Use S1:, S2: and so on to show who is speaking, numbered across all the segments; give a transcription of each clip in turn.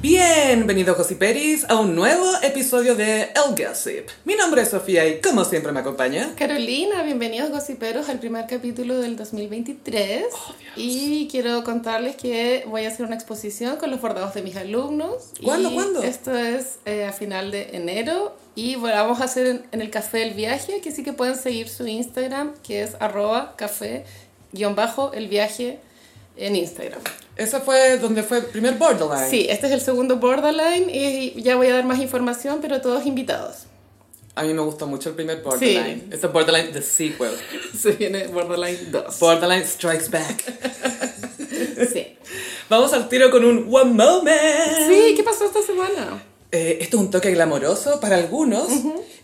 S1: Bienvenidos, gossiperis, a un nuevo episodio de El Gossip. Mi nombre es Sofía y como siempre me acompaña...
S2: Carolina, bienvenidos gossiperos al primer capítulo del 2023 y quiero contarles que voy a hacer una exposición con los bordados de mis alumnos.
S1: ¿Cuándo,
S2: Y
S1: cuándo?
S2: Esto es eh, a final de enero y bueno, vamos a hacer en, en el Café del Viaje, que sí que pueden seguir su Instagram, que es arroba café guión bajo el viaje en Instagram.
S1: Ese fue donde fue el primer Borderline.
S2: Sí, este es el segundo Borderline y ya voy a dar más información, pero todos invitados.
S1: A mí me gustó mucho el primer Borderline.
S2: Sí.
S1: Este es Borderline The Sequel.
S2: Se viene Borderline 2.
S1: Borderline Strikes Back.
S2: Sí.
S1: Vamos al tiro con un One Moment.
S2: Sí, ¿qué pasó esta semana?
S1: Eh, esto es un toque glamoroso para algunos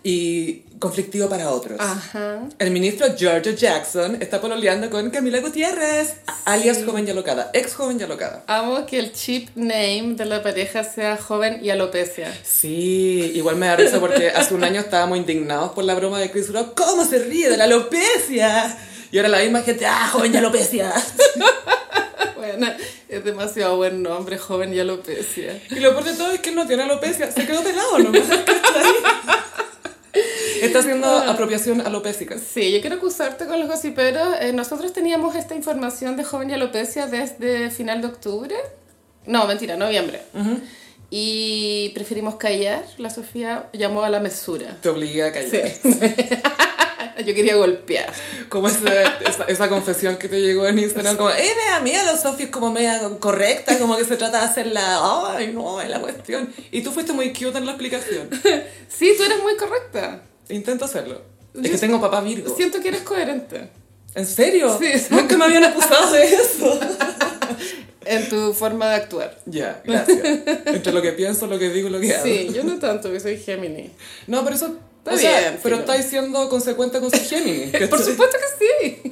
S1: y conflictivo para otros.
S2: Ah. Ajá.
S1: El ministro Giorgio Jackson está pololeando con Camila Gutiérrez,
S2: Ah,
S1: alias joven y alocada, ex joven y alocada.
S2: Amo que el chip name de la pareja sea joven y alopecia.
S1: Sí, igual me da risa porque hace un año estábamos indignados por la broma de Chris Rock. ¿Cómo se ríe de la alopecia? Y ahora la misma gente, ¡ah, joven y alopecia!
S2: Bueno, es demasiado buen nombre, joven y alopecia.
S1: Y lo peor de todo es que él no tiene alopecia, se quedó pelado nomás. ¿cachai? Está haciendo apropiación alopésica.
S2: Sí, yo quiero acusarte con los gossiperos. Eh, nosotros teníamos esta información de joven y alopecia desde final de octubre. No, mentira, noviembre. Y preferimos callar. La Sofía llamó a la mesura.
S1: Te obliga a callar.
S2: Sí. yo quería golpear.
S1: Como esa, esa, esa confesión que te llegó en Instagram, como, eh, vea, mira, los Sofios como media correcta, como que se trata de hacer la, ay, no, es la cuestión. Y tú fuiste muy cute en la explicación.
S2: Sí, tú eres muy correcta.
S1: Intento hacerlo. Es que tengo papá Virgo.
S2: Siento que eres coherente.
S1: ¿En serio?
S2: Sí.
S1: Nunca me habían acusado de eso.
S2: En tu forma de actuar.
S1: Ya, gracias. Entre lo que pienso, lo que digo y lo que hago.
S2: Sí, yo no tanto, que soy Gemini.
S1: No, pero eso está
S2: Está
S1: bien.
S2: bien,
S1: Pero
S2: filo.
S1: estáis siendo consecuente con su Géminis.
S2: Por
S1: ¿cachai?
S2: supuesto que sí.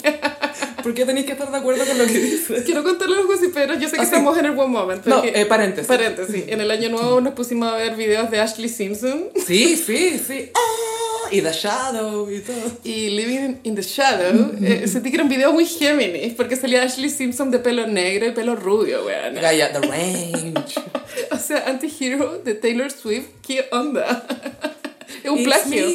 S1: ¿Por qué tenéis que estar de acuerdo con lo que dices?
S2: Quiero contarle a los gossiperos. Yo sé que
S1: Ah, sí.
S2: estamos en el buen momento.
S1: No,
S2: que-
S1: eh, paréntesis.
S2: paréntesis. En el año nuevo nos pusimos a ver videos de Ashley Simpson
S1: Sí, sí, sí. Ah, y The Shadow y todo.
S2: y Living in the Shadow.
S1: Mm-hmm.
S2: Eh, sentí que era un video muy Géminis porque salía Ashley Simpson de pelo negro y pelo rubio, weón.
S1: Gaia, The Range.
S2: O sea, anti-hero de Taylor Swift. ¿Qué onda? Es un plagio.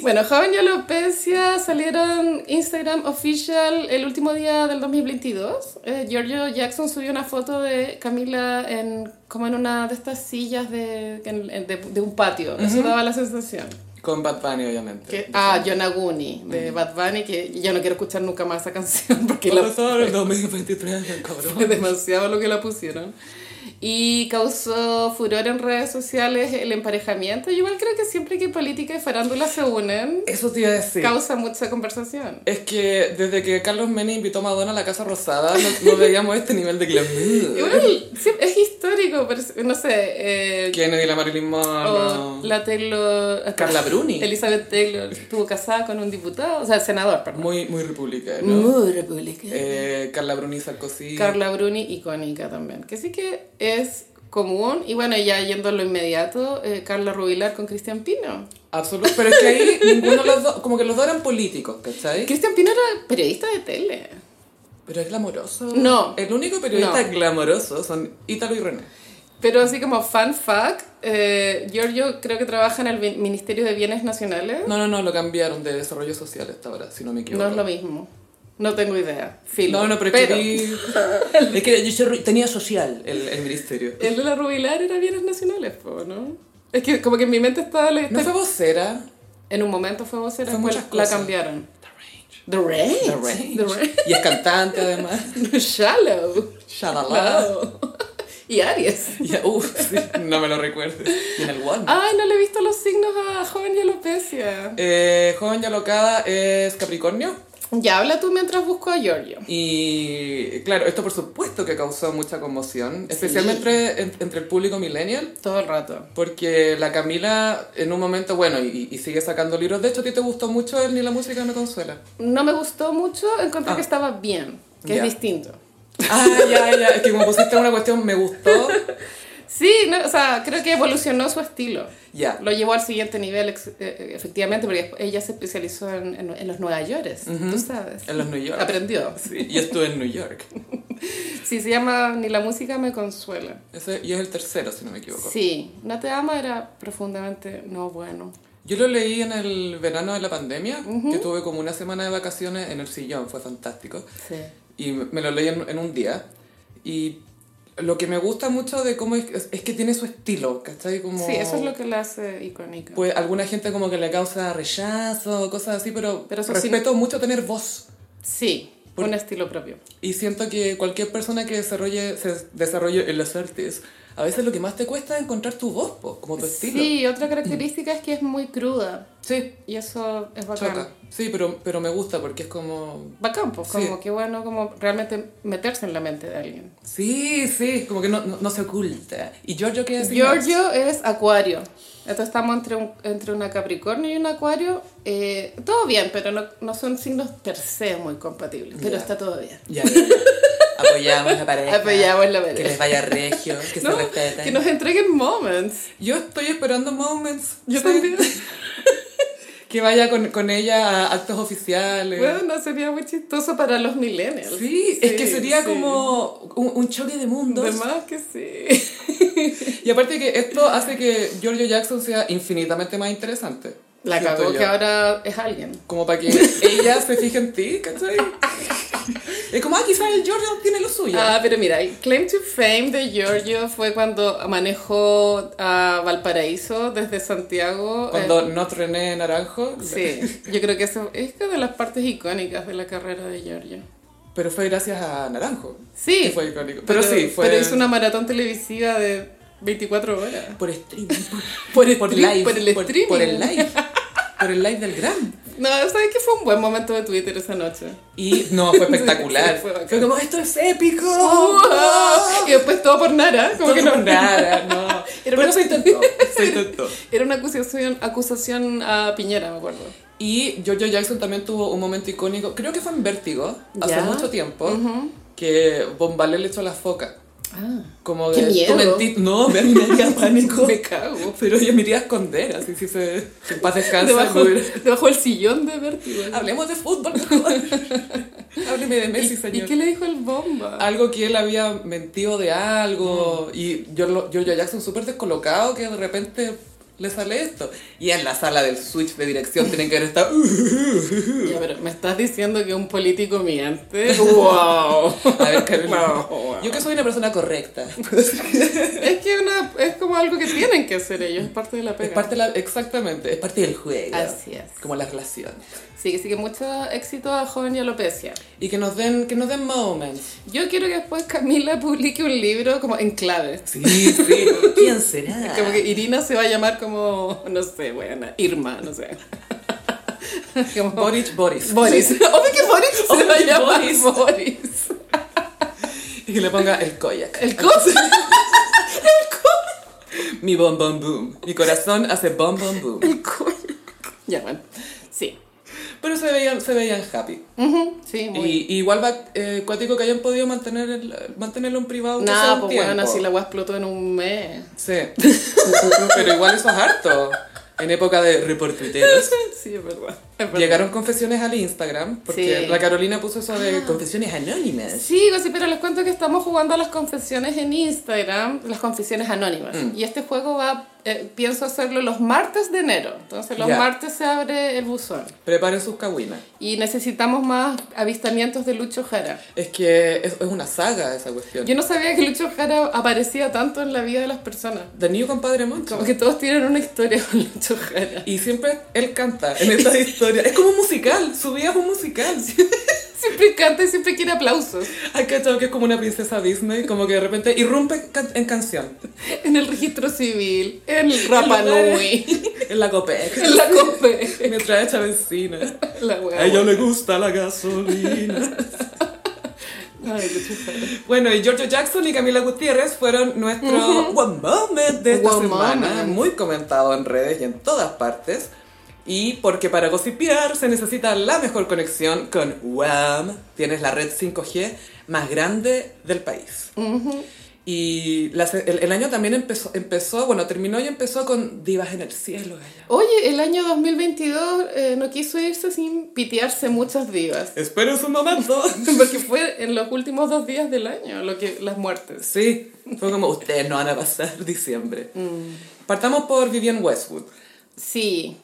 S2: Bueno, joven y alopecia salieron Instagram official el último día del 2022. Eh, Giorgio Jackson subió una foto de Camila en, como en una de estas sillas de, en- en- de, de un patio. Eso daba la sensación.
S1: Con Bad Bunny, obviamente.
S2: Que, ah, Yonaguni, de Bad Bunny, que yo no quiero escuchar nunca más esa canción porque
S1: Por
S2: la,
S1: favor, el 2023 me
S2: fue
S1: cobró.
S2: demasiado lo que la pusieron. Y causó furor en redes sociales el emparejamiento. Yo igual creo que siempre que política y farándula se unen,
S1: Eso te iba a decir.
S2: causa mucha conversación.
S1: Es que desde que Carlos Menem invitó a Madonna a la Casa Rosada, no, no veíamos este nivel de glamour.
S2: Igual, sí, es histórico, pero no sé. eh,
S1: Kennedy, la Marilyn
S2: o
S1: Monroe.
S2: Oh, la Taylor.
S1: Carla Bruni.
S2: Elizabeth Taylor estuvo casada con un diputado, o sea, senador, perdón.
S1: Muy, muy republicano.
S2: Muy republicana.
S1: Eh, Carla Bruni Sarkozy.
S2: Carla Bruni, icónica también. Que sí que es común. Y bueno, ya yendo a lo inmediato, eh, Carla Rubilar con Cristian Pino.
S1: Absoluto. Pero es que ahí ninguno de los dos, como que los dos eran políticos, ¿cachai?
S2: Cristian Pino era periodista de tele.
S1: Pero es glamoroso.
S2: No.
S1: El único periodista
S2: No.
S1: glamoroso son Ítalo y René.
S2: Pero así como fan fact, eh, Giorgio creo que trabaja en el Bi- Ministerio de Bienes Nacionales.
S1: No, no, no, lo cambiaron de desarrollo social hasta ahora, si no me equivoco.
S2: No es lo mismo. No tengo idea. Filo.
S1: No, no, pero, es que vi- es que yo soy- tenía social el, el ministerio.
S2: el de la Rubilar era bienes nacionales, po, ¿no? Es que como que en mi mente estaba... la-
S1: ¿No fue vocera?
S2: En un momento fue vocera,
S1: Fue
S2: después
S1: muchas
S2: la
S1: cosas.
S2: cambiaron.
S1: The Range.
S2: The Range.
S1: The Range. Y es cantante además.
S2: Shallow.
S1: Shalala.
S2: Wow. y Aries.
S1: Y- uh, sí, no me lo recuerdes. Y en el One.
S2: Ay, no le he visto los signos a joven y alopecia.
S1: Eh, joven y alocada es Capricornio.
S2: Ya habla tú mientras busco a Giorgio.
S1: Y claro, esto por supuesto que causó mucha conmoción, especialmente en- entre el público millennial.
S2: Todo el rato.
S1: Porque la Camila en un momento, bueno, y, y sigue sacando libros. De hecho, ¿a ti te gustó mucho el Ni la música me consuela?
S2: No me gustó mucho, encontré
S1: Ah.
S2: que estaba bien, que
S1: Ya.
S2: es distinto.
S1: Ah, ya, ya. Es que como pusiste una cuestión, me gustó.
S2: Sí, no, o sea, creo que evolucionó su estilo.
S1: Ya.
S2: Lo llevó al siguiente nivel, ex- eh, eh, efectivamente, porque después ella se especializó en, en- en los Nueva Yorkers, tú sabes.
S1: En los New York.
S2: Aprendió.
S1: Sí, y estuve en New York.
S2: Sí, se llama Ni la música me consuela.
S1: Ese, y es el tercero, si no me equivoco.
S2: Sí, No te ama era profundamente no bueno.
S1: Yo lo leí en el verano de la pandemia, que tuve como una semana de vacaciones en el sillón, fue fantástico.
S2: Sí.
S1: Y me lo leí en, en un día. Y lo que me gusta mucho de cómo es, es- es que tiene su estilo, ¿cachai? Como,
S2: Sí, eso es lo que la hace icónica.
S1: Pues alguna gente como que le causa rechazo, cosas así, pero,
S2: Pero eso sí-
S1: respeto mucho tener voz.
S2: sí, un estilo propio.
S1: Y siento que cualquier persona que desarrolle, se desarrolle en las artes, a veces lo que más te cuesta es encontrar tu voz, po, como tu estilo.
S2: Sí, otra característica es que es muy cruda.
S1: Sí,
S2: Y eso es bacán.
S1: choca. Sí, pero, pero me gusta porque es como...
S2: Bacán, pues,
S1: Sí.
S2: como que bueno, como realmente meterse en la mente de alguien.
S1: Sí, sí, como que no, no, no se oculta. ¿Y Giorgio qué es?
S2: Giorgio es acuario. Entonces estamos entre, un- entre una Capricornio y un acuario. Eh, todo bien, pero no, no son signos terceros muy compatibles. Pero
S1: Ya.
S2: está todo bien. Ah,
S1: Ya, ya, ya. Apoyamos la pareja.
S2: Apoyamos la pareja.
S1: Que les vaya regio, que
S2: No,
S1: se respeten.
S2: que nos entreguen moments.
S1: Yo estoy esperando Moments.
S2: Yo
S1: Sí.
S2: también.
S1: Que vaya con, con ella a actos oficiales.
S2: Bueno, sería muy chistoso para los millennials.
S1: sí, es que
S2: Sí,
S1: sería
S2: sí.
S1: como un, un choque de mundos.
S2: De más que sí.
S1: Y aparte que esto hace que Giorgio Jackson sea infinitamente más interesante.
S2: La
S1: Siento
S2: cagó
S1: yo.
S2: que ahora es alguien.
S1: Como para que ella se fije en ti, ¿cachai? Es como, ah, quizás el Giorgio tiene lo suyo.
S2: Ah, pero mira, el claim to fame de Giorgio fue cuando manejó a Valparaíso desde Santiago. eh,
S1: Cuando Not René Naranjo.
S2: Sí, yo creo que eso es que de las partes icónicas de la carrera de Giorgio.
S1: Pero fue gracias a Naranjo.
S2: Sí.
S1: Que fue icónico. Pero, sí, fue.
S2: Pero hizo una maratón televisiva de 24 horas.
S1: Por streaming.
S2: Por
S1: Por,
S2: stream-
S1: live.
S2: por el streaming.
S1: Por el live. Por el live del Gran.
S2: No, ¿sabes que Fue un buen momento de Twitter esa noche.
S1: Y no, fue espectacular.
S2: Sí, fue bacán.
S1: fue como, esto es épico.
S2: Uh, Y después todo por nada, Oh,
S1: Oh,
S2: como
S1: Todo
S2: que no.
S1: por nada, no.
S2: Era
S1: Pero
S2: una-
S1: se intentó. Se intentó.
S2: Era una acusación, acusación a Piñera, me acuerdo.
S1: Y Jojo Jackson también tuvo un momento icónico, creo que fue en Vértigo, hace
S2: Ya.
S1: mucho tiempo, que Bombalé le echó la foca.
S2: Ah.
S1: Como
S2: ¡Qué
S1: de,
S2: miedo!
S1: "Tú mentí- No, me a mí me daría pánico.
S2: Me cago.
S1: Pero ella me iría a esconder, así si se... si en paz descansa.
S2: Debajo,
S1: no hubiera-
S2: debajo del sillón de vértigo.
S1: Hablemos de fútbol, mejor. Hábleme de
S2: ¿Y,
S1: Messi,
S2: ¿Y
S1: señor. Ah.
S2: qué le dijo el bomba?
S1: Algo que él había mentido de algo.
S2: Mm.
S1: Y yo, lo- yo, yo a Jackson súper descolocado que de repente le sale esto. Y en la sala del switch de dirección tienen que haber estado... uh,
S2: Ya, pero me estás diciendo que un político miente. ¡Wow!
S1: A ver, Carolina.
S2: Wow.
S1: Yo que soy una persona correcta.
S2: es que una, es como algo que tienen que hacer ellos, es parte de la pega.
S1: Es parte de la- exactamente, es parte del juego.
S2: Así es.
S1: Como la relación.
S2: Sí, sí que mucho éxito a Joven y Alopecia.
S1: Y que nos den, que nos den moments.
S2: Yo quiero que después Camila publique un libro como en clave.
S1: Sí, sí. ¿Quién será?
S2: Como que Irina se va a llamar como, no sé, bueno, Irma, no sé. Como
S1: Boris, Boris.
S2: Boris. Obvio que Boris se va a
S1: Obvio,
S2: llamar
S1: Boris.
S2: Boris.
S1: Y que le ponga el koyak.
S2: El cosa,
S1: Mi bom bom boom. Mi corazón hace bom bom boom.
S2: el cosa. Ya, bueno. Sí.
S1: Pero se veían, se veían happy.
S2: Ujú, Sí,
S1: Y,
S2: muy bien.
S1: y igual va eh, cuático que hayan podido mantener el- mantenerlo en privado. que sea
S2: Nada,
S1: un
S2: pues
S1: tiempo.
S2: bueno, así la agua explotó en un mes.
S1: Sí. Pero igual eso es harto. En época de reportuiteros.
S2: Sí, es verdad. Es verdad.
S1: Llegaron confesiones al Instagram, porque
S2: Sí. Ah.
S1: la Carolina puso eso de confesiones anónimas.
S2: Sí, sí, pero les cuento que estamos jugando a las confesiones en Instagram, las confesiones anónimas. Y este juego va, eh, pienso hacerlo los martes de enero. Entonces los
S1: Ya.
S2: martes se abre el buzón.
S1: Preparen sus caguinas.
S2: Y necesitamos más avistamientos de Lucho Jara.
S1: Es que es, es una saga esa cuestión.
S2: Yo no sabía que Lucho Jara aparecía tanto en la vida de las personas.
S1: The New Compadre Moncho.
S2: Como que todos tienen una historia con Lucho Jara.
S1: Y siempre él canta en estas historias. Es como un musical, su vida es un musical.
S2: Siempre canta y siempre quiere aplausos.
S1: Hay cachado que es como una princesa Disney, como que de repente irrumpe can- en canción.
S2: En el registro civil, en Rapa Nui,
S1: En la copec.
S2: en la COPE.
S1: Mientras echa benzina.
S2: La wea.
S1: A ella le gusta la gasolina.
S2: Ay, Lucho Jara.
S1: Bueno, y Giorgio Jackson y Camila Gutiérrez fueron nuestro One Moment de esta
S2: One
S1: semana,
S2: Moment.
S1: muy comentado en redes y en todas partes. Y porque para gossipear se necesita la mejor conexión con WAM, tienes la red 5G más grande del país. Y la se- el, el año también empezó, empezó, bueno, terminó y empezó con Divas en el Cielo. ella.
S2: Oye, el año 2022 eh, no quiso irse sin pitearse muchas divas.
S1: Esperen un momento.
S2: Porque fue en los últimos dos días del año lo que, las muertes.
S1: Sí, fue como, ustedes no van a pasar diciembre.
S2: Mm.
S1: Partamos por Vivienne Westwood.
S2: Sí,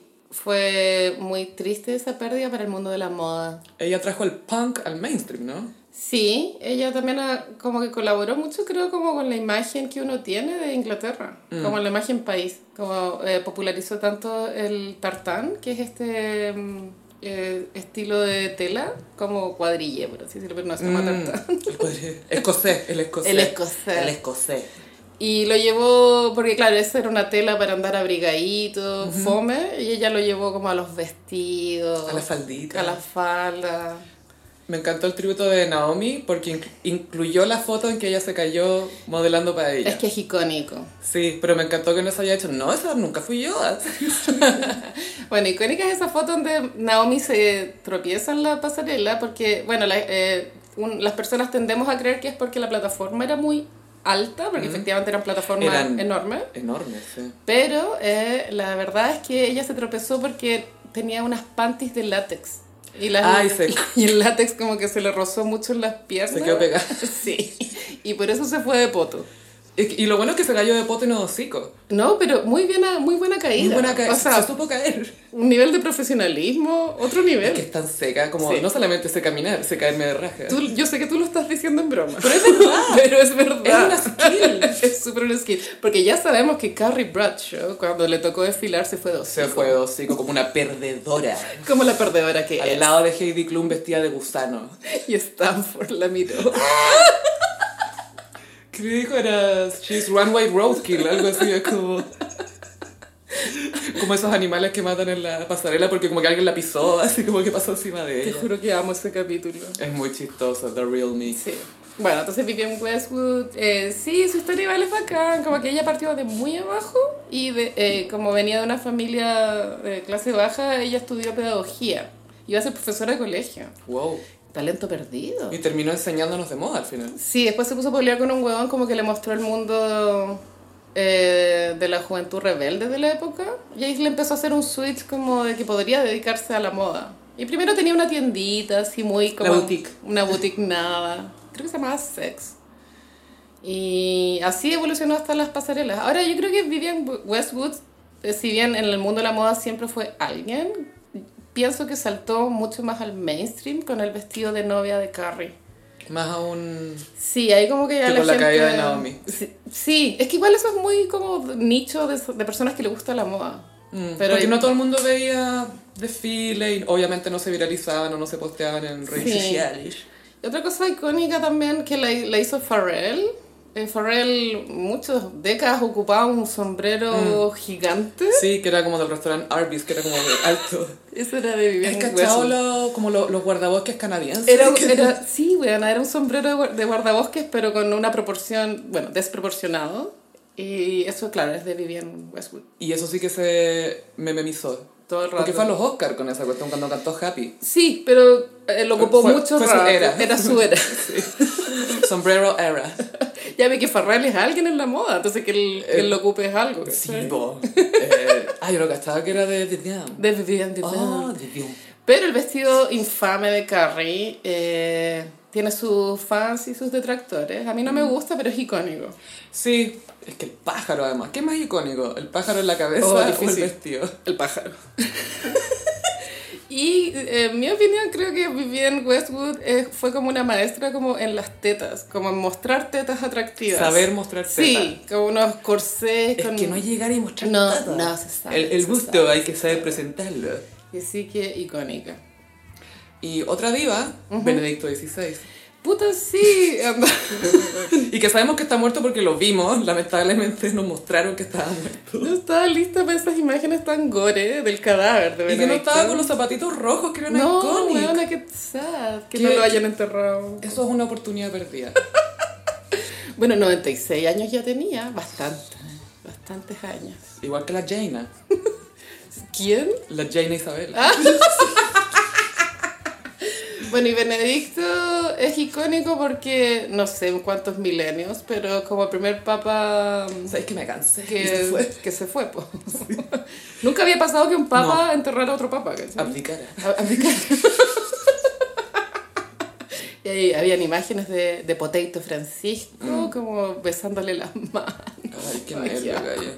S2: fue muy triste esa pérdida para el mundo de la moda.
S1: Ella trajo el punk al mainstream, ¿no?
S2: Sí, ella también ah, como que colaboró mucho, creo, como con la imagen que uno tiene de Inglaterra, como la imagen país, como eh, popularizó tanto el tartán, que es este mm, eh, estilo de tela, como cuadrille, por así decirlo, pero no se llama
S1: Mm,
S2: tartán.
S1: el cuadri- escocés, el escocés.
S2: El escocés.
S1: El escocés.
S2: Y lo llevó, porque claro, esa era una tela para andar abrigadito, fome, y ella lo llevó como a los vestidos,
S1: A la faldita.
S2: a la falda.
S1: Me encantó el tributo de Naomi porque inc- incluyó la foto en que ella se cayó modelando para ella.
S2: Es que es icónico.
S1: Sí, pero me encantó que no se haya hecho. No, esa nunca fui yo.
S2: Bueno, icónica es esa foto donde Naomi se tropieza en la pasarela porque, bueno, la- eh, un- las personas tendemos a creer que es porque la plataforma era muy alta, porque efectivamente eran plataformas
S1: Eran-
S2: enormes,
S1: Enorme, sí.
S2: pero eh, la verdad es que ella se tropezó porque tenía unas panties de látex. Y, las-
S1: Ay, se-
S2: y el látex como que se le rozó mucho en las piernas.
S1: Se quedó pegada.
S2: Sí. Y por eso se fue de poto.
S1: Y, y lo bueno es que se cayó de pote y no de hocico.
S2: No, pero muy, bien, muy buena
S1: Muy
S2: caída.
S1: buena ca-
S2: O sea,
S1: se supo caer.
S2: un nivel de profesionalismo, otro nivel.
S1: Que es tan seca, como
S2: Sí.
S1: no solamente sé caminar, sé caerme de raja.
S2: Tú- yo sé que tú lo estás diciendo en broma.
S1: Pero es verdad.
S2: Pero es verdad.
S1: Es una skill.
S2: Es súper una skill. Porque ya sabemos que Carrie Bradshaw, cuando le tocó desfilar, se fue dos.
S1: Se fue de hocico como una perdedora.
S2: Como la perdedora que
S1: Al
S2: es.
S1: lado de Heidi Klum vestida de gusano.
S2: Y Stanford la miró.
S1: ¿Qué dijo? Era She's Runway Roadkill, algo así, es como... Como esos animales que matan en la pasarela porque como que alguien la pisó, así como que pasó encima de
S2: Te
S1: ella.
S2: juro que amo ese capítulo.
S1: Es muy chistoso, The Real Me.
S2: Sí. Bueno, entonces Vivian Westwood, eh, sí, su historia igual es bacán, como que ella partió de muy abajo y de, eh, como venía de una familia de clase baja, ella estudió pedagogía, iba a ser profesora de colegio.
S1: Wow.
S2: Talento perdido.
S1: Y terminó enseñándonos de moda al final.
S2: Sí, después se puso a pelear con un huevón como que le mostró el mundo eh, de la juventud rebelde de la época. Y ahí le empezó a hacer un switch como de que podría dedicarse a la moda. Y primero tenía una tiendita así muy como...
S1: La boutique.
S2: Una boutique nada. Creo que se llamaba Sex. Y así evolucionó hasta las pasarelas. Ahora yo creo que Vivian Westwood, eh, si bien en el mundo de la moda siempre fue alguien, pienso que saltó mucho más al mainstream con el vestido de novia de Carrie.
S1: Más aún...
S2: Sí, ahí como que ya
S1: Que
S2: la
S1: por la
S2: gente-
S1: caída de Naomi.
S2: Sí, sí, es que igual eso es muy como nicho de, de personas que le gusta la moda.
S1: Pero mm, porque no todo el mundo veía desfile y obviamente no se viralizaban o no se posteaban en redes
S2: Sí.
S1: sociales.
S2: Y Otra cosa icónica también que la, la hizo Pharrell. Eh, Pharrell muchas décadas ocupaba un sombrero
S1: Mm.
S2: gigante.
S1: Sí, que era como del restaurante Arby's, que era como de alto.
S2: Eso era de
S1: ¿Has
S2: Vivian
S1: cachado
S2: Westwood.
S1: lo- como lo- los guardabosques canadienses?
S2: Era, era- sí, weona, era un sombrero de guar- de guardabosques, pero con una proporción, bueno, desproporcionado. Y eso, claro, es de Vivian Westwood.
S1: Y eso sí que se me memizó.
S2: Todo el rato.
S1: Porque fue a los Oscars con esa cuestión cuando cantó Happy.
S2: Sí, pero eh, lo ocupó
S1: Fue-
S2: mucho
S1: fue su
S2: rato.
S1: era.
S2: Era su era.
S1: Sombrero era.
S2: ya ve que Farrell es alguien en la moda, entonces que él, que él lo ocupe es algo.
S1: Eh, Sí, po. Eh, ah, yo lo cachaba que era de The Jam.
S2: De Vivian Duvall.
S1: Oh, The Jam.
S2: Pero el vestido infame de Carrie eh, tiene sus fans y sus detractores. A mí
S1: Mm.
S2: no me gusta, pero es icónico.
S1: Sí, es que el pájaro además. ¿Qué más icónico? ¿El pájaro en la cabeza
S2: Oh,
S1: o el
S2: difícil.
S1: vestido?
S2: El pájaro. y eh, en mi opinión creo que Vivian Westwood eh, fue como una maestra como en las tetas, como en mostrar tetas atractivas.
S1: Saber mostrar teta.
S2: Sí, como unos corsés
S1: Es
S2: con...
S1: que no llegar y mostrar
S2: No,
S1: teta.
S2: no se sabe,
S1: El, el
S2: se
S1: gusto
S2: sabe,
S1: hay que saber presentarlo.
S2: Y sí que icónica.
S1: Y otra diva, Benedicto XVI.
S2: Puta, sí. anda.
S1: Y que sabemos que está muerto porque lo vimos, lamentablemente nos mostraron que estaba muerto.
S2: No estaba lista para esas imágenes tan gore del cadáver de
S1: Y que no
S2: Benedicto.
S1: estaba con los zapatitos rojos que eran
S2: No,
S1: icónicos.
S2: weona, qué sad. Que
S1: ¿Qué?
S2: no lo hayan enterrado.
S1: Eso es una oportunidad perdida.
S2: Bueno, 96 años ya tenía. Bastante. Bastantes años.
S1: Igual que la Jaina.
S2: ¿Quién?
S1: La Jaina Isabela.
S2: Bueno, y Benedicto es icónico porque no sé en cuántos milenios, pero como el primer papa mm,
S1: ¿Sabes que me cansé?
S2: que
S1: Y se fue.
S2: que se fue, po. Nunca había pasado que un papa enterrara a otro papa, ¿cachai?
S1: Abdicara.
S2: A- abdicar. Y ahí habían imágenes de, de Potato Francisco como besándole las manos.
S1: Ay, qué
S2: Ay,
S1: nervio,
S2: ya.
S1: gallo.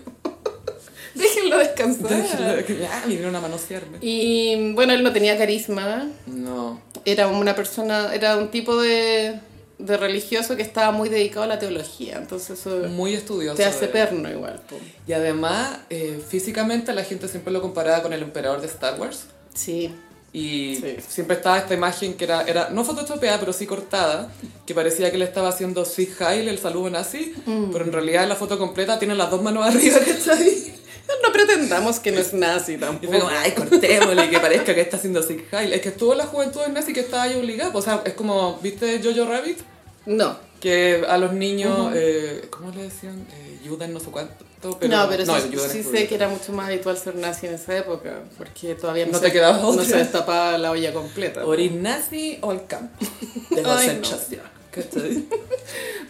S2: Déjenlo descansar.
S1: Déjalo que- Ah, vinieron a manosearme.
S2: Y bueno, él no tenía carisma.
S1: No.
S2: Era una persona, era un tipo de, de religioso que estaba muy dedicado a la teología. Entonces eso
S1: Muy estudioso.
S2: te hace
S1: eh.
S2: perno igual. po.
S1: Y además, eh, físicamente la gente siempre lo comparaba con el emperador de Star Wars.
S2: Sí.
S1: Y
S2: Sí.
S1: siempre estaba esta imagen que era, era no photoshopeada, pero sí cortada, que parecía que le estaba haciendo Sig Heil, el saludo nazi,
S2: Mm.
S1: pero en realidad en la foto completa tiene las dos manos arriba, ¿cachai?
S2: No pretendamos que no es nazi
S1: Y
S2: tampoco.
S1: fue como, ay, cortémosle, que parezca que está haciendo Sig Heil. Es que estuvo en la juventud del nazi que estaba ahí obligado. O sea, es como, ¿viste Jojo Rabbit?
S2: No.
S1: Que a los niños, eh, ¿cómo le decían? Eh, Juden no sé cuánto. Pero,
S2: no, pero
S1: el
S2: sí,
S1: Juden
S2: sí
S1: es
S2: sé que era mucho más habitual ser nazi en esa época, porque todavía no,
S1: No
S2: se,
S1: te quedaba
S2: no
S1: otra.
S2: se destapaba la olla completa.
S1: Orin nazi o el campo de
S2: Ay, no.
S1: concentración. ¿Cachai?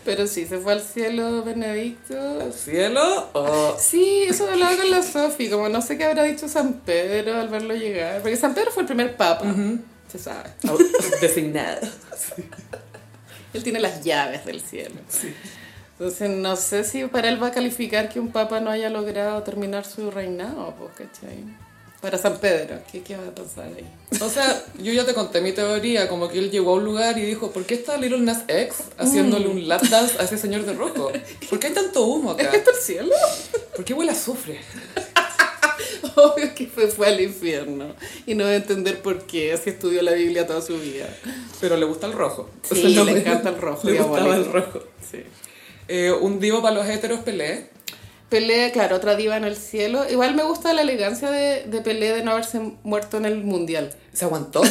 S2: Pero sí, se fue al cielo Benedicto.
S1: ¿Al cielo o
S2: Sí, eso hablaba con la Sofi, como no sé qué habrá dicho San Pedro al verlo llegar, porque San Pedro fue el primer papa, se sabe.
S1: o designado?
S2: Él tiene las llaves del cielo. Entonces no sé si para él va a calificar que un papa no haya logrado terminar su reinado, po, ¿cachai? Para San Pedro, ¿qué, qué va a pasar ahí?
S1: O sea, yo ya te conté mi teoría, como que él llegó a un lugar y dijo, ¿por qué está Little Nas X haciéndole un lap dance a ese señor de rojo? ¿Por qué hay tanto humo acá?
S2: ¿Está el cielo?
S1: ¿Por qué huele a azufre?
S2: Obvio que fue, fue al infierno y no va a entender por qué si estudió la Biblia toda su vida.
S1: Pero le gusta el rojo.
S2: Sí, le encanta el rojo,
S1: Le gustaba
S2: diabólico.
S1: el rojo.
S2: Sí.
S1: Eh, un divo para los héteros, Pelé.
S2: Pelé, claro, otra diva en el cielo. Igual me gusta la elegancia de, de Pelé de no haberse muerto en el mundial.
S1: Se aguantó.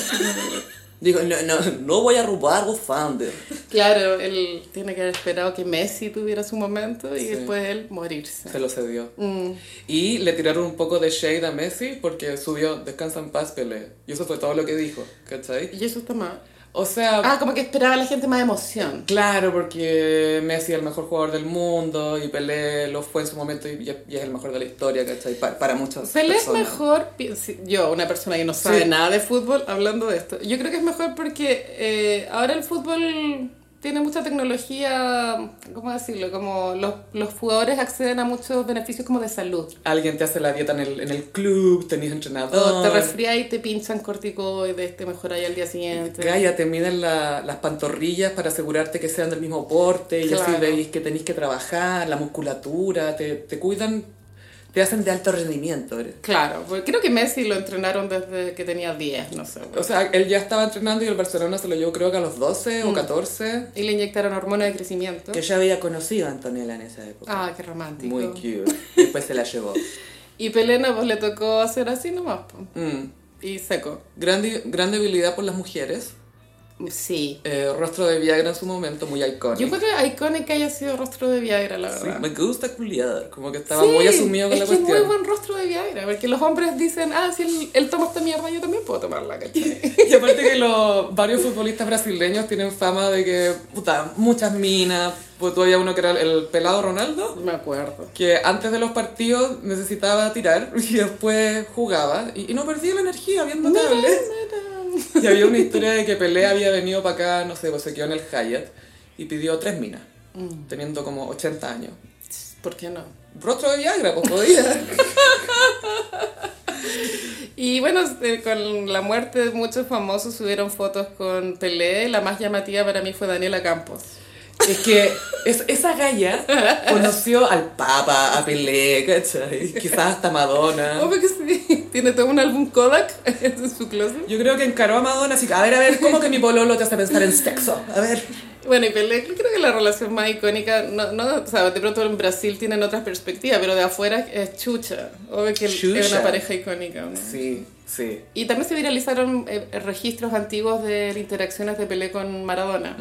S1: Digo, no, no, no voy a robar los fans.
S2: Claro, él tiene que haber esperado que Messi tuviera su momento y
S1: Sí.
S2: después él morirse.
S1: Se lo cedió.
S2: Mm.
S1: Y le tiraron un poco de shade a Messi porque subió Descansa en paz, Pelé. Y eso fue todo lo que dijo, ¿cachai?
S2: Y eso está mal.
S1: O sea,
S2: Ah, como que esperaba a la gente más emoción.
S1: claro, porque Messi es el mejor jugador del mundo y Pelé lo fue en su momento y, y- y es el mejor de la historia, ¿cachai? Pa- Para, muchas
S2: Pelé es
S1: personas.
S2: mejor, pi- si- yo, una persona que no sabe
S1: Sí.
S2: nada de fútbol, hablando de esto, yo creo que es mejor porque eh, ahora el fútbol tiene mucha tecnología, ¿cómo decirlo? Como los, los jugadores acceden a muchos beneficios como de salud.
S1: Alguien te hace la dieta en el, en el club, tenés
S2: O Oh, te
S1: entrenador.
S2: resfrías y te pinchan corticoides, te mejoráis al día siguiente.
S1: Calla, te miden la- las pantorrillas para asegurarte que sean del mismo porte y así
S2: Claro.
S1: veis que tenéis que trabajar, la musculatura, te, te cuidan, te hacen de alto rendimiento. ¿eh?
S2: Claro, porque creo que Messi lo entrenaron desde que tenía 10, no sé.
S1: O sea, él ya estaba entrenando y el Barcelona se lo llevó creo que a los 12 o 14.
S2: Y le inyectaron hormonas de crecimiento.
S1: ya Mm. había conocido a Antonella en esa época.
S2: Ah, qué romántico.
S1: Muy cute. Después se la llevó.
S2: Y Pelena pues le tocó hacer así nomás, po.
S1: Mm.
S2: y seco.
S1: Gran, di- gran debilidad por las mujeres.
S2: Sí.
S1: Eh, rostro de Viagra en su momento, muy
S2: Yo
S1: icónico.
S2: encuentro icónica que haya sido rostro de Viagra, la
S1: Sí,
S2: verdad.
S1: me gusta culiar. Como que estaba
S2: Sí,
S1: muy asumido con
S2: es
S1: la
S2: que es
S1: cuestión.
S2: muy buen rostro de Viagra, porque los hombres dicen, ah, si él, él toma esta mierda, yo también puedo tomarla, ¿cachai?
S1: Y aparte que los varios futbolistas brasileños tienen fama de que, puta, muchas minas. Pues todavía uno que era el pelado Ronaldo.
S2: Me acuerdo.
S1: que antes de los partidos necesitaba tirar y después jugaba y, y no perdía la energía bien notable. Y había una historia de que Pelé había venido para acá, no sé, pues se quedó en el Hyatt y pidió tres minas, teniendo como 80 años.
S2: ¿Por qué no?
S1: Rostro de Viagra, pues podía.
S2: Y bueno, eh, con la muerte de muchos famosos subieron fotos con Pelé. La más llamativa para mí fue Daniela Campos.
S1: es que es- esa galla conoció al Papa, a Pelé, ¿cachai? Quizás hasta Madonna.
S2: Obvio que sí. Tiene todo un álbum Kodak en su closet.
S1: Yo creo que encaró a Madonna así, que, a ver, a ver, ¿cómo que mi pololo te hace pensar en sexo? A ver.
S2: Bueno, y Pelé creo que la relación más icónica, no, no, o sea, de pronto en Brasil tienen otras perspectivas, pero de afuera es Chucha. Obvio que es
S1: Xuxa.
S2: una pareja icónica. ¿no?
S1: Sí, sí.
S2: Y también se viralizaron eh, registros antiguos de interacciones de Pelé con Maradona.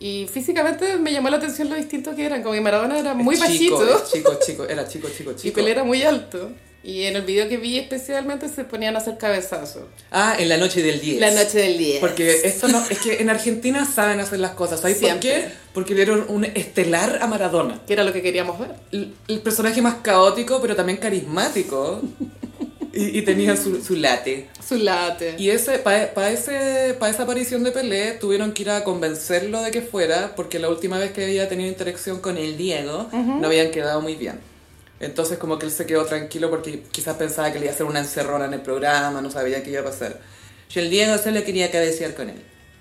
S2: Y físicamente me llamó la atención lo distinto que eran, como que Maradona era muy
S1: chico,
S2: bajito
S1: es Chico, chico, era chico, chico, chico.
S2: y Pelé era muy alto. Y en el video que vi especialmente se ponían a hacer cabezazos.
S1: Ah, en la noche del 10.
S2: La noche del 10.
S1: Porque esto no, es que en Argentina saben hacer las cosas. ¿Sabes por
S2: Siempre.
S1: qué? Porque le dieron un estelar a Maradona.
S2: Que era lo que queríamos ver.
S1: el, el personaje más caótico, pero también carismático. Y, y tenía su, su late.
S2: Su late.
S1: Y ese, para ese, pa esa aparición de Pelé tuvieron que ir a convencerlo de que fuera, porque la última vez que había tenido interacción con el Diego no habían quedado muy bien. Entonces como que él se quedó tranquilo porque quizás pensaba que le iba a hacer una encerrona en el programa, no sabía qué iba a pasar. Y el Diego solo quería cabecear con él.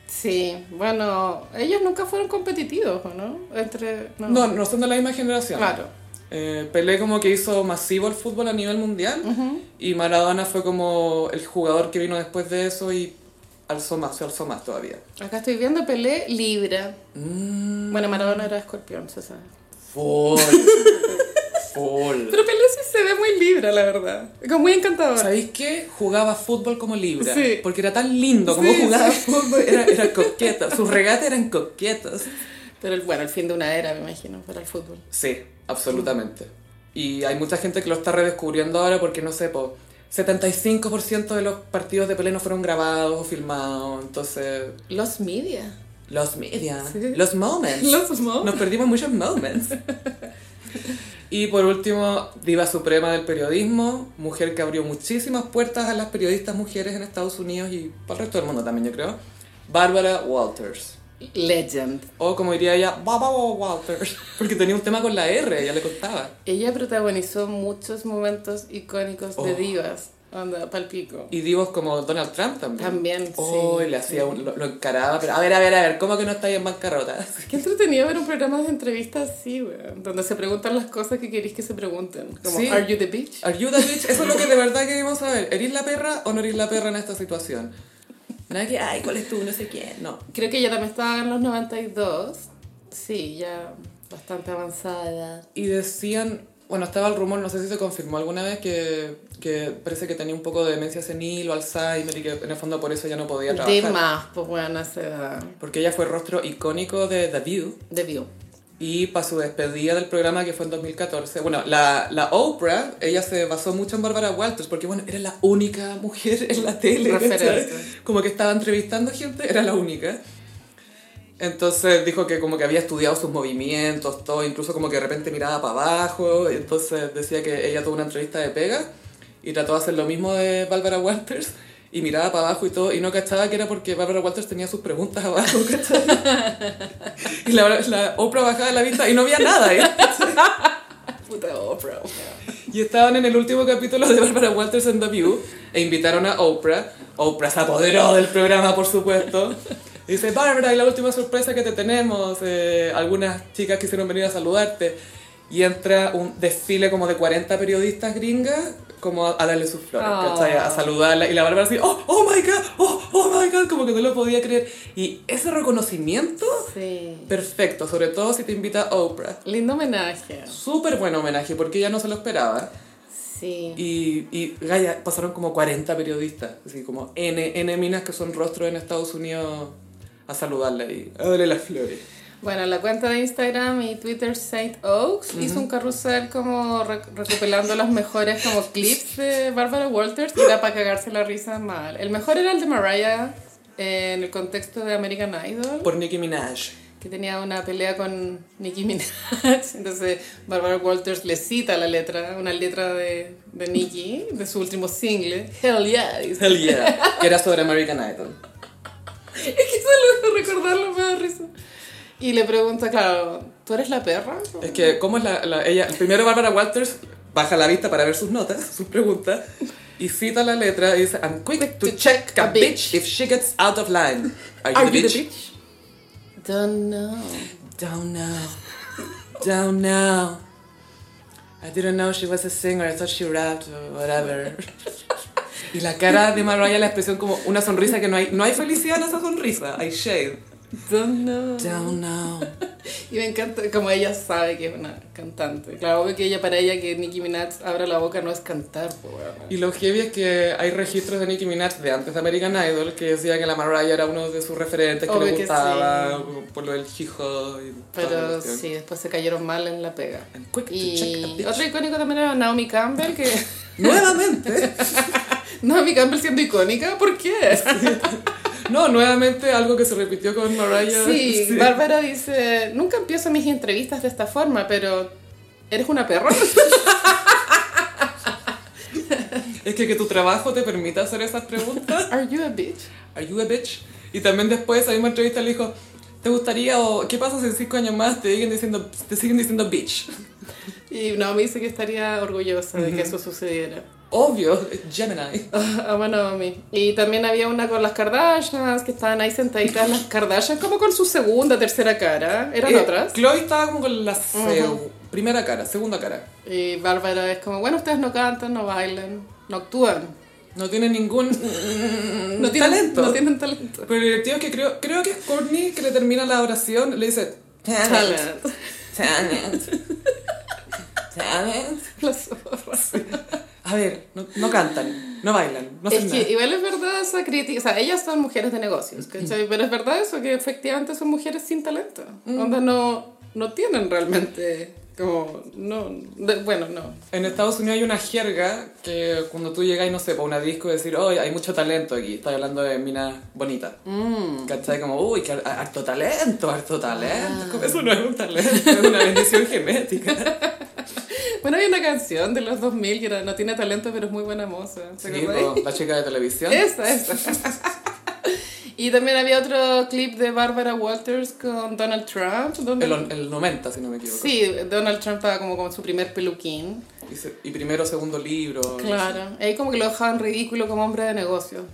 S2: Sí, bueno, ellos nunca fueron competitivos, ¿o ¿no? Entre...
S1: No, no son de la misma generación.
S2: Claro.
S1: Eh, Pelé como que hizo masivo el fútbol a nivel mundial y Maradona fue como el jugador que vino después de eso y alzó más, se alzó más todavía.
S2: Acá estoy viendo Pelé Libra. Bueno, Maradona era escorpión, se sabe.
S1: Full. Full.
S2: Pero Pelé sí se ve muy Libra, la verdad. Como muy encantador.
S1: ¿Sabéis qué? Jugaba fútbol como Libra.
S2: Sí.
S1: Porque era tan lindo como
S2: Sí,
S1: jugaba fútbol. Era, era coqueto. Sus regates eran coquetos.
S2: Pero el- bueno, el fin de una era, me imagino, para el fútbol.
S1: Sí, absolutamente. Y hay mucha gente que lo está redescubriendo ahora porque, no sé, po, 75% de los partidos de Pelé no fueron grabados o filmados. Entonces,
S2: Los media.
S1: Los media,
S2: Sí.
S1: los moments.
S2: Los mo-
S1: Nos perdimos muchos moments. Y por último, diva suprema del periodismo, mujer que abrió muchísimas puertas a las periodistas mujeres en Estados Unidos y para el resto del mundo también, yo creo. Barbara Walters.
S2: Legend.
S1: O como diría ella, Baba Walters. Porque tenía un tema con la R, ya le contaba.
S2: Ella protagonizó muchos momentos icónicos de
S1: Oh.
S2: divas. Onda, palpico.
S1: Y divos como Donald Trump también.
S2: También,
S1: Oh,
S2: sí,
S1: y le hacía un- lo, lo encaraba, pero a ver, a ver, a ver, ¿cómo que no estáis en bancarrota?
S2: Qué entretenido ver un programa de entrevistas así, weón. Donde se preguntan las cosas que queréis que se pregunten. Como,
S1: Sí.
S2: ¿Are you the bitch?
S1: Are you the bitch? Eso es lo que de verdad queremos saber. ¿Eres la perra o no eres la perra en esta situación? Nada que, ay, ¿cuál es tú? No sé quién. No.
S2: Creo que ella también estaba en los 92. Sí, ya bastante avanzada.
S1: Y decían, bueno, estaba el rumor, no sé si se confirmó alguna vez, que, que parece que tenía un poco de demencia senil o Alzheimer y que en el fondo por eso ya no podía
S2: De
S1: trabajar.
S2: más, pues weón, a esa edad.
S1: Porque ella fue rostro icónico de The View.
S2: De View.
S1: Y para su despedida del programa que fue en 2014, bueno, la, la Oprah, ella se basó mucho en Barbara Walters porque, bueno, era la única mujer en la tele. ¿cachai?
S2: Referencia.
S1: Como que estaba entrevistando gente, era la única. Entonces dijo que como que había estudiado sus movimientos, todo, incluso como que de repente miraba para abajo. y entonces decía que ella tuvo una entrevista de pega y trató de hacer lo mismo de Barbara Walters y miraba para abajo y todo. Y no cachaba que era porque Barbara Walters tenía sus preguntas abajo, ¿cachai? Y la, la Oprah bajaba la vista y no había nada, ¿eh?
S2: Puta
S1: oh,
S2: Oprah, weón.
S1: Y estaban en el último capítulo de Barbara Walters and The View e invitaron a Oprah. Oprah se apoderó del programa, por supuesto. Y dice, Barbara, y la última sorpresa que te tenemos. eh, algunas chicas quisieron venir a saludarte. Y entra un desfile como de 40 periodistas gringas como a, a darle sus flores,
S2: Oh.
S1: ¿cachai? A saludarla. Y la Bárbara así, oh, oh my God, oh, oh my God, como que no lo podía creer. Y ese reconocimiento,
S2: Sí.
S1: perfecto, sobre todo si te invita Oprah.
S2: Lindo homenaje.
S1: Súper buen homenaje, porque ella no se lo esperaba.
S2: Sí.
S1: Y, y Gaya, pasaron como 40 periodistas, así como N, N minas que son rostros en Estados Unidos a saludarla y a darle las flores.
S2: Bueno, la cuenta de Instagram y Twitter Saint Oaks hizo un carrusel como re- recopilando los mejores como clips de Barbara Walters y era para cagarse la risa mal. El mejor era el de Mariah eh, en el contexto de American Idol,
S1: Por Nicki Minaj.
S2: que tenía una pelea con Nicki Minaj. Entonces Barbara Walters le cita la letra, una letra de, de Nicki, de su último single, Hell Yeah. dice.
S1: Hell yeah. Que era sobre American Idol.
S2: Es que solo de recordarlo me da risa. Y le pregunta, claro, ¿tú eres la perra?
S1: Es que, ¿cómo es la, la- ella? Primero Barbara Walters baja la vista para ver sus notas, sus preguntas, y cita la letra y dice, I'm quick to check a bitch if she gets out of line. Are you, the, bitch?
S2: Don't know.
S1: Don't know. Don't know. I didn't know she was a singer. I thought she rapped or whatever. Y la cara de Mariah, la expresión como una sonrisa que no hay, no hay felicidad en esa sonrisa. Hay shade.
S2: Don't know.
S1: Don't know.
S2: Y me encanta, como ella sabe que es una cantante. Claro, obvio que ella, para ella, que Nicki Minaj abra la boca no es cantar, pues, weón.
S1: Y lo heavy es que hay registros de Nicki Minaj de antes de American Idol que decía que la Mariah era uno de sus referentes que
S2: Obvio
S1: le
S2: que
S1: gustaba por lo del hijo y toda la
S2: Pero
S1: cuestión.
S2: sí, después se cayeron mal en la pega.
S1: And quick to check a
S2: Y
S1: bitch.
S2: otro icónico también era Naomi Campbell, que
S1: Nuevamente.
S2: Naomi Campbell siendo icónica, ¿por qué?
S1: No, nuevamente algo que se repitió con Mariah.
S2: Sí, Bárbara dice, nunca empiezo mis entrevistas de esta forma, pero eres una perra.
S1: Es que que tu trabajo te permita hacer esas preguntas.
S2: Are you a bitch?
S1: Are you a bitch? Y también después esa misma entrevista le dijo, ¿te gustaría o qué pasa si en cinco años más te siguen diciendo, te siguen diciendo bitch?
S2: Y Naomi dice que estaría orgullosa de que eso sucediera.
S1: Obvio, Gemini.
S2: Ah, bueno, Naomi. Y también había una con las Kardashians, que estaban ahí sentaditas las Kardashians, como con su segunda, tercera cara. Eran
S1: Eh,
S2: otras.
S1: Chloe estaba como con la seu- primera cara, segunda cara.
S2: Y Bárbara es como, bueno, ustedes no cantan, no bailan, no actúan.
S1: No tiene ningún
S2: No tienen
S1: Mm, talento.
S2: No tienen talento.
S1: Pero lo divertido es que creo, creo que es Courtney que le termina la oración, le dice, talent,
S2: Talent.
S1: talent, talent.
S2: La zorra.
S1: A ver, no, no cantan, no bailan, no hacen
S2: Es
S1: nada. Mm.
S2: que igual es verdad esa crítica, o sea, ellas son mujeres de negocios, ¿cachai? Pero es verdad eso, que efectivamente son mujeres sin talento,
S1: Mm.
S2: donde no, no tienen realmente, como, no, de- bueno, no.
S1: En Estados Unidos hay una jerga que cuando tú llegas, no sé, para una disco y decir, oh, hay mucho talento aquí, estoy hablando de minas bonitas.
S2: Mm.
S1: ¿Cachai? Como, uy, que har- harto talento, harto
S2: Ah.
S1: talento. Como, Eso no es un talento, es una bendición genética.
S2: Bueno, hay una canción de los 2000 que era No tiene talento, pero es muy buena moza, ¿te
S1: Sí,
S2: acuerdas?
S1: po, la chica de televisión.
S2: Esa, esa. Y también había otro clip de Barbara Walters con Donald Trump, donde...
S1: El, el 90, si no me equivoco.
S2: Sí, Donald Trump estaba como con su primer peluquín.
S1: Y, se- y primero, segundo libro.
S2: Claro, ahí como que lo dejaban ridículo como hombre de negocio.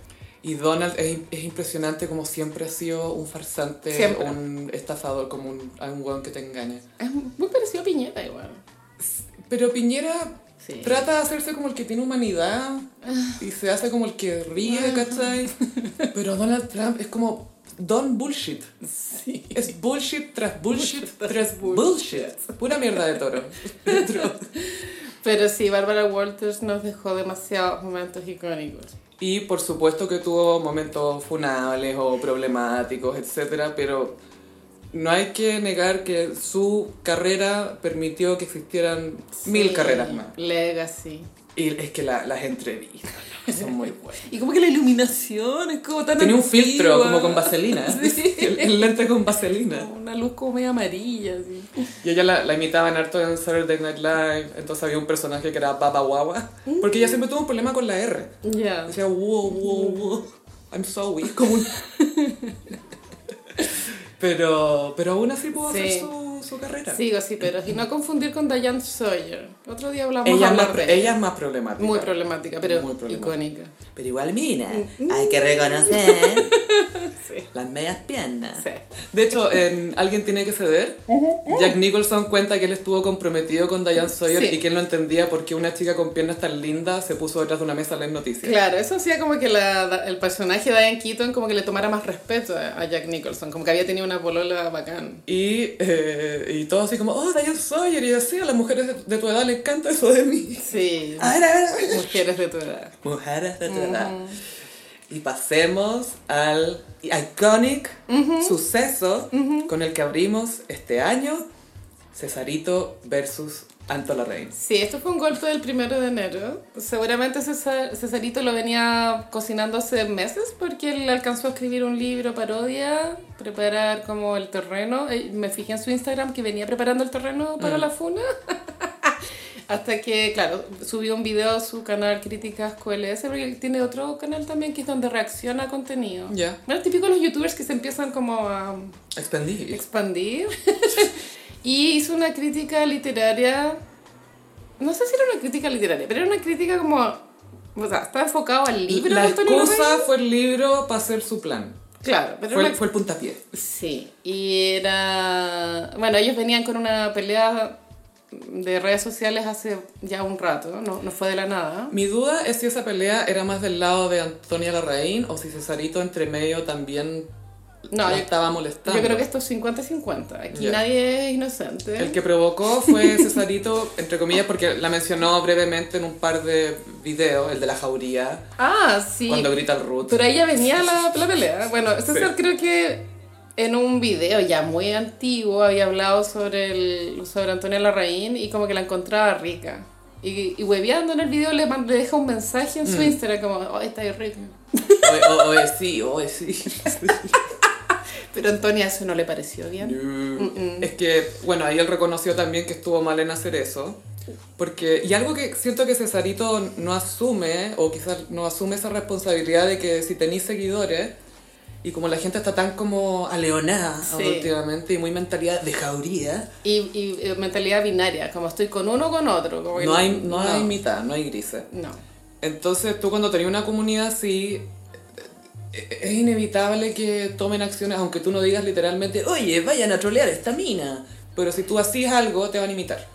S1: Y Donald es, es impresionante como siempre ha sido un farsante,
S2: Siempre.
S1: un estafador, como un, a un weón que te engaña.
S2: Es muy parecido a Piñera igual.
S1: Pero Piñera
S2: Sí.
S1: trata de hacerse como el que tiene humanidad y se hace como el que ríe, ¿cachai? Pero Donald Trump es como Don Bullshit.
S2: Sí.
S1: Es bullshit tras bullshit
S2: Bullshit tras
S1: tras bullshit.
S2: bullshit.
S1: Pura mierda de toro.
S2: Pero sí, Barbara Walters nos dejó demasiados momentos icónicos.
S1: Y por supuesto que tuvo momentos funables o problemáticos, etcétera, pero no hay que negar que su carrera permitió que existieran mil
S2: Sí,
S1: carreras más.
S2: Legacy.
S1: Y es que la- las entrevistas ¿no? son muy buenas.
S2: Y como que la iluminación es como tan.
S1: Tenía un
S2: antigua.
S1: filtro como con vaselina.
S2: Sí.
S1: El, el lente con vaselina.
S2: Como Una luz como medio amarilla. así.
S1: Y ella la, la imitaban harto en Saturday Night Live. Entonces había un personaje que era Baba Wawa. Porque
S2: Mm.
S1: ella siempre tuvo un problema con la R.
S2: Ya.
S1: Decía, wow, wow, wow. I'm so weak. Como un- pero, pero aún así pudo hacer
S2: Sí.
S1: su, su carrera.
S2: Sigo, sí, pero. Y no confundir con Diane Sawyer. Otro día hablamos
S1: Ella es, más,
S2: hablar
S1: pro-
S2: de
S1: ella es más problemática.
S2: Muy problemática, pero
S1: Muy problemática.
S2: icónica.
S3: Pero igual mina, hay que reconocer las medias piernas.
S2: Sí.
S1: De hecho, en Alguien tiene que ceder, Jack Nicholson cuenta que él estuvo comprometido con Diane Sawyer
S2: Sí.
S1: y que él no entendía por qué una chica con piernas tan lindas se puso detrás de una mesa a leer noticias.
S2: Claro, eso hacía como que la- el personaje de Diane Keaton como que le tomara más respeto a a Jack Nicholson, como que había tenido una polola bacán.
S1: Y, eh, y todo así como, oh, Diane Sawyer, y así a las mujeres de tu edad les encanta eso de mí.
S2: Sí,
S3: A ver, a ver, a ver.
S2: mujeres de tu edad.
S3: Mujeres de tu edad.
S1: Y pasemos al iconic suceso con el que abrimos este año, Cesarito versus Anto Larraín.
S2: Sí, esto fue un golpe del primero de enero. Seguramente César- Cesarito lo venía cocinando hace meses porque él alcanzó a escribir un libro parodia, preparar como el terreno. Eh, Me fijé en su Instagram que venía preparando el terreno para la funa. Hasta que, claro, subió un video a su canal Críticas QLS, porque él tiene otro canal también que es donde reacciona a contenido.
S1: Ya.
S2: Bueno, típico los youtubers que se empiezan como a
S1: Expendí.
S2: expandir. y hizo una crítica literaria. No sé si era una crítica literaria, pero era una crítica como. O sea, estaba enfocado al libro
S1: La
S2: de Antonio
S1: excusa
S2: Larraín.
S1: fue el libro para hacer su plan.
S2: Claro, pero
S1: Fue,
S2: era
S1: el-
S2: una-
S1: fue el puntapié.
S2: Sí, y era. Bueno, ellos venían con una pelea de redes sociales hace ya un rato, no, no fue de la nada.
S1: Mi duda es si esa pelea era más del lado de Antonia Larraín o si Cesarito entre medio también
S2: No,
S1: la
S2: yo,
S1: estaba molestando.
S2: yo creo que esto es 50-50. Aquí
S1: Ya.
S2: nadie es inocente.
S1: El que provocó fue Cesarito, entre comillas, porque la mencionó brevemente en un par de videos, el de la jauría,
S2: Ah, sí.
S1: cuando grita el Ruth.
S2: Pero ella venía la, la pelea. Bueno, César
S1: Sí.
S2: creo que en un video ya muy antiguo había hablado sobre, el, sobre Antonia Larraín y como que la encontraba rica. Y, y hueveando en el video le, man- le deja un mensaje en
S1: Mm.
S2: su Instagram como, oh, está ahí rica.
S1: Oye, o- oye, sí, oye, sí.
S2: Pero a Antonia eso no le pareció bien.
S1: Mm. Es que, bueno, ahí él reconoció también que estuvo mal en hacer eso. Porque, y algo que siento que Cesarito no asume, o quizás no asume esa responsabilidad de que si tenéis seguidores, y como la gente está tan como aleonada
S2: Sí.
S1: ahora últimamente y muy mentalidad de jauría,
S2: Y, y, eh, mentalidad binaria, como estoy con uno o con otro. como que
S1: no hay, no hay
S2: no.
S1: mitad, no hay grises.
S2: No.
S1: Entonces tú cuando tenías una comunidad así, eh, es inevitable que tomen acciones, aunque tú no digas literalmente, oye, vayan a trolear esta mina. Pero si tú hacías algo, te van a imitar.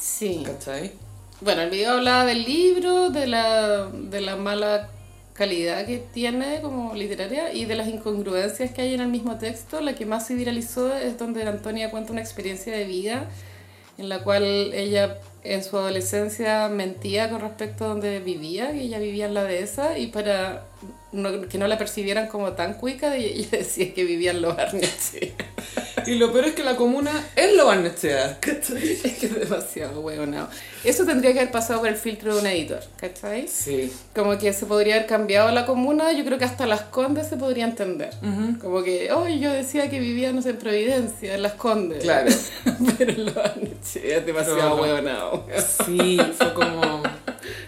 S2: Sí.
S1: ¿Cachai?
S2: Bueno, el video hablaba del libro, de la, de la mala calidad que tiene como literaria y de las incongruencias que hay en el mismo texto. La que más se viralizó es donde Antonia cuenta una experiencia de vida en la cual ella en su adolescencia mentía con respecto a donde vivía, que ella vivía en la dehesa y para no- que no la percibieran como tan cuica, ella decía que vivía en los Barnechea.
S1: Y lo peor es que la comuna es lo barnechea. ¿Cachai?
S2: Es que es demasiado huevonao. Eso tendría que haber pasado por el filtro de un editor, ¿cachai?
S1: Sí.
S2: Como que se podría haber cambiado la comuna, yo creo que hasta Las Condes se podría entender. Como que, hoy yo decía que vivía, no sé, en Providencia, en Las Condes.
S1: Claro.
S2: Pero lo han hecho, es demasiado
S1: Pero no.
S2: huevonao.
S1: Sí, fue como...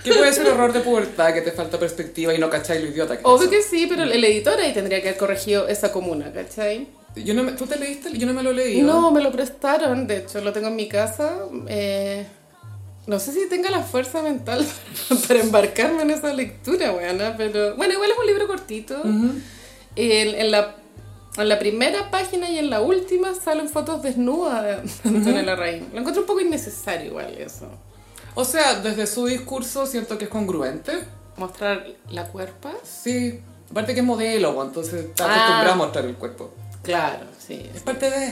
S1: ¿Qué puede ser error de pubertad? Que te falta perspectiva y no cachai lo idiota que es
S2: Obvio
S1: eso?
S2: que sí, pero el editor ahí tendría que haber corregido esa comuna, ¿cachai?
S1: Yo no me- ¿Tú te leíste? Yo no me lo leí.
S2: No, me lo prestaron, de hecho, lo tengo en mi casa. eh, no sé si tenga la fuerza mental para embarcarme en esa lectura, weana, pero bueno, igual es un libro cortito. en, en la, en la primera página y en la última salen fotos desnudas de Antonella Larraín. Lo encuentro un poco innecesario igual eso.
S1: O sea, desde su discurso siento que es congruente.
S2: Mostrar la cuerpas.
S1: Sí, aparte que es modelo, pues, entonces está
S2: Ah.
S1: acostumbrada a mostrar el cuerpo.
S2: Claro, sí.
S1: Es parte de.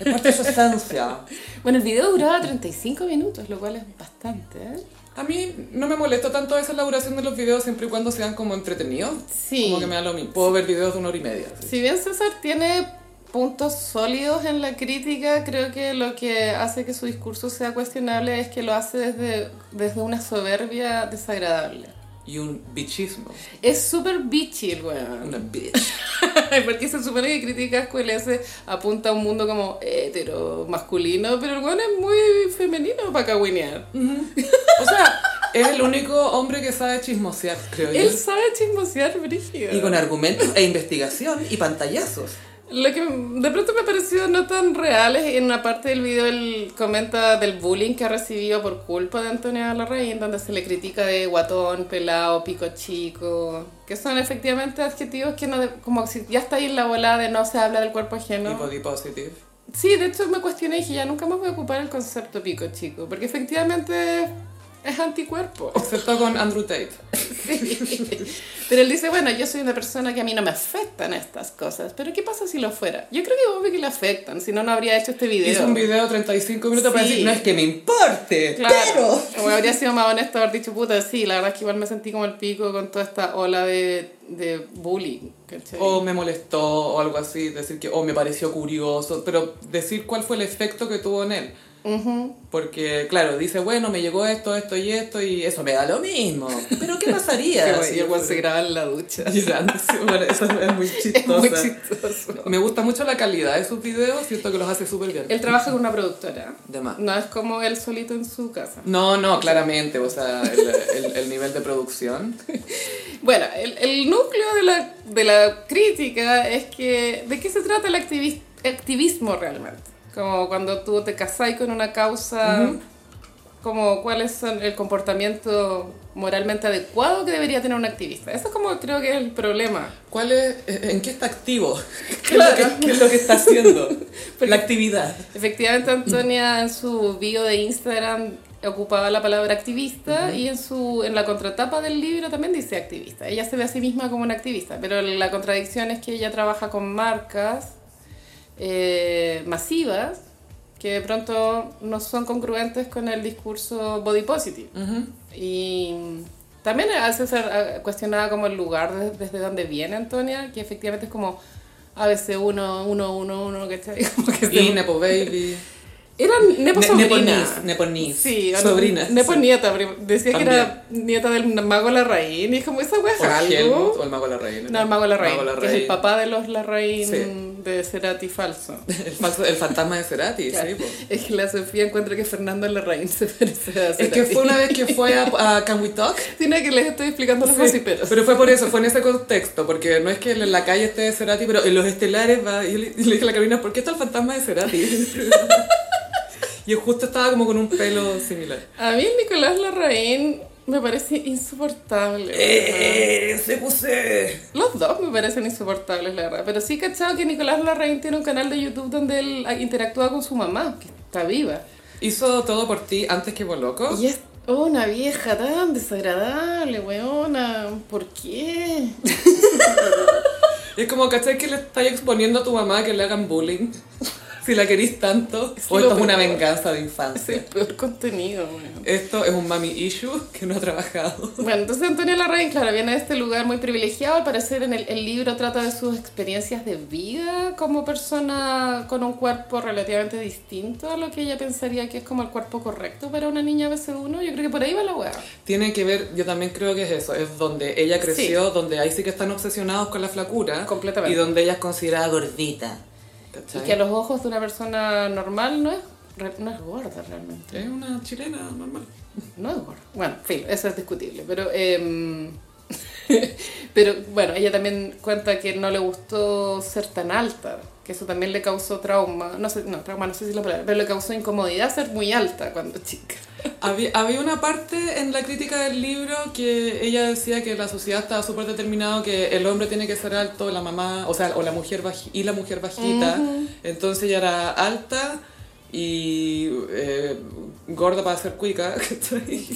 S1: Es parte de su esencia.
S2: Bueno, el video duraba 35 minutos, lo cual es bastante, ¿eh?
S1: A mí no me molesta tanto esa elaboración de los videos siempre y cuando sean como entretenidos.
S2: Sí.
S1: Como que me da lo mismo. Puedo ver videos de una hora y media. así.
S2: Si bien César tiene puntos sólidos en la crítica, creo que lo que hace que su discurso sea cuestionable es que lo hace desde, desde una soberbia desagradable.
S1: Y un bichismo.
S2: Es súper bitchy el weón.
S1: Una bitch.
S2: Porque se supone que critica a SQLS apunta a un mundo como hetero, masculino, pero el weón es muy femenino para cagüinear.
S1: O sea, es el único hombre que sabe chismosear, creo yo.
S2: Él sabe chismosear brígido.
S3: Y con argumentos e investigación y pantallazos.
S2: Lo que de pronto me pareció no tan real es en una parte del video él comenta del bullying que ha recibido por culpa de Antonia Larraín, donde se le critica de guatón, pelado, pico chico, que son efectivamente adjetivos que no, de- como si ya está ahí en la volada de no se habla del cuerpo ajeno.
S1: Y body positive.
S2: Sí, de hecho me cuestioné y dije, ya nunca más voy a ocupar el concepto pico chico, porque efectivamente es anticuerpo.
S1: Excepto con Andrew Tate.
S2: Pero él dice, bueno, yo soy una persona que a mí no me afectan estas cosas, pero ¿qué pasa si lo fuera? Yo creo que obvio que le afectan, si no, no habría hecho este video.
S1: Hizo un video 35 minutos para
S2: Sí.
S1: decir, no es que me importe.
S2: Claro, como habría sido más honesto haber dicho, puta, sí, la verdad es que igual me sentí como el pico con toda esta ola de, de bullying, ¿cachai?
S1: o
S3: Oh,
S1: me molestó o algo así, decir que o me pareció curioso, pero decir cuál fue el efecto que tuvo en él. Porque, claro, dice, bueno, me llegó esto, esto y esto, y eso me da lo mismo.
S3: ¿Pero qué
S2: Qué
S3: pasaría?
S2: bueno,
S3: si
S2: y el weón se graba en la ducha.
S1: Llorando, sí, bueno, eso es muy
S2: Es muy
S1: chistosa.
S2: chistoso.
S1: me gusta mucho la calidad de sus videos, siento que los hace súper bien.
S2: Él trabaja con una productora.
S3: De más.
S2: No es como él solito en su casa.
S1: No, no, claramente, o sea, el, el- el nivel de producción.
S2: Bueno, el, el núcleo de la, de la crítica es que de qué se trata el activis- activismo realmente. Como cuando tú te casás con una causa, como cuál es el comportamiento moralmente adecuado que debería tener un activista. Eso es como creo que es el problema.
S1: ¿Cuál es, ¿En qué está activo? ¿Qué, es lo que- qué es lo que está haciendo? La actividad.
S2: Efectivamente, Antonia en su bio de Instagram ocupaba la palabra activista y en, su, en la contratapa del libro también dice activista. Ella se ve a sí misma como una activista, pero la contradicción es que ella trabaja con marcas eh, masivas que de pronto no son congruentes con el discurso body positive. Y también hace ser ah, cuestionada como el lugar de- desde donde viene Antonia, que efectivamente es como ABC1, 1, 1, 1, ¿cachai? Como que se-
S1: Y Nepo Baby.
S2: Eran nepo
S3: Ne-
S2: sobrina.
S3: neponís, neponís.
S2: Sí, o
S3: Sobrina,
S2: Nepo
S3: sí.
S2: nieta. prim- Decía que era nieta del mago Larraín. Y es como, esa wea es
S1: O Helmut,
S2: algo.
S1: o el Mago Larraín.
S2: No, el mago Larraín,
S1: Mago
S2: que es el
S1: Larraín.
S2: papá de los Larraín
S1: Sí.
S2: de Cerati falso.
S1: El, falso- el fantasma de Cerati, sí. po.
S2: Es que la Sofía encuentra que Fernando Larraín se parece a Cerati.
S1: Es que fue una vez que fue a, a Can We Talk.
S2: Tiene que les estoy explicando los
S1: Sí,
S2: gossiperos.
S1: pero fue por eso, fue en ese contexto, porque no es que en la calle esté Cerati, pero en los estelares va. Y yo le, y le dije a la Carolina, ¿por qué está el fantasma de Cerati? y justo estaba como con un pelo similar.
S2: A mí el Nicolás Larraín me parece insoportable.
S1: Eh.
S2: Eh,
S3: se puse.
S2: Los dos me parecen insoportables, la verdad. Pero sí cachado que Nicolás Larraín tiene un canal de YouTube donde él ah, interactúa con su mamá, que está viva.
S1: Hizo todo por ti antes que por loco.
S2: Y es oh, una vieja tan desagradable, weona. ¿Por qué?
S1: Y es como, ¿cachai que le estáis exponiendo a tu mamá que le hagan bullying? Si la querís tanto.
S2: Es
S1: o esto
S2: lo
S1: es una
S2: peor.
S1: venganza de
S2: Es el
S1: infancia.
S2: peor contenido, weón.
S1: Esto es un mami issue que no ha trabajado.
S2: Bueno, entonces Antonio Larraín, claro, viene de este lugar muy privilegiado. Al parecer, en el, el libro trata de sus experiencias de vida como persona con un cuerpo relativamente distinto a lo que ella pensaría que es como el cuerpo correcto para una niña BC1. Yo creo que por ahí va la weá.
S1: Tiene que ver, yo también creo que es eso, es donde ella creció, donde ahí sí que están obsesionados con la flacura.
S2: Completamente.
S1: Y donde ella es considerada gorda.
S3: Gordita.
S1: ¿cachai?
S2: Y que a los ojos de una persona normal no es, re- no es gorda realmente.
S1: Es una chilena normal.
S2: No es gorda. Bueno, en fin, eso es discutible. Pero, em, pero bueno, ella también cuenta que no le gustó ser tan alta. Que eso también le causó trauma. No sé, no, trauma, no sé si es la palabra. Pero le causó incomodidad ser muy alta cuando chica.
S1: Había, había una parte en la crítica del libro que ella decía que la sociedad estaba súper determinado que el hombre tiene que ser alto, la mamá, o sea, o la mujer baji- y la mujer bajita. Entonces ella era alta y eh, gorda para ser cuica. ¿cachai?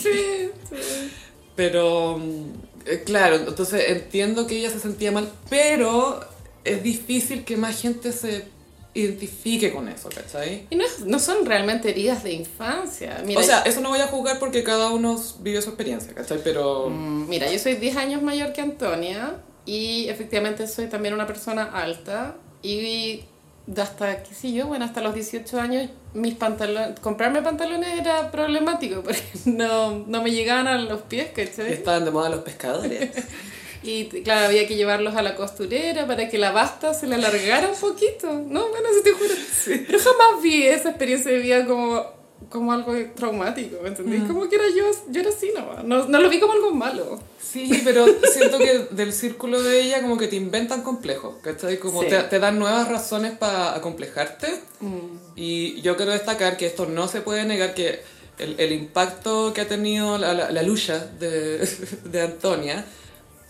S1: Pero, mm, eh, claro, entonces entiendo que ella se sentía mal, pero es difícil que más gente se identifique con eso, ¿cachai?
S2: Y no, es- no son realmente heridas de infancia. Mira,
S1: o sea, eso no voy a juzgar porque cada uno vive su experiencia, ¿cachai? Pero...
S2: Mm, Mira, yo soy 10 años mayor que Antonia y efectivamente soy también una persona alta y de hasta, qué sé yo, bueno, hasta los 18 años mis pantalones, comprarme pantalones era problemático porque no, no me llegaban a los pies,
S1: que
S2: ¿cachai?
S1: Estaban de moda los pescadores.
S2: Y t- claro, había que llevarlos a la costurera para que la basta se le alargara un poquito, ¿no? Bueno, si te juro. Pero jamás vi esa experiencia de vida como, como algo traumático, ¿me entendés? Como que era yo, yo era así nomás, no, no lo vi como algo malo.
S1: Sí, pero siento que del círculo de ella como que te inventan complejos, ¿cachai? Como
S2: Sí.
S1: te, te dan nuevas razones para acomplejarte.
S2: Mm.
S1: Y yo quiero destacar que esto no se puede negar que el, el impacto que ha tenido la, la, la lucha de, de Antonia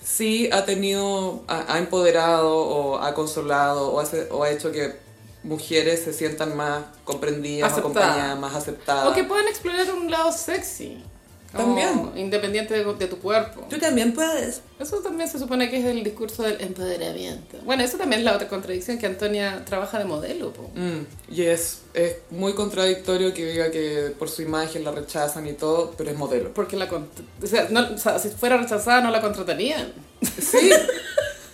S1: sí ha tenido, ha, ha empoderado o ha consolado o, hace- o ha hecho que mujeres se sientan más comprendidas, más
S2: Aceptadas.
S1: acompañadas, más aceptadas.
S2: O que puedan explorar un lado sexy. Como
S1: También.
S2: Independiente de, de tu cuerpo.
S3: Tú también puedes.
S2: Eso también se supone que es el discurso del empoderamiento. Bueno, eso también es la otra contradicción que Antonia trabaja de modelo. po.
S1: Mm, y es, es muy contradictorio que diga que por su imagen la rechazan y todo, pero es modelo.
S2: Porque la... cont- O sea, no- o sea, si fuera rechazada no la contratarían.
S1: Sí.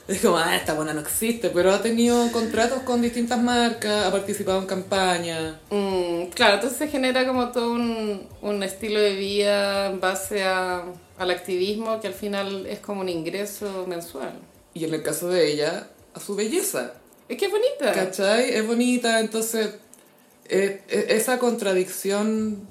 S1: Es como, ah, esta buena no existe, pero ha tenido contratos con distintas marcas, ha participado en campañas.
S2: Mm, claro, entonces se genera como todo un, un estilo de vida en base a- al activismo que al final es como un ingreso mensual.
S1: Y en el caso de ella, a su belleza.
S2: Es que es bonita.
S1: ¿Cachai? Es bonita, entonces eh, eh, esa contradicción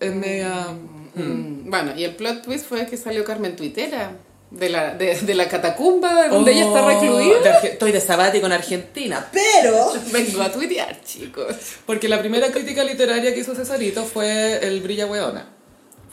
S1: es media...
S2: Mm, Bueno, y el plot twist fue que salió Carmen Tuitera de la, de, de la catacumba
S1: oh,
S2: donde ella está
S3: De
S2: recluida.
S3: Arge- Estoy de sabático en Argentina, pero.
S2: Vengo a tuitear, chicos.
S1: Porque la primera crítica literaria que hizo Cesarito fue El Brilla Hueona.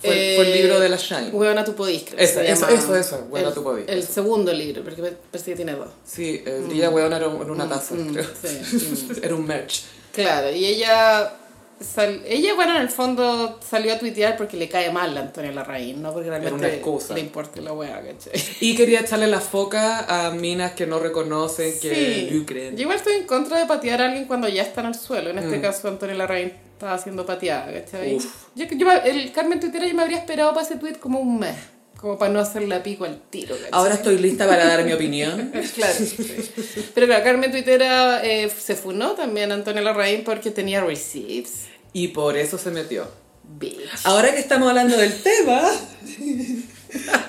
S1: Fue, fue el
S2: Eh,
S1: libro de la Shine.
S2: Hueona tu podís, creo que
S1: Eso,
S2: se
S1: eso,
S2: llama.
S1: eso, eso, Hueona
S2: El-
S1: tu podís,
S2: El segundo libro, porque pe- parece que tiene dos.
S1: Sí, el día de hueón era un- era una taza,
S2: mm,
S1: creo.
S2: sí,
S1: era un merch.
S2: Claro, y ella sal- ella, bueno, en el fondo salió a tuitear porque le cae mal a Antonio Larraín, no porque
S1: una
S2: realmente
S1: excusa.
S2: le importe la wea, ¿cachai?
S1: Y quería echarle la foca a minas que no reconocen que
S2: Sí.
S1: lucren.
S2: Yo igual estoy en contra de patear a alguien cuando ya está en el suelo. En este caso, Antonio Larraín estaba siendo pateada, ¿cachai?
S1: Mm. Uf.
S2: Yo, yo me- el Carmen Twittera yo me habría esperado para ese tweet como un mes, como para no hacerle la pico al tiro, ¿cachai?
S1: Ahora estoy lista para dar mi opinión.
S2: Claro. sí. Pero claro, Carmen Twittera eh, se funó también a Antonio Larraín porque tenía receipts.
S1: Y por eso se metió.
S2: Bitch.
S1: Ahora que estamos hablando del tema,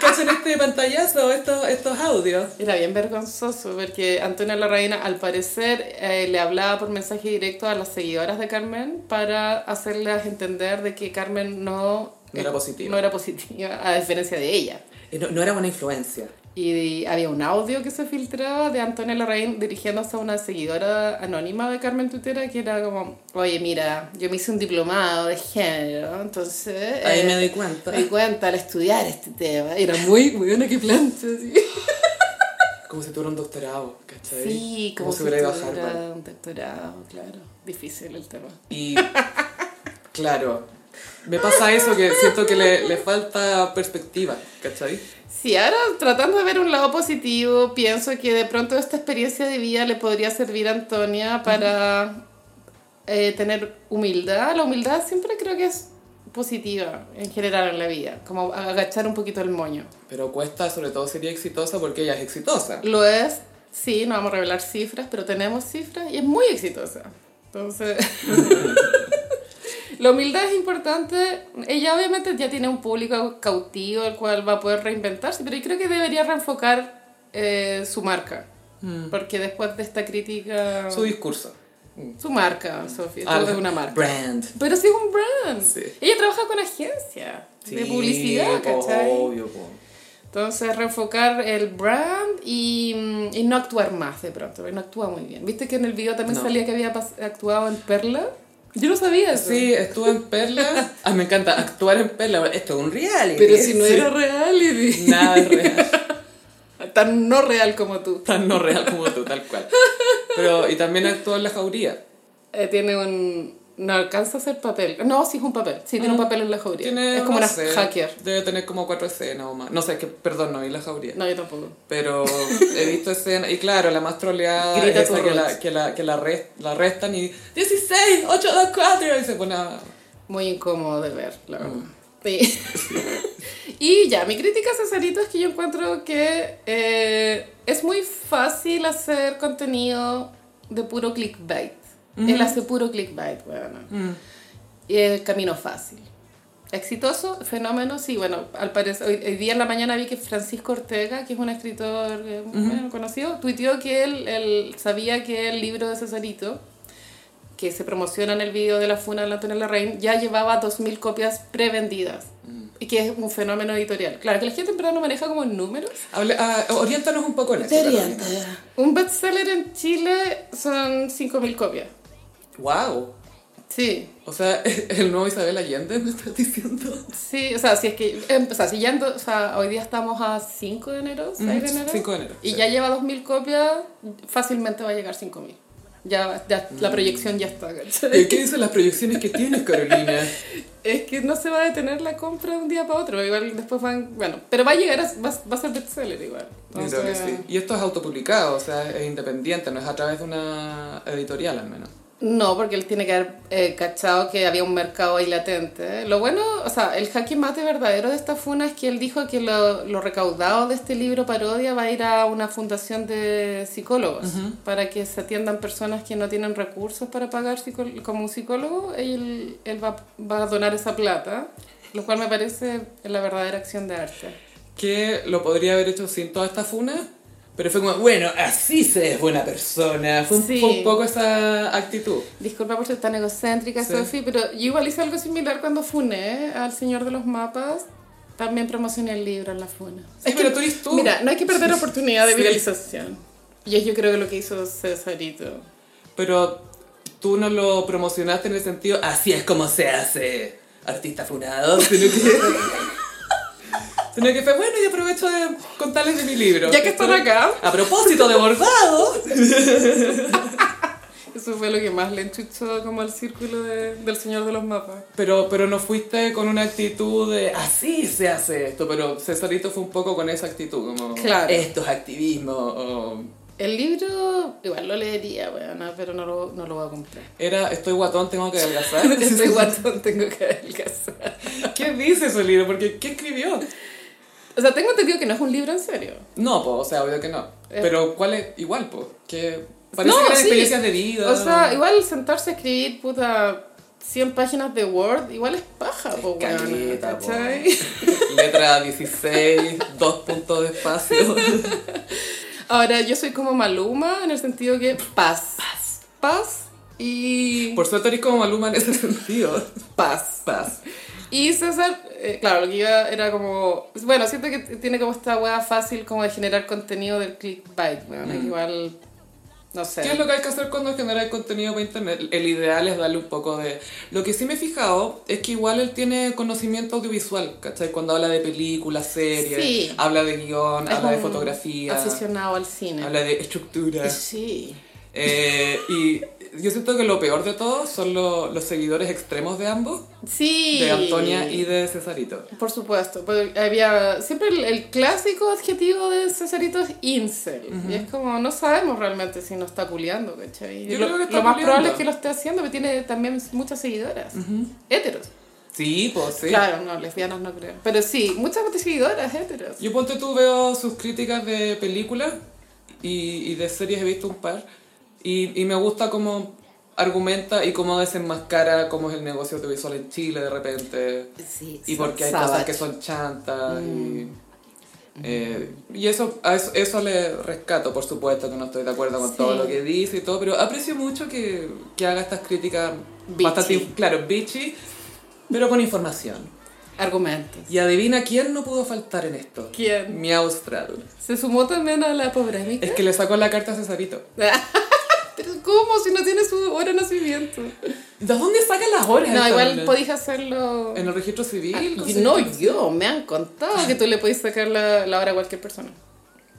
S1: hacen este pantallazo, estos, estos audios.
S2: Era bien vergonzoso porque Antonio Larraín al parecer eh, le hablaba por mensaje directo a las seguidoras de Carmen para hacerles entender de que Carmen no,
S1: No era positiva.
S2: no era positiva, a diferencia de ella.
S1: Eh, No, no era buena influencia.
S2: Y había un audio que se filtraba de Antonio Larraín dirigiéndose a una seguidora anónima de Carmen Tutera que era como, oye, mira, yo me hice un diplomado de género, entonces...
S1: Ahí
S2: eh,
S1: me doy cuenta.
S2: me di cuenta al estudiar este tema. Era muy, muy buena que plancha, sí.
S1: Como si tuviera un doctorado, ¿cachai?
S2: Sí, como,
S1: si hubiera ido a
S2: tuviera
S1: Harvard.
S2: un doctorado, claro. Difícil el tema.
S1: Y claro, me pasa eso que siento que le, le falta perspectiva, ¿cachai?
S2: Sí, ahora tratando de ver un lado positivo, pienso que de pronto esta experiencia de vida le podría servir a Antonia para eh, tener humildad. La humildad siempre creo que es positiva en general en la vida, como agachar un poquito el moño.
S1: Pero cuesta, sobre todo, sería exitosa porque ella es exitosa.
S2: Lo es, sí, no vamos a revelar cifras, pero tenemos cifras y es muy exitosa. Entonces, la humildad es importante. Ella obviamente ya tiene un público cautivo el cual va a poder reinventarse, pero yo creo que debería reenfocar eh, su marca.
S1: Mm.
S2: Porque después de esta crítica...
S1: Su
S2: Su,
S1: discurso.
S2: marca, Sofía,
S1: Ah,
S2: todo es una marca.
S1: Brand.
S2: Pero sí es un brand.
S1: Sí.
S2: Ella trabaja con agencia
S1: Sí,
S2: de publicidad,
S1: po,
S2: ¿cachai?
S1: Obvio, po.
S2: Entonces, reenfocar el brand y, mm, y no actuar más de pronto, porque no actúa muy bien. ¿Viste que en el video también
S1: No.
S2: salía que había pas- actuado en Perla? Yo no sabía eso.
S1: Sí, estuve en Perla. Ah, me encanta actuar en Perla. Esto es un reality.
S2: Pero si no
S1: Sí.
S2: era reality.
S1: Nada es real.
S2: Tan no real como tú.
S1: Tan no real como tú, tal cual. Pero, y también actuó en La Jauría.
S2: Eh, tiene un... No alcanza a hacer papel. No, sí es un papel. Sí, tiene un papel en la jauría.
S1: Ah, Tiene,
S2: es como
S1: no
S2: una
S1: sé,
S2: hacker.
S1: Debe tener como cuatro escenas o más. No sé, es que, perdón, no vi La Jauría.
S2: No, yo tampoco.
S1: Pero he visto escenas, y claro, la más troleada
S2: Grita
S1: es esa que,
S2: Turrot.
S1: la, que, la, que la, arres- la arrestan y 16, 8, 2, 4 y se pone a...
S2: Muy incómodo de ver, la verdad. Sí. y ya, mi crítica a Cesarito es que yo encuentro que eh, es muy fácil hacer contenido de puro clickbait. Él hace puro clickbait, bueno.
S1: mm,
S2: Y el camino fácil. Exitoso, fenómeno, sí, bueno, al parecer, hoy, hoy día en la mañana vi que Francisco Ortega, que es un escritor eh, bueno, conocido, tuiteó que él, él sabía que el libro de Cesarito, que se promociona en el video de la funa de Antonio Larraín, ya llevaba 2.000 copias prevendidas. Y que es un fenómeno editorial. Claro, que la gente en verdad no maneja como números.
S1: Hable, ah, oriéntanos un poco en eso. Carolina.
S2: Un bestseller en Chile son 5.000 copias.
S1: Wow.
S2: Sí,
S1: O sea, el nuevo Isabel Allende me estás diciendo.
S2: sí, o sea, si es que, em, o sea, si ya, en do- o sea, hoy día estamos a 5 de enero, 6 de
S1: Mm,
S2: enero.
S1: 5 de enero,
S2: Y
S1: sí.
S2: ya lleva 2.000 copias, fácilmente va a llegar 5.000. Ya, ya la
S1: Mm.
S2: proyección ya está, ¿cachai?
S1: ¿Y ¿Qué dicen las proyecciones que tienes, Carolina?
S2: Es que no se va a detener la compra de un día para otro. Igual después van. Bueno, pero va a llegar. A, va, a- va a ser bestseller igual.
S1: Yo
S2: Entonces,
S1: creo que sí. Y esto es autopublicado, o sea, es independiente, no es a través de una editorial al menos.
S2: No, porque él tiene que haber eh, cachado que había un mercado ahí latente. Lo bueno, o sea, el jaque mate verdadero de esta funa es que él dijo que lo, lo recaudado de este libro parodia va a ir a una fundación de psicólogos para que se atiendan personas que no tienen recursos para pagar psicó- como un psicólogo. Él, él va, va a donar esa plata, lo cual me parece la verdadera acción de arte.
S1: Que lo podría haber hecho sin toda esta funa, pero fue como, bueno, así se es buena persona. Fue un,
S2: Sí.
S1: fue un poco esa actitud.
S2: Disculpa por ser tan egocéntrica,
S1: Sí.
S2: Sofi, pero yo igual hice algo similar cuando funé al Señor de los Mapas. También promocioné el libro en la funa.
S1: Sí, pero tú eres tú.
S2: Uh, Mira, no hay que perder la oportunidad de
S1: Sí.
S2: viralización. Y es yo creo que lo que hizo Cesarito.
S1: Pero tú no lo promocionaste en el sentido, así es como se hace artista funado, sino que, sino que fue bueno y aprovecho de contarles de mi libro.
S2: Ya que están acá,
S1: A propósito de bordado.
S2: Eso fue lo que más le enchuchó como al círculo de- del señor de los mapas.
S1: Pero, pero no fuiste con una actitud de así se hace esto, pero Cesarito fue un poco con esa actitud, como
S2: Claro.
S1: esto es activismo. o,
S2: El libro, igual lo leería, weona, pero no lo, no lo voy a comprar.
S1: era estoy guatón, tengo que adelgazar.
S2: Estoy guatón, tengo que adelgazar.
S1: ¿Qué dice ese libro? Porque ¿qué escribió?
S2: O sea, tengo entendido que no es un libro en serio.
S1: No, po, o sea, obvio que no.
S2: Eh.
S1: Pero ¿cuál es? Igual, po, que parece
S2: No,
S1: que eran
S2: sí.
S1: experiencias de vida.
S2: O sea, igual sentarse a escribir, puta, 100 páginas de Word, igual es paja, po, weona,
S1: caleta, po.
S2: ¿cachai?
S1: Letra 16, dos puntos de espacio.
S2: Ahora, yo soy como Maluma en el sentido que paz. Paz. Paz y
S1: Por suerte eres como Maluma en ese sentido.
S2: paz.
S1: Paz.
S2: Y César, eh, claro, lo que iba era como... Bueno, siento que tiene como esta wea fácil como de generar contenido del clickbait, weón, que igual... No sé.
S1: ¿Qué es Mm. lo que hay que hacer cuando generas contenido para internet? El ideal es darle un poco de... Lo que sí me he fijado es que igual él tiene conocimiento audiovisual, ¿cachai? Cuando habla de películas, series,
S2: Sí.
S1: habla de guión,
S2: Es
S1: habla de
S2: un
S1: fotografía,
S2: Aficionado al cine.
S1: habla de estructura.
S2: Sí.
S1: Eh, y yo siento que lo peor de todo son lo- los seguidores extremos de ambos,
S2: Sí.
S1: de Antonia y de Cesarito.
S2: Por supuesto, porque había siempre el, el clásico adjetivo de Cesarito es incel. Y es como, no sabemos realmente si nos está culiando, ¿cachai?
S1: Yo
S2: lo,
S1: creo que está
S2: lo más
S1: culiando.
S2: probable es que lo esté haciendo, porque tiene también muchas seguidoras. Héteros.
S1: Sí, pues sí.
S2: Claro, no, lesbianas no creo. Pero sí, muchas seguidoras héteros.
S1: Yo ponte tú veo sus críticas de películas y, y de series he visto un par y, y me gusta cómo argumenta y cómo desenmascara cómo es el negocio audiovisual en Chile de repente
S3: Sí,
S1: y porque hay cosas que son chantas y,
S2: Mm.
S1: eh, y eso, a eso eso le rescato por supuesto que no estoy de acuerdo con
S2: Sí.
S1: todo lo que dice y todo pero aprecio mucho que, que haga estas críticas
S2: Bitchy.
S1: bastante claro bitchy pero con información
S2: Argumentos.
S1: y adivina quién no pudo faltar en esto
S2: ¿Quién?
S1: mi Austral
S2: Se sumó también a la pobramica.
S1: Es que le sacó la carta a Cesarito.
S2: Pero ¿cómo? Si no tiene su hora de nacimiento.
S1: ¿De dónde sacan las horas?
S2: No,
S1: esta
S2: igual
S1: mina?
S2: podías hacerlo...
S1: En el registro civil.
S2: Ah,
S1: cosas
S2: no,
S1: así.
S2: yo, me han contado que tú le podías sacar la, la hora a cualquier persona.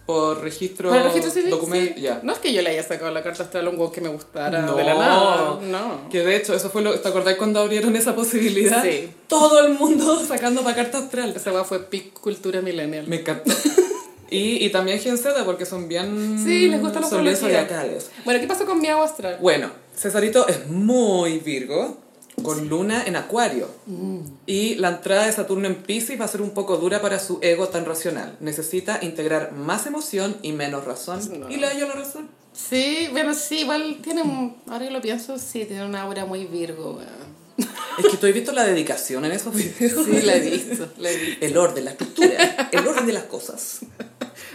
S1: Por registro.
S2: Para el registro civil,
S1: Documento,
S2: sí.
S1: ya.
S2: No es que yo le haya sacado la carta hasta a un weón que me gustara
S1: No.
S2: de la nada. No.
S1: Que de hecho, eso fue lo. ¿Te acordás cuando abrieron esa posibilidad?
S2: Sí.
S1: Todo el mundo sacando para carta astral.
S2: Esa weá fue pic cultura millennial.
S1: Me encantó. y, y también Gen Z, porque son bien.
S2: Sí, les gusta la
S1: Son bien
S2: astrología.
S1: zodiacales.
S2: Bueno, ¿qué pasó con mi agua astral?
S1: Bueno, Cesarito es muy Virgo, con luna en Acuario.
S2: Mm.
S1: Y la entrada de Saturno en Pisces va a ser un poco dura para su ego tan racional. Necesita integrar más emoción y menos razón.
S2: No.
S1: Y le dio la razón.
S2: Sí, bueno, sí, igual tiene un... Ahora que lo pienso, sí, tiene una aura muy virgo, weón.
S1: Es que tú has visto la dedicación en esos videos.
S2: Sí, la he visto, la he visto.
S1: El orden, la estructura, el orden de las cosas.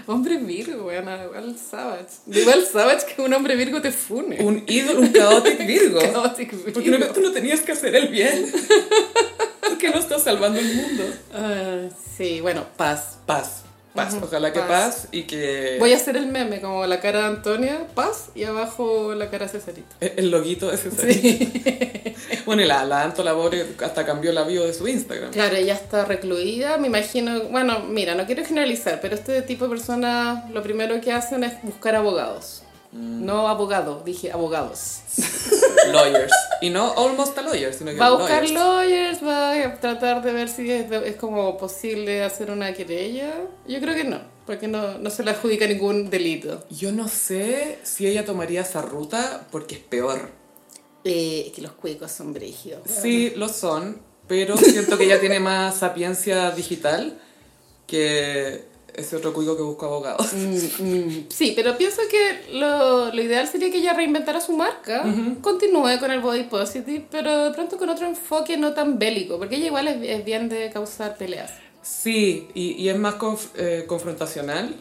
S2: Hombre virgo, weón, igual savage. Igual savage que un hombre virgo te fune.
S1: Un ídolo, un caótico Virgo.
S2: Chaotic
S1: Porque no,
S2: virgo.
S1: tú no tenías que hacer el bien. Porque no estás salvando el mundo.
S2: Ah, sí, bueno, paz.
S1: Paz, paz.
S2: Ujú,
S1: Ojalá que
S2: paz.
S1: paz y que...
S2: Voy a hacer el meme, como la cara de Antonia, paz, y abajo la cara de Cesarito.
S1: El el loguito ese.
S2: Sí.
S1: Bueno, y la, la Anto Labore hasta cambió la bio de su Instagram.
S2: Claro, ella está recluida, me imagino, bueno, mira, no quiero generalizar, pero este tipo de personas lo primero que hacen es buscar abogados. No abogado, dije abogados.
S1: Lawyers. Y no almost a lawyers, sino que
S2: Va a buscar
S1: lawyers.
S2: lawyers, va a tratar de ver si es, es como posible hacer una querella. Yo creo que no, porque no, no se le adjudica ningún delito.
S1: Yo no sé si ella tomaría esa ruta porque es peor.
S2: Eh, que los cuicos son brígidos.
S1: Sí, lo son, pero siento que ella tiene más sapiencia digital que ese otro cuico que busca abogados.
S2: Mm, mm, Sí, pero pienso que lo, lo ideal sería que ella reinventara su marca, continúe con el body positive, pero de pronto con otro enfoque no tan bélico, porque ella igual es, es bien de causar peleas.
S1: Sí, y, y es más conf- eh, confrontacional.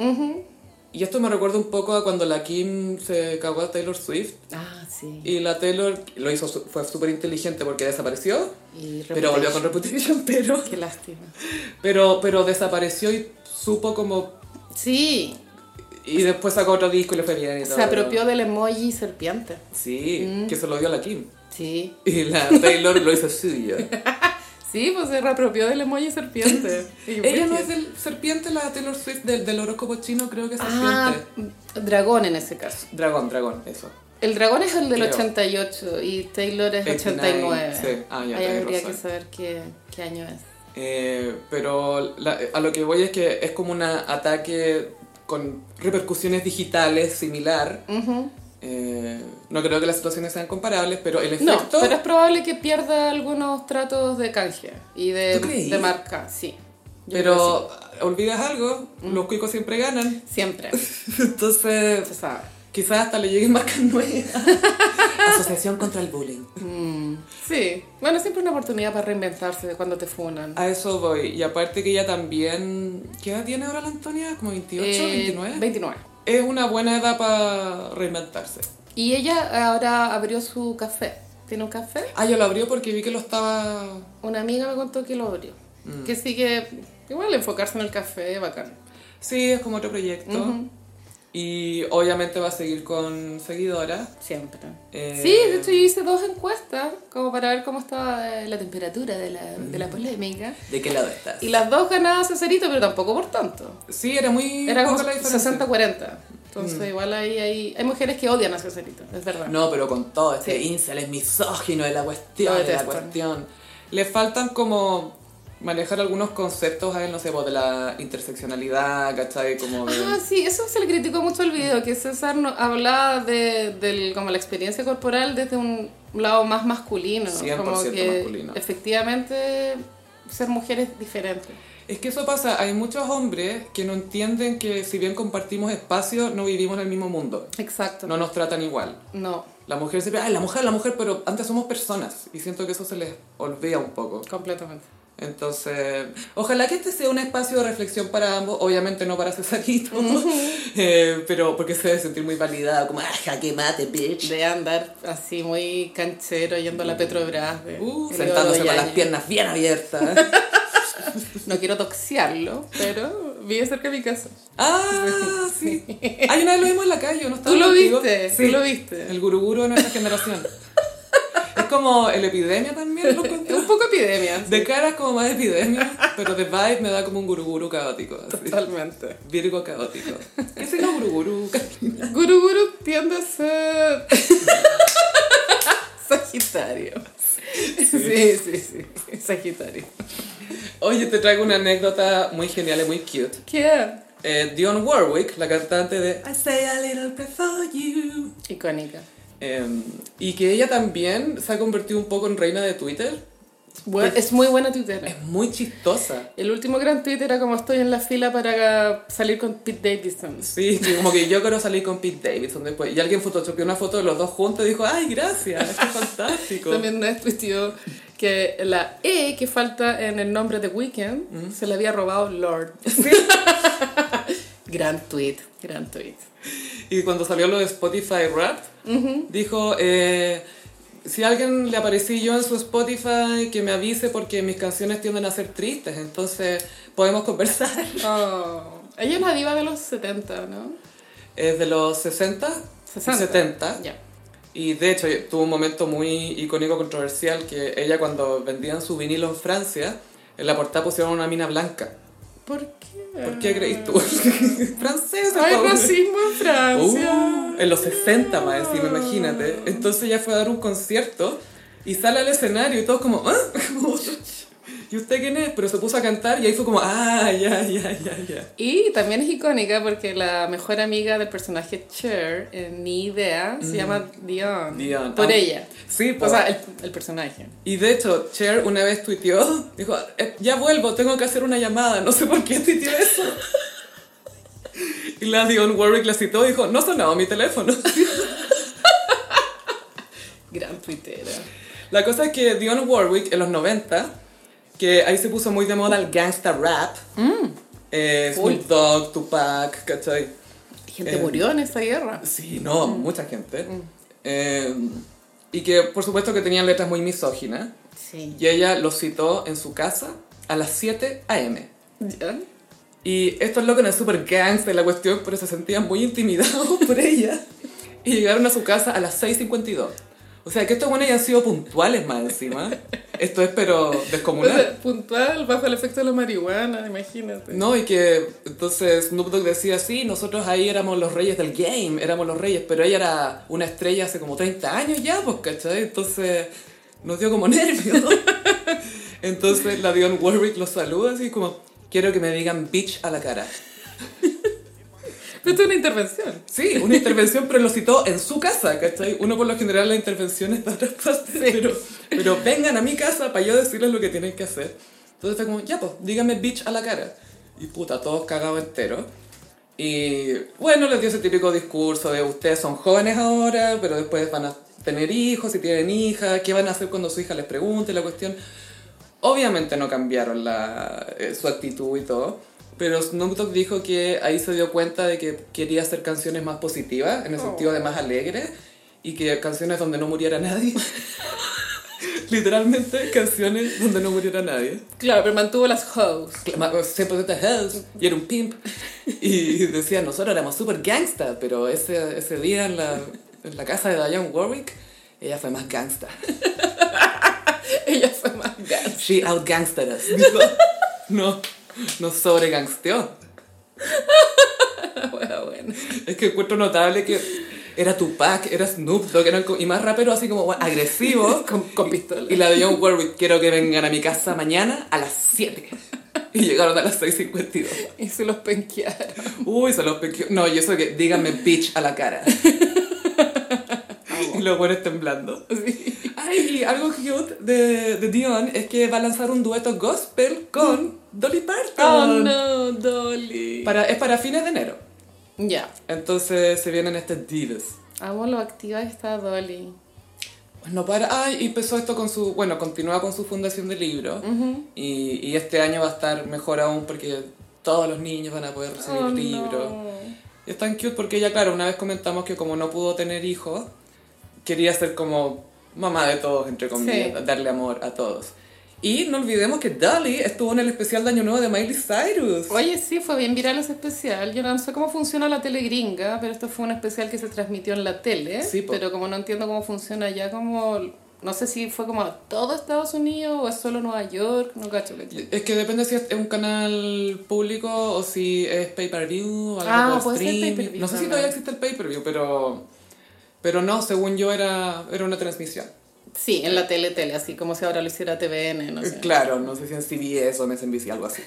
S1: Y esto me recuerda un poco a cuando la Kim se cagó a Taylor Swift
S2: Ah, sí.
S1: y la Taylor lo hizo, su- fue súper inteligente porque desapareció
S2: Y
S1: Pero volvió con
S2: Reputation.
S1: Reputation, pero,
S2: Qué lástima.
S1: pero, pero desapareció y supo como...
S2: Sí,
S1: Y después sacó otro disco y le fue bien y todo.
S2: se apropió Mm. del emoji serpiente.
S1: Sí, que se lo dio a la Kim.
S2: Sí.
S1: Y la Taylor lo hizo suyo.
S2: Sí, pues se reapropió del emoji serpiente. Y
S1: Ella no
S2: brígido.
S1: es del serpiente, la Taylor Swift del, del horóscopo chino, creo que es serpiente.
S2: Ah, dragón en ese caso.
S1: Dragón, dragón, eso.
S2: El dragón es el del
S1: Creo.
S2: 88 y Taylor es
S1: 89,
S2: 89.
S1: sí. Ah, ya,
S2: Ahí
S1: tenés
S2: habría
S1: razón.
S2: que saber qué, qué año es.
S1: Eh, pero la- a lo que voy es que es como un ataque con repercusiones digitales similar.
S2: Ujú.
S1: Eh, no creo que las situaciones sean comparables, pero el
S2: No,
S1: efecto...
S2: pero es probable que pierda algunos tratos de canje y de,
S1: ¿Tú creí?
S2: de marca, sí. Yo creo Mm.
S1: Pero olvidas algo, los cuicos siempre ganan.
S2: que sí. Siempre,
S1: Entonces,
S2: se sabe.
S1: quizás hasta le lleguen marcas nuevas.
S3: Asociación contra el bullying.
S2: Sí, bueno, siempre una oportunidad para reinventarse de cuando te funan.
S1: A eso voy. Y aparte que ella también... ¿Qué edad tiene ahora la Antonia? ¿Como 28,
S2: Eh,
S1: 29?
S2: 29.
S1: Es una buena edad para reinventarse.
S2: Y ella ahora abrió su café. ¿Tiene un café?
S1: Ah, yo lo abrió porque vi que lo estaba...
S2: Una amiga me contó que lo abrió.
S1: Mm.
S2: Que sí que, igual enfocarse en el café, bacán.
S1: Sí, es como otro proyecto.
S2: Ujú.
S1: Y obviamente va a seguir con seguidoras.
S2: Siempre.
S1: Eh,
S2: Sí, de hecho yo hice dos encuestas como para ver cómo estaba eh, la temperatura de la, de
S1: Mm.
S2: la polémica.
S3: ¿De qué lado estás?
S2: Y las dos ganaba Cecerito, pero tampoco por tanto.
S1: Sí, era muy
S2: Era como
S1: poca la diferencia. Mm.
S2: 60-40. Entonces igual ahí hay, hay mujeres que odian a Cecerito, es verdad.
S3: No, pero con todo este
S2: Sí.
S3: incel es misógino de la
S2: Lo
S3: cuestión, de la
S2: detesto.
S1: Cuestión. Le faltan como manejar algunos conceptos, a él, no sé, pues, de la interseccionalidad, ¿cachai? Como de...
S2: Ah, sí, eso se le criticó mucho al video, que César no, hablaba de del- como la experiencia corporal desde un lado más masculino.
S1: 100%
S2: como que
S1: masculino.
S2: Efectivamente, ser mujer es diferente.
S1: Es que eso pasa, hay muchos hombres que no entienden que si bien compartimos espacio, no vivimos en el mismo mundo.
S2: Exacto.
S1: No nos tratan igual.
S2: No,
S1: La mujer siempre, ay, la mujer, la mujer, pero antes somos personas. Y siento que eso se les olvida un poco.
S2: completamente.
S1: Entonces, ojalá que este sea un espacio de reflexión para ambos, obviamente no para Cesarito, eh, pero porque se debe sentir muy validado, como,
S3: Como, ah, jaque mate, bitch.
S2: De andar así muy canchero, yendo a la Petrobras. de-
S1: Uh,
S2: de
S3: Sentándose
S2: Godoy
S3: con las
S2: Año.
S3: piernas bien abiertas.
S2: No quiero toxiarlo, pero vive cerca de mi casa.
S1: ah, sí. Ay, una vez lo vimos en la calle, ¿no estaba
S2: Tú lo
S1: contigo?
S2: viste,
S1: Sí,
S2: tú lo viste.
S1: El guruguru de nuestra generación. es como el epidemia también, lo
S2: Es
S1: encuentro.
S2: un poco epidemia.
S1: De cara es como más epidemia, pero de vibe me da como un guruguru caótico. así.
S2: Totalmente.
S1: Virgo caótico. ¿Qué es el guruguru?
S2: Guru Guru tiende a ser Sagitario. Sí, sí, sí. Sagitario.
S1: Oye, te traigo una anécdota muy genial y muy cute.
S2: ¿Qué?
S1: Eh, Dionne Warwick, la cantante de I Say a Little Before You.
S2: Icónica.
S1: Em, y que ella también se ha convertido un poco en reina de Twitter.
S2: Buen- es muy buena tuitera.
S1: Es muy chistosa.
S2: El último gran tweet era como estoy en la fila para salir con Pete Davidson.
S1: Sí, que como que yo quiero salir con Pete Davidson después. Y alguien photoshopeó una foto de los dos juntos y dijo, ay, gracias, esto es fantástico.
S2: También una vez tuiteó que la E que falta en el nombre de Weekend se la había robado Lord. gran tweet, gran tweet.
S1: Y cuando salió lo de Spotify Rap, dijo, eh, si a alguien le aparecí yo en su Spotify, que me avise porque mis canciones tienden a ser tristes, entonces podemos conversar.
S2: Oh. Ella es una diva de los 70, ¿no?
S1: Es de los 60,
S2: 60.
S1: 70.
S2: Ya.
S1: Y de hecho tuvo un momento muy icónico, controversial, que ella cuando vendían su vinilo en Francia, en la portada pusieron una mina blanca.
S2: ¿Por qué?
S1: ¿Por qué crees tú? Francesa,
S2: Hay
S1: pobre.
S2: racismo en Francia.
S1: Uh, en los 60 más encima, imagínate. Entonces ella fue a dar un concierto y sale al escenario y todos como, ¿ah? ¿Y usted quién es? Pero se puso a cantar y ahí fue como, ah, ya, ya, ya, ya.
S2: Y también es icónica porque la mejor amiga del personaje Cher, en Ni Idea, se llama Dion.
S1: Mm. Dion.
S2: Por
S1: Ah.
S2: ella.
S1: Sí,
S2: O
S1: pues.
S2: sea, el, el personaje.
S1: Y de hecho, Cher una vez tuiteó, dijo, "Eh, ya vuelvo, tengo que hacer una llamada, no sé por qué tuiteó eso. Y la Dionne Warwick la citó y dijo, no sonaba mi teléfono.
S2: Gran tuitera.
S1: La cosa es que Dionne Warwick en los 90, que ahí se puso muy de moda el gangsta rap, eh,
S2: Full.
S1: Snoop Dogg, Tupac, ¿cachai?
S2: Gente
S1: Eh.
S2: murió en esta guerra.
S1: Sí, no, mucha gente. Eh, y que por supuesto que tenían letras muy misóginas.
S2: Sí.
S1: Y ella los citó en su casa a las 7 a.m. Y estos locos eran súper gangster la cuestión, pero se sentían muy intimidados por ella. Y llegaron a su casa a las 6.52. O sea, que estos buenos hayan sido puntuales más encima. Esto es pero
S2: O
S1: descomunal.
S2: sea, puntual, bajo el efecto de la marihuana, imagínate.
S1: No, y que entonces Snoop Dogg decía, sí, nosotros ahí éramos los reyes del game, éramos los reyes, pero ella era una estrella hace como 30 años ya, pues, ¿cachai? Entonces nos dio como nervios. entonces la Dion Warwick los saluda así como, quiero que me digan bitch a la cara.
S2: Pero esto es una intervención.
S1: Sí, una intervención, pero lo citó en su casa, ¿cachai? Uno por lo general la intervención es de otras partes, pero, pero vengan a mi casa para yo decirles lo que tienen que hacer. Entonces fue como, ya pues, dígame bitch a la cara. Y puta, todos cagados enteros. Y bueno, les dio ese típico discurso de ustedes son jóvenes ahora, pero después van a tener hijos, si tienen hijas, ¿qué van a hacer cuando su hija les pregunte la cuestión? Obviamente no cambiaron la, eh, su actitud y todo, pero Snoop Dogg dijo que ahí se dio cuenta de que quería hacer canciones más positivas, en el sentido de más alegres, y que canciones donde no muriera nadie. Literalmente, canciones donde no muriera nadie.
S2: Claro, pero mantuvo las hoes.
S1: Clama- siempre de house y era un pimp. Y decía, nosotros éramos super gangsta, pero ese, ese día en la, en la casa de Dionne Warwick, ella fue más gangsta.
S2: Ella fue más gana.
S1: She outgangstered us. Dijo, no, nos sobregangsteó.
S2: Bueno, bueno.
S1: Es que encuentro notable que era Tupac, era Snoop Dogg, eran co- y más raperos así como bueno, agresivos.
S2: Con, con pistola.
S1: Y la de John Warwick, quiero que vengan a mi casa mañana a las 7. Y llegaron a las 6.52.
S2: Y se los penquearon.
S1: Uy, se los pequeños. No, y eso que díganme bitch a la cara.
S2: Ah,
S1: y los buenos temblando.
S2: Sí.
S1: Ay, y algo cute de, de Dion es que va a lanzar un dueto gospel con Dolly
S2: Oh
S1: Parton.
S2: no, Dolly.
S1: para, es para fines de enero.
S2: Ya.
S1: Entonces se vienen estas divas.
S2: Amo lo activa que está Dolly.
S1: pues, No para. Ay, y empezó esto con su. Bueno, continúa con su fundación de libros. y, y este año va a estar mejor aún porque todos los niños van a poder recibir
S2: Oh,
S1: libros.
S2: no.
S1: Y Es tan cute porque ella, claro, una vez comentamos que como no pudo tener hijos, quería ser como mamá de todos, entre comillas,
S2: Sí.
S1: darle amor a todos. Y no olvidemos que Dolly estuvo en el especial de Año Nuevo de Miley Cyrus.
S2: Oye, sí, fue bien viral ese especial. Yo no sé cómo funciona la tele gringa, pero esto fue un especial que se transmitió en la tele.
S1: Sí, po.
S2: pero como no entiendo cómo funciona ya, como. No sé si fue como a todo Estados Unidos o es solo Nueva York, no cacho. cacho.
S1: Es que depende si es un canal público o si es pay-per-view o algo
S2: Ah,
S1: por
S2: puede ser
S1: streaming.
S2: pay-per-view
S1: No sé si
S2: también.
S1: todavía existe el pay-per-view, pero, pero no, según yo era, era una transmisión.
S2: Sí, en la tele, tele, así como si ahora lo hiciera TVN, no sé.
S1: Eh, Claro, no sé si en CBS o en SNBC, algo así.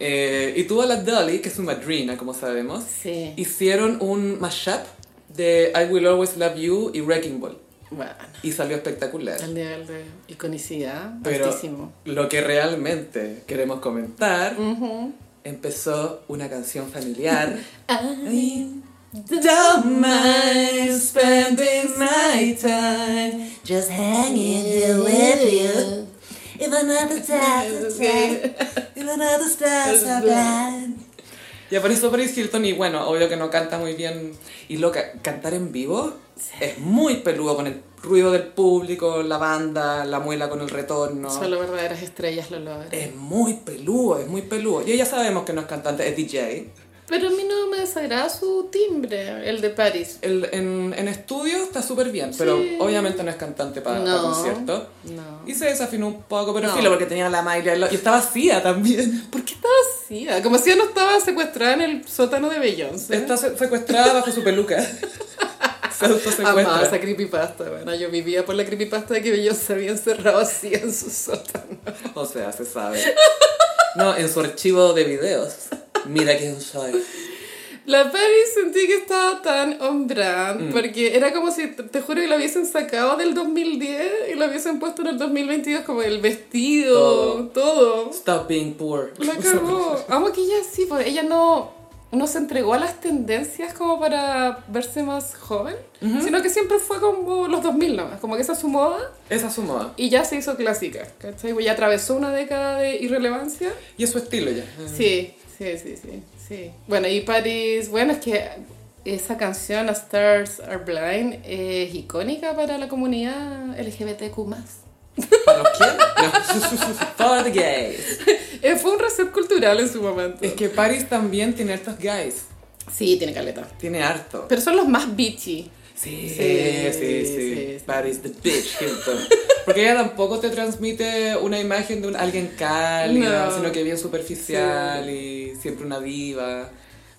S1: Eh, y tuvo a la Dolly, que es su madrina, como sabemos,
S2: Sí.
S1: hicieron un mashup de I Will Always Love You y Wrecking Ball.
S2: Bueno,
S1: Y salió espectacular.
S2: al nivel de iconicidad,
S1: Pero
S2: altísimo.
S1: lo que realmente queremos comentar,
S2: Ujú.
S1: empezó una canción familiar.
S3: I don't mind spending my time just hanging here with you. If another stars are bright, if another stars are bright.
S1: y apareció Paris Hilton y bueno, obvio que no canta muy bien. Y loca, cantar en vivo es muy peludo con el ruido del público, la banda, la muela con el retorno.
S2: Solo verdaderas estrellas lo logran.
S1: Es muy peludo, es muy peludo. Y ya sabemos que no es cantante, es DJ.
S2: Pero a mí no me desagrada su timbre, el de París.
S1: El- en, en estudio está súper bien, pero
S2: Sí.
S1: obviamente no es cantante para
S2: No.
S1: concierto.
S2: No.
S1: Y se desafinó un poco, pero
S2: No.
S1: filo, porque tenía la Miley al lado. Y está vacía también.
S2: ¿Por qué estaba así? Ah, Como si yo no estaba secuestrada en el sótano de Beyoncé.
S1: Está se- secuestrada bajo su peluca. Se
S2: Amaba
S1: autosecuestra.
S2: esa creepypasta, bueno, yo vivía por la creepypasta de que Beyoncé había encerrado así en su sótano.
S1: O sea, se sabe. No, en su archivo de videos. Mira quién soy.
S2: La Paris sentí que estaba tan on brand, porque era como si, te te juro que lo hubiesen sacado del 2010 y lo hubiesen puesto en el 2022, como el vestido,
S1: Todo.
S2: todo.
S1: Stop being poor.
S2: La cagó. Vamos que ella sí, pues ella no, no se entregó a las tendencias como para verse más joven, sino que siempre fue como los 2000 nomás, como que esa es su moda
S1: Esa es su moda.
S2: y ya se hizo clásica, ¿cachai? Pues ya atravesó una década de irrelevancia.
S1: Y es su estilo ya.
S2: Ah. Sí, sí, sí, sí, sí. Bueno, y Paris, bueno, es que esa canción, A Stars Are Blind, es icónica para la comunidad LGBTQ+.
S1: ¿Para los quién? No.
S3: For the gays.
S2: Eh, fue un reset cultural en su momento.
S1: Es que Paris también tiene hartos guys.
S2: Sí, tiene caleta.
S1: Tiene harto.
S2: Pero son los más bitchy.
S1: Sí,
S2: Sí,
S1: sí, sí.
S2: sí, sí.
S1: Paris the bitch, Hilton. Porque ella tampoco te transmite una imagen de un alguien cálido,
S2: No.
S1: sino que bien superficial y siempre una diva.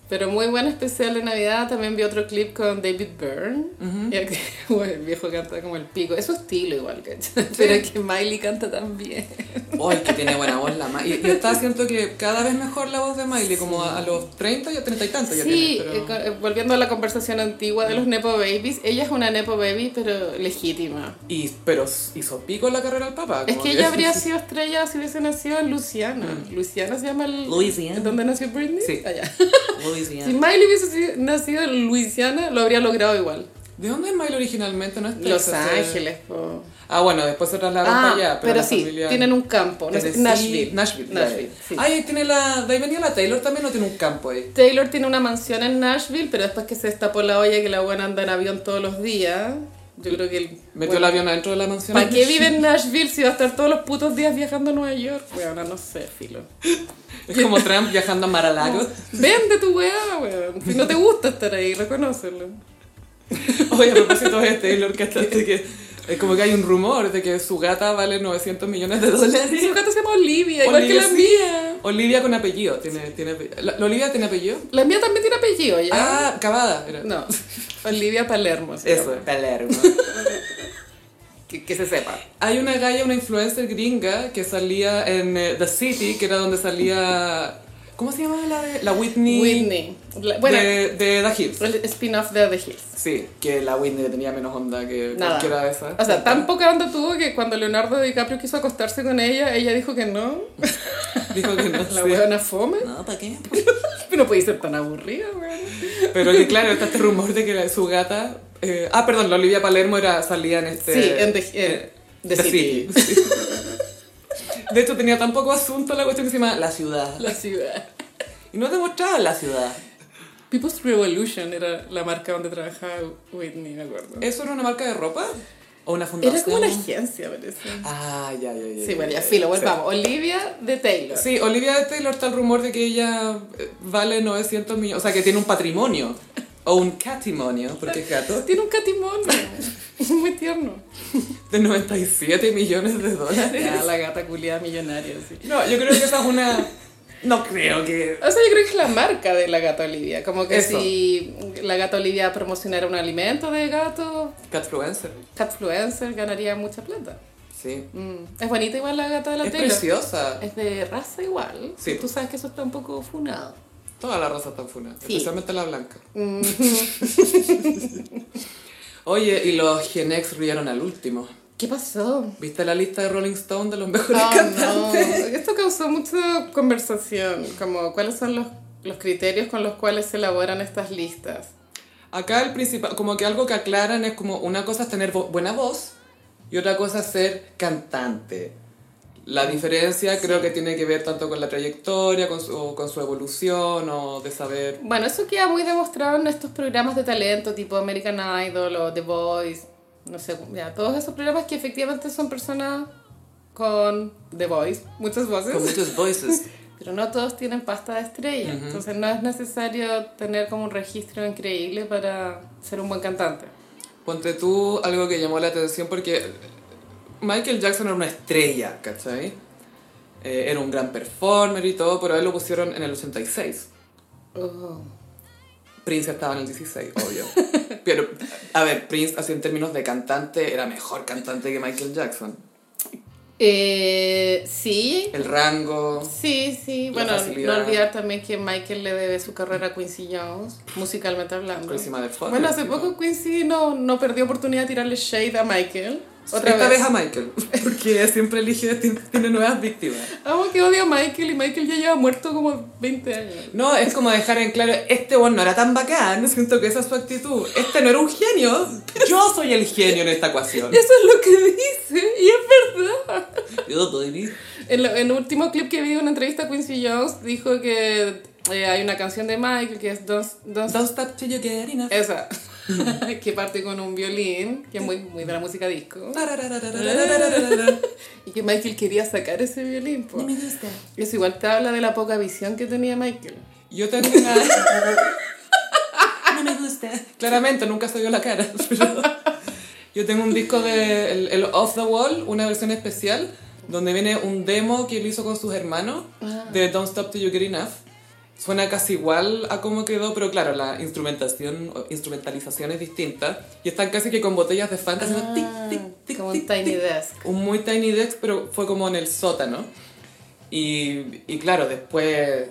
S2: Pero muy buen especial de Navidad. También vi otro clip con David Byrne. Y aquí, bueno, el viejo canta como el pico. Es su estilo igual, ¿cachai? Pero es que Miley canta también.
S1: Uy, Oh, que tiene buena voz la Miley. Y, y está siento que cada vez mejor la voz de Miley, como a, a los 30 y a 30 y tantos ya
S2: Sí,
S1: tiene. pero-
S2: eh, con- eh, volviendo a la conversación antigua de los Nepo Babies. Ella es una Nepo Baby, pero legítima.
S1: Y, pero hizo pico en la carrera al papá.
S2: Es
S1: como
S2: Ah, que Mm. ella habría sido estrella si hubiese nacido en Luciana. Luciana se llama el...
S3: Louisiana.
S2: ¿Dónde nació Britney?
S1: Sí.
S2: Allá. Si
S3: Louisiana.
S2: Miley hubiese sido- nacido en Luisiana, lo habría logrado igual.
S1: ¿De dónde es Miley originalmente? ¿No es
S2: Los
S1: Texas, es-
S2: Ángeles, po.
S1: Ah, bueno, después se trasladaron
S2: Ah,
S1: para allá.
S2: pero,
S1: la
S2: sí,
S1: familia-
S2: tienen un campo. no sé,
S1: Tennessee-
S2: Nashville.
S1: Nashville.
S2: Nashville, sí.
S1: Ahí tiene la. De ahí venía la Taylor también, no tiene un campo ahí.
S2: Taylor tiene una mansión en Nashville, pero después que se destapó la olla que la buena anda en avión todos los días, yo creo que el...
S1: Metió el avión adentro de la mansión.
S2: ¿Para qué vive en Nashville si va a estar todos los putos días viajando a Nueva York? Weona, no sé, filo.
S1: Es como Trump viajando a Maralago.
S2: Vende tu weá, weón. Si no te gusta estar ahí, reconócelo.
S1: Oye, a propósito de Taylor, que hasta hace que. Es como que hay un rumor de que su gata vale 900 millones de
S2: Y su
S1: dólares.
S2: gata se llama Olivia, igual
S1: Olivia,
S2: que la
S1: sí.
S2: mía.
S1: Olivia con apellido. Tiene, tiene apellido. ¿La, la Olivia tiene apellido?
S2: La mía también tiene apellido, ¿ya?
S1: Ah, Cavada. Era.
S2: No, Olivia Palermo. se
S1: Eso,
S2: llama.
S1: Palermo.
S2: Que, que se sepa.
S1: Hay una galla, una influencer gringa que salía en eh, The City, que era donde salía. ¿Cómo se llamaba la de- La Whitney.
S2: Whitney. La- bueno,
S1: de, de The Hills.
S2: el spin-off de The Hills.
S1: Sí, que la Whitney tenía menos onda que
S2: Nada.
S1: cualquiera de esas.
S2: O sea, tan poca onda tuvo que cuando Leonardo DiCaprio quiso acostarse con ella, ella dijo que no.
S1: Dijo que no
S2: La
S1: sí.
S2: weona fome.
S3: No, ¿para qué?
S2: No podía ser tan aburrida, weón.
S1: Pero que claro, está este rumor de que la- su gata... eh, ah, perdón, la Olivia Palermo era, salía en este...
S2: Sí, en The,
S1: eh,
S2: en The City.
S1: sí. De hecho, tenía tan poco asunto la cuestión que se llama La Ciudad.
S2: La ciudad.
S1: Y no demostraba la ciudad.
S2: People's Revolution era la marca donde trabajaba Whitney, me acuerdo.
S1: ¿Eso era una marca de ropa? ¿O una fundación?
S2: Era como una agencia, parece.
S1: Ah, ya, ya, ya.
S2: Sí, bueno, ya filo,
S1: Sí.
S2: volvamos. Olivia de Taylor.
S1: Sí, Olivia de Taylor está el rumor de que ella eh, vale 900 millones, o sea, que tiene un patrimonio, o un catimonio, porque es gato,
S2: Tiene un catimonio. Es muy tierno.
S1: de 97 millones de dólares.
S2: Ya, la gata culiada millonaria, sí.
S1: No, yo creo que esa es una... No creo que...
S2: O sea, yo creo que es la marca de la gata Olivia. Como que
S1: Eso.
S2: si la gata Olivia promocionara un alimento de gato,
S1: Catfluencer.
S2: Catfluencer ganaría mucha plata.
S1: Sí.
S2: Mm. Es bonita igual la gata de la
S1: Es
S2: Taylor.
S1: preciosa.
S2: Es de raza igual.
S1: Sí.
S2: Tú sabes que eso está un poco funado.
S1: Toda la raza tan funa,
S2: Sí.
S1: especialmente la blanca. Oye, y los Gen X rieron al último.
S2: ¿Qué pasó?
S1: ¿Viste la lista de Rolling Stone de los mejores
S2: Oh, no.
S1: cantantes?
S2: Esto causó mucha conversación, como cuáles son los, los criterios con los cuales se elaboran estas listas.
S1: Acá el principal, como que algo que aclaran es como una cosa es tener vo- buena voz y otra cosa es ser cantante. La diferencia creo que tiene que ver tanto con la trayectoria, con su, o con su evolución o de saber...
S2: Bueno, eso queda muy demostrado en estos programas de talento tipo American Idol o The Voice, no sé, ya, todos esos programas que efectivamente son personas con The Voice, muchas voces,
S1: muchos voices.
S2: pero no todos tienen pasta de estrella, entonces no es necesario tener como un registro increíble para ser un buen cantante.
S1: Ponte tú algo que llamó la atención porque Michael Jackson era una estrella, ¿cachai? Eh, era un gran performer y todo, pero a él lo pusieron en el 86.
S2: Oh.
S1: Prince estaba en el 16, obvio. Pero, a ver, Prince, así en términos de cantante, era mejor cantante que Michael Jackson.
S2: Eh, sí,
S1: El rango.
S2: Sí, sí.
S1: La
S2: Bueno,
S1: facilidad.
S2: no olvidar también que Michael le debe su carrera a Quincy Jones, musicalmente hablando.
S1: Por encima de Fokker,
S2: Bueno, hace
S1: sí,
S2: poco
S1: ¿no?
S2: Quincy no, no perdió oportunidad de tirarle shade a Michael. Otra
S1: Esta
S2: vez.
S1: vez. a Michael, porque siempre elige, tiene, tiene nuevas víctimas.
S2: Amo Ah, que odio a Michael y Michael ya lleva muerto como 20 años.
S1: No, es como dejar en claro, este one no era tan bacán, siento que esa es su actitud. Este no era un genio, yo soy el genio en esta ecuación.
S2: Eso es lo que dice y es verdad.
S1: Yo soy-
S2: En, lo- en el último clip que vi de una entrevista a Quincy Jones dijo que eh, hay una canción de Michael que es Don't, Don't
S1: Don't stop till you get enough.
S2: Esa, que parte con un violín, que es muy, muy de la música disco. Y que Michael quería sacar ese violín. po.
S3: Eh.
S2: Eso igual te habla de la poca visión que tenía Michael.
S1: Yo tengo una...
S3: No me gusta.
S1: Claramente, nunca se vio la cara. pero yo tengo un disco de el, el Off the Wall, una versión especial, donde viene un demo que él hizo con sus hermanos de Don't Stop Till You Get Enough. Suena casi igual a cómo quedó, pero claro, la instrumentación, o instrumentalización es distinta. Y están casi que con botellas de Fanta haciendo tic, tic, tic,
S2: Ah, Como un
S1: tic,
S2: Tiny
S1: tic.
S2: Desk.
S1: Un muy Tiny Desk, pero fue como en el sótano. Y, y claro, después,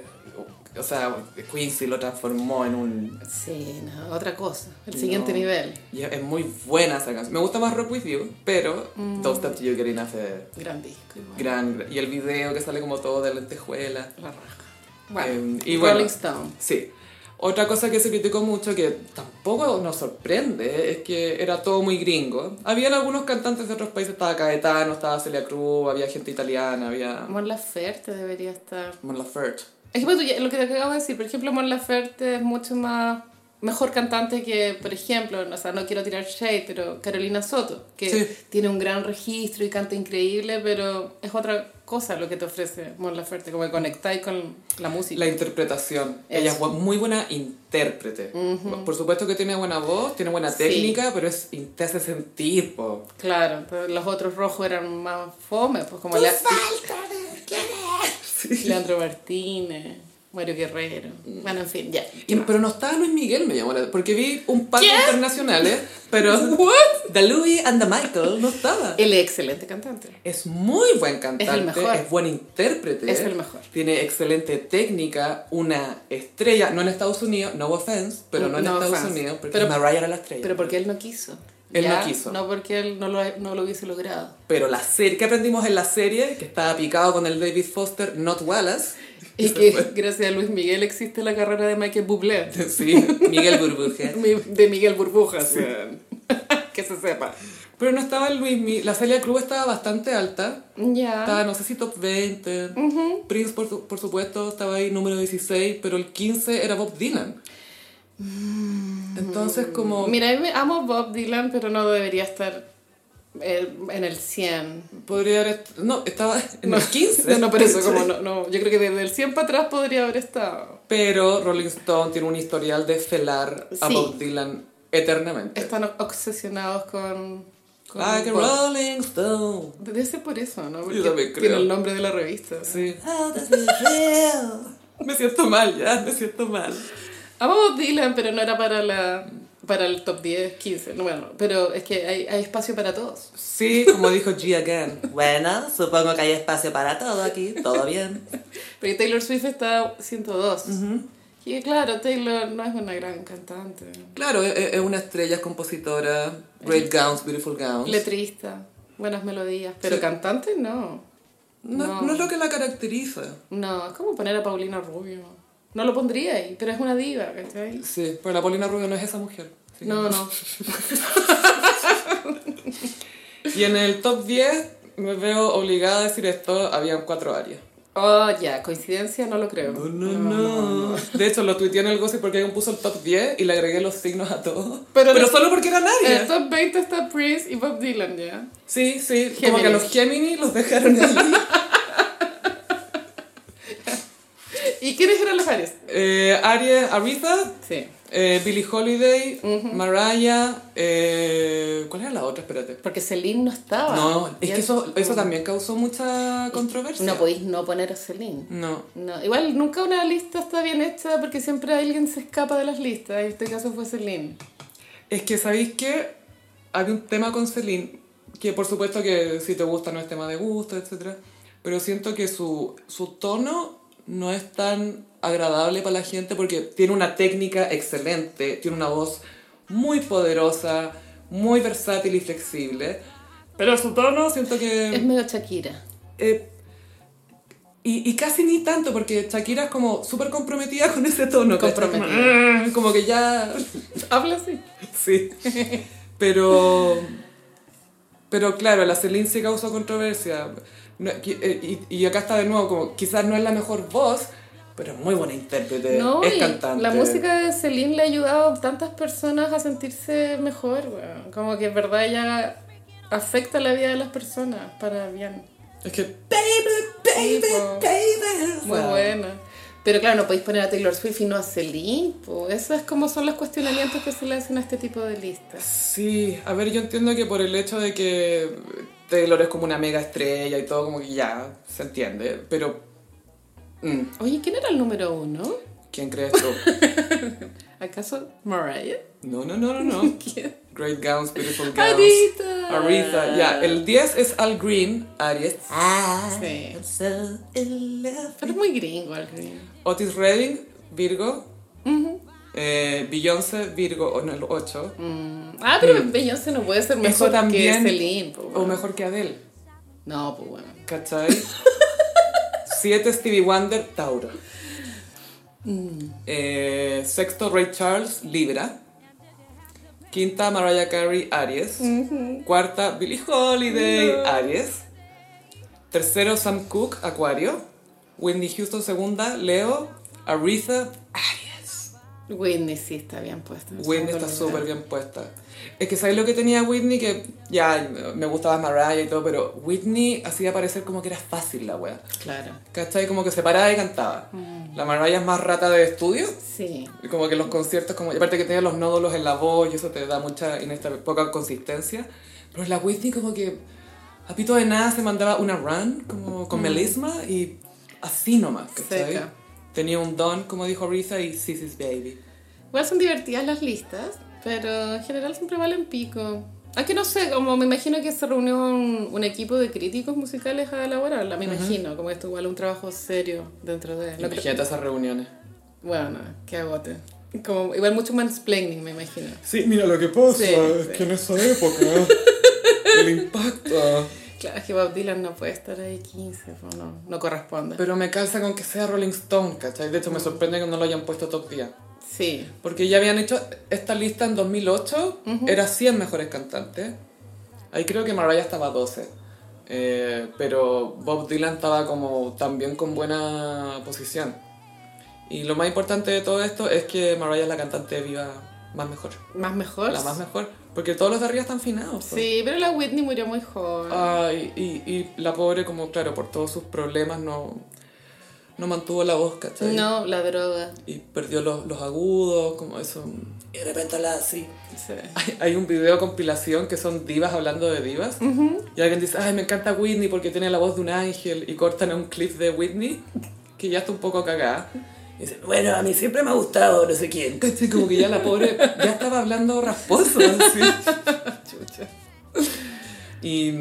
S1: o sea, Quincy lo transformó en un...
S2: Sí, no, otra cosa. El siguiente
S1: No.
S2: nivel.
S1: y es muy buena esa canción. Me gusta más Rock With You, pero Don't Stop Till You Get Enough es
S2: Gran disco. igual.
S1: gran. Y el video que sale como todo de lentejuela.
S2: La raja. Bueno,
S1: Eh, y
S2: Rolling
S1: bueno.
S2: Stone.
S1: Sí. Otra cosa que se criticó mucho, que tampoco nos sorprende, es que era todo muy gringo. Habían algunos cantantes de otros países, estaba Caetano, estaba Celia Cruz, había gente italiana, había
S2: Mon Laferte debería estar.
S1: Mon Laferte.
S2: Es que pues, tú ya- lo que te acabo de decir, por ejemplo, Mon Laferte es mucho más mejor cantante que, por ejemplo, o sea, no quiero tirar shade, pero Carolina Soto, que
S1: Sí.
S2: tiene un gran registro y canta increíble, pero es otra cosa lo que te ofrece Mon Laferte, como que conectáis con la música.
S1: La interpretación.
S2: Eso.
S1: Ella es bu- muy buena intérprete. Por supuesto que tiene buena voz, tiene buena
S2: Sí.
S1: técnica, pero es, in- te hace sentir, po.
S2: Claro, entonces los otros rojos eran más fome, pues como Lea- Leandro Martínez, Mario Guerrero, bueno, en fin, ya.
S1: Mm. Y- pero no estaba Luis Miguel, me llamó la Porque vi un par de
S2: ¿Qué?
S1: internacionales, pero...
S2: What?
S1: The Louis and the Michael no estaba.
S2: Él es excelente cantante.
S1: Es muy buen cantante,
S2: Es el mejor.
S1: es buen intérprete.
S2: Es el mejor.
S1: Tiene excelente técnica, una estrella, no en Estados Unidos, no offense, pero no en
S2: Mm, No
S1: Estados
S2: offense.
S1: Unidos, porque
S2: Pero-
S1: Mariah era la estrella.
S2: Pero porque él no quiso.
S1: Él no quiso.
S2: No porque él no lo, no lo hubiese logrado.
S1: Pero la serie que aprendimos en la serie, que estaba picado con el David Foster, Not Wallace,
S2: Y que gracias a Luis Miguel existe la carrera de Michael Bublé.
S1: sí, Miguel Burbuja.
S2: Mi- De Miguel Burbujas. que se sepa.
S1: Pero no estaba Luis, Mi- la Celia Cruz estaba bastante alta, Estaba,
S2: Ya.
S1: no sé si top 20. Prince, por, su- por supuesto, estaba ahí número 16, pero el 15 era Bob Dylan.
S2: Mm.
S1: Entonces, como.
S2: Mira, yo me- amo Bob Dylan, pero no debería estar eh, en el 100.
S1: Podría haber. est- No, estaba en
S2: No,
S1: el 15.
S2: No, por eso, como no, no. Yo creo que desde el 100 para atrás podría haber estado.
S1: Pero Rolling Stone tiene un historial de celar a
S2: Sí.
S1: Bob Dylan eternamente.
S2: Están obsesionados con. con
S1: Like a
S2: Bob.
S1: Rolling Stone.
S2: Debe ser por eso, ¿no? Porque
S1: también creo.
S2: tiene el nombre de la revista.
S1: Sí.
S3: How does it feel?
S1: Me siento mal ya, me siento mal.
S2: Amo Ah, Bob Dylan, pero no era para la para el top 10, 15, no, bueno, pero es que hay, hay espacio para todos.
S1: Sí, como dijo G again.
S3: Bueno, supongo que hay espacio para todo aquí, todo bien.
S2: Porque Taylor Swift está 102. Y claro, Taylor no es una gran cantante,
S1: Claro, es- es es una estrella, es compositora. Great gowns, beautiful gowns.
S2: letrista, buenas melodías, pero
S1: Sí.
S2: cantante no.
S1: No,
S2: No.
S1: no es lo que la caracteriza.
S2: No, es como poner a Paulina Rubio. No lo pondría ahí, pero es una diva, ¿cachai?
S1: Sí, pero la Paulina Rubio no es esa mujer. Así que-
S2: No, no.
S1: Y en el top 10 me veo obligada a decir esto, habían cuatro áreas.
S2: Oh, ya, coincidencia, no lo creo.
S1: No, Oh, no, no. De hecho, lo tuiteé en el gossip porque alguien puso el top 10 y le agregué los signos a todos.
S2: Pero-
S1: Pero, Eh, solo porque era
S2: En el
S1: nadie.
S2: Eh, top 20 está Prince y Bob Dylan, ¿ya?
S1: Sí, sí. Como que a
S2: Géminis.
S1: los Géminis los dejaron ahí.
S2: ¿Y quiénes eran los Aries?
S1: Eh, Aries, Aretha,
S2: Sí.
S1: eh, Billie Holiday, Mariah. eh, ¿Cuál era la otra? Espérate.
S2: Porque Celine no estaba.
S1: No, es
S2: Y
S1: que eso, eso también causó mucha controversia.
S2: No podéis no poner a Celine.
S1: No.
S2: No, igual nunca una lista está bien hecha porque siempre alguien se escapa de las listas. En este caso fue Celine.
S1: Es que, ¿sabéis qué? Había un tema con Celine, que por supuesto que si te gusta no es tema de gusto, etc. Pero siento que su, su tono no es tan agradable para la gente porque tiene una técnica excelente, tiene una voz muy poderosa, muy versátil y flexible. Pero su tono siento
S2: Es
S1: que...
S2: medio Shakira.
S1: eh, y, y casi ni tanto, porque Shakira es como súper comprometida con ese tono. ¿cachai? Como, "Mm", como que ya...
S2: Habla así.
S1: Sí. Pero. Pero claro, la Celine sí causó controversia. No, qui- eh, y, y acá está de nuevo, como quizás no es la mejor voz, pero es muy buena intérprete.
S2: No,
S1: Eh, es
S2: y
S1: cantante.
S2: la música de Celine le ha ayudado a tantas personas a sentirse mejor. weón. Como que en verdad ella afecta la vida de las personas para bien.
S1: Es que. Baby,
S2: Sí, po.
S1: baby, baby.
S2: Muy buena. Pero claro, no podéis poner a Taylor Swift y no a Celine. Pues eso es como son los cuestionamientos que se le hacen a este tipo de listas.
S1: Sí, a ver, yo entiendo que por el hecho de que Taylor es como una mega estrella y todo, como que ya se entiende, pero. mm,
S2: Oye, ¿quién era el número uno?
S1: ¿Quién crees tú?
S2: ¿Acaso Mariah?
S1: No, no, no, no, no.
S2: ¿Quién?
S1: Great gowns, beautiful gowns.
S2: Arita.
S1: Aretha, ya. El 10 es Al Green, Aries.
S3: Ah,
S2: Sí.
S3: I'm so in love.
S2: Pero es muy gringo al green.
S1: Otis Redding, Virgo. Eh, Beyoncé, Virgo, o no, el 8.
S2: Mm. Ah, pero Beyoncé no puede ser mejor que Celine. pues,
S1: O
S2: bueno.
S1: mejor que Adele,
S2: No, pues bueno.
S1: ¿cachai? 7 Stevie Wonder, Tauro. Eh, sexto Ray Charles, Libra. Quinta Mariah Carey, Aries. Cuarta Billie Holiday, Aries. Tercero Sam Cooke, Acuario. Whitney Houston, segunda, Leo. Aretha, Aries.
S2: Whitney sí está bien puesta.
S1: Whitney está súper bien puesta. Es que sabes lo que tenía Whitney, que ya me gustaba Mariah y todo, pero Whitney hacía parecer como que era fácil la wea.
S2: Claro.
S1: ¿Cachai? Como que se paraba y cantaba.
S2: Mm.
S1: La Mariah es más rata de estudio.
S2: Sí.
S1: Y Como que los conciertos, como, y aparte que tenía los nódulos en la voz y eso te da mucha inesta- poca consistencia. Pero la Whitney como que a pito de nada se mandaba una run como con melisma y así nomás, ¿cachai?
S2: Mm. Seca.
S1: Tenía un don, como dijo Risa, y Sissy's Baby.
S2: Igual son divertidas las listas, pero en general siempre valen pico. Aunque no sé, como me imagino que se reunió un, un equipo de críticos musicales a elaborarla, me imagino, como esto igual un trabajo serio dentro de... no creo-
S1: Imagínate esas reuniones.
S2: bueno, que agote. Como, igual mucho mansplaining, me imagino.
S1: Sí, mira lo que pasa,
S2: Sí, es sí. que
S1: en esa época el impacto.
S2: Claro, es que Bob Dylan no puede estar ahí 15, pues no, no corresponde.
S1: Pero me calza con que sea Rolling Stone, ¿cachai? De hecho,
S2: Mm.
S1: me sorprende que no lo hayan puesto top 10.
S2: sí,
S1: Porque ya habían hecho esta lista en 2008, era 100 mejores cantantes. Ahí creo que Mariah estaba 12. Eh, pero Bob Dylan estaba como también con buena posición. Y lo más importante de todo esto es que Mariah es la cantante viva más mejor.
S2: más mejor.
S1: La más mejor. Porque todos los de arriba están finados. pues.
S2: Sí, pero la Whitney murió muy joven.
S1: Ay, y, y la pobre, como claro, por todos sus problemas no, no mantuvo la voz, ¿cachai?
S2: no, la droga.
S1: Y perdió los, los agudos, como eso. Y de repente la así.
S2: Sí.
S1: Hay, hay un video compilación que son divas hablando de divas. Y alguien dice, ay, me encanta Whitney porque tiene la voz de un ángel. Y cortan un clip de Whitney que ya está un poco cagada. Y dice, bueno, a mí siempre me ha gustado, no sé quién. ¿Cachai? Como que ya la pobre ya estaba hablando rasposo. así.
S2: Chucha.
S1: Y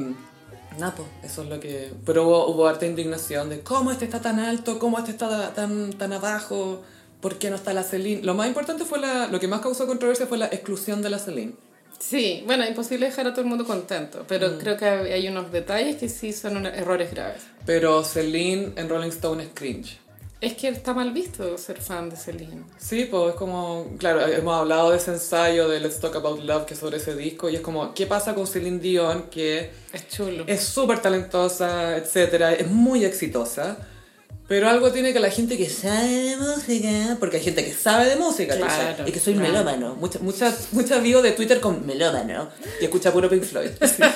S1: nada, pues, eso es lo que... Pero hubo, hubo harta indignación de cómo este está tan alto, cómo este está tan, tan abajo, por qué no está la Celine. Lo más importante fue la... Lo que más causó controversia fue la exclusión de la Celine.
S2: Sí, bueno, imposible dejar a todo el mundo contento, pero
S1: Mm.
S2: creo que hay hay unos detalles que sí son una- errores graves.
S1: Pero Celine en Rolling Stone es cringe.
S2: Es que está mal visto ser fan de Celine.
S1: Sí, pues es como, claro, hemos hablado de ese ensayo de Let's Talk About Love que es sobre ese disco y es como, ¿qué pasa con Celine Dion que
S2: Es chulo.
S1: es súper talentosa, etcétera, es muy exitosa, pero algo tiene que la gente que sabe de música, porque hay gente que sabe de música,
S2: Claro,
S1: ¿cachai? y que soy
S2: claro.
S1: melómano, mucha, mucha, mucha bio de Twitter con melómano y escucha puro Pink Floyd.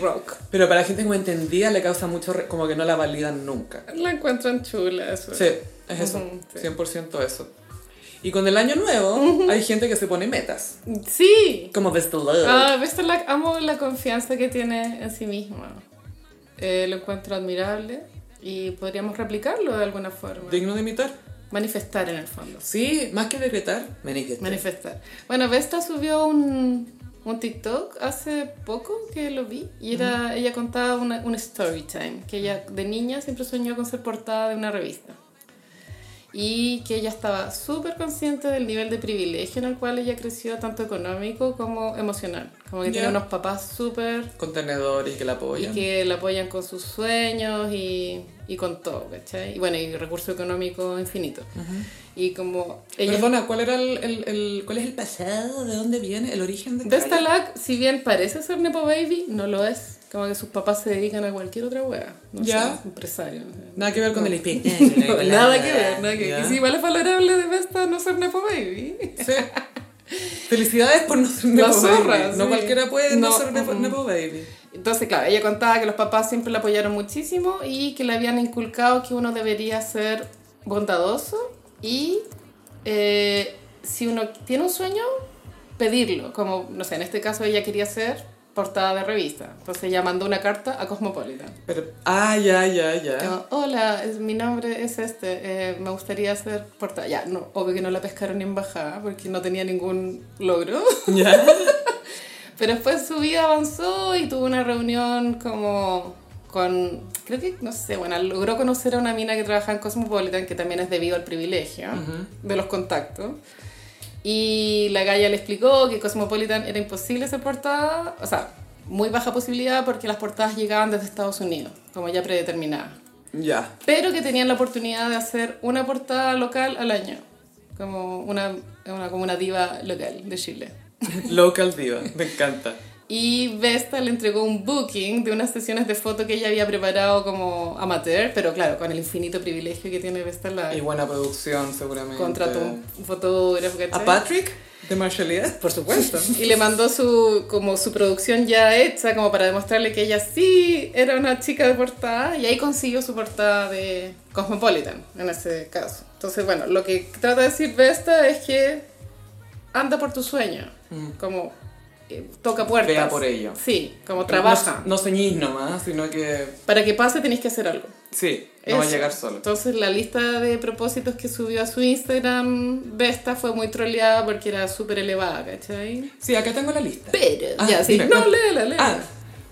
S2: rock.
S1: Pero para la gente que me entendía le causa mucho, re- como que no la validan nunca.
S2: La encuentran chula, eso.
S1: Sí, es eso.
S2: Ujú, sí.
S1: 100% eso. Y con el año nuevo hay gente que se pone metas.
S2: Sí.
S1: Como Best of Love.
S2: Ah, Vesta Lack, amo la confianza que tiene en sí misma. Eh, lo encuentro admirable y podríamos replicarlo de alguna forma.
S1: Digno de imitar.
S2: Manifestar en el fondo.
S1: Sí, más que decretar, manifestar.
S2: Manifestar. Bueno, Vesta subió un, un TikTok hace poco que lo vi y era, ella contaba una, un story time, que ella de niña siempre soñó con ser portada de una revista y que ella estaba súper consciente del nivel de privilegio en el cual ella creció, tanto económico como emocional. Como que
S1: Ya.
S2: tiene unos papás súper
S1: Contenedores que la
S2: y
S1: apoyan.
S2: que la apoyan con sus sueños y, y con todo, ¿cachai? Y bueno, y recursos económicos infinitos. Y como ella...
S1: Perdona, ¿cuál, era el, el- el- ¿cuál es el pasado? ¿De dónde viene? ¿El origen de
S2: Vesta
S1: Kaya?
S2: Lack, si bien parece ser Nepo Baby, no lo es. Como que sus papás se dedican a cualquier otra wea. No
S1: Ya.
S2: sé, empresario. no sé.
S1: Nada que ver con el inspector.
S2: No, nada que ver, nada que ver.
S1: Ya.
S2: Y si igual es valorable de Vesta no ser Nepo Baby.
S1: Sí. Felicidades por no ser Nepo
S2: zorra,
S1: Baby. No
S2: sí.
S1: cualquiera puede no,
S2: No,
S1: ser Nepo,
S2: mm.
S1: Nepo Baby.
S2: Entonces, claro, ella contaba que los papás siempre la apoyaron muchísimo y que le habían inculcado que uno debería ser bondadoso y eh, si uno tiene un sueño, pedirlo. Como, no sé, en este caso ella quería ser portada de revista. Entonces ella mandó una carta a Cosmopolitan.
S1: Pero, ah, ya, ya, ya.
S2: Como, Hola, es, mi nombre es este, eh, me gustaría ser portada. Ya, no, obvio que no la pescaron ni en bajada porque no tenía ningún logro.
S1: Ya.
S2: Pero después su vida avanzó y tuvo una reunión como con, creo que, no sé, bueno, logró conocer a una mina que trabaja en Cosmopolitan, que también es debido al privilegio de los contactos. Y la galla le explicó que Cosmopolitan era imposible ser portada, o sea, muy baja posibilidad porque las portadas llegaban desde Estados Unidos, como ya predeterminadas.
S1: Ya.
S2: Pero que tenían la oportunidad de hacer una portada local al año, como una, una- como una diva local de Chile.
S1: Local Diva, me encanta.
S2: Y Vesta le entregó un booking de unas sesiones de foto que ella había preparado como amateur, pero claro, con el infinito privilegio que tiene Vesta, la
S1: Y buena producción, seguramente.
S2: contrató un un fotógrafo, ¿cachai?
S1: ¿A Patrick? ¿De Marshallía?
S2: Por supuesto. Y le mandó su, como su producción ya hecha, como para demostrarle que ella sí era una chica de portada, y ahí consiguió su portada de Cosmopolitan, en ese caso. Entonces, bueno, lo que trata de decir Vesta es que anda por tu sueño, como eh, toca puertas.
S1: Mm. Vea por ello.
S2: Sí, como trabaja.
S1: No, no ceñís nomás, sino que.
S2: Para que pase tenés que hacer algo.
S1: Sí, no va a
S2: Eso.
S1: llegar solo.
S2: Entonces la lista de propósitos que subió a su Instagram Vesta fue muy troleada porque era súper elevada, ¿cachai?
S1: Sí, acá tengo la lista.
S2: Pero,
S1: Ah,
S2: ya, sí.
S1: mira,
S2: No,
S1: cuenta.
S2: léela, léela.
S1: Ah,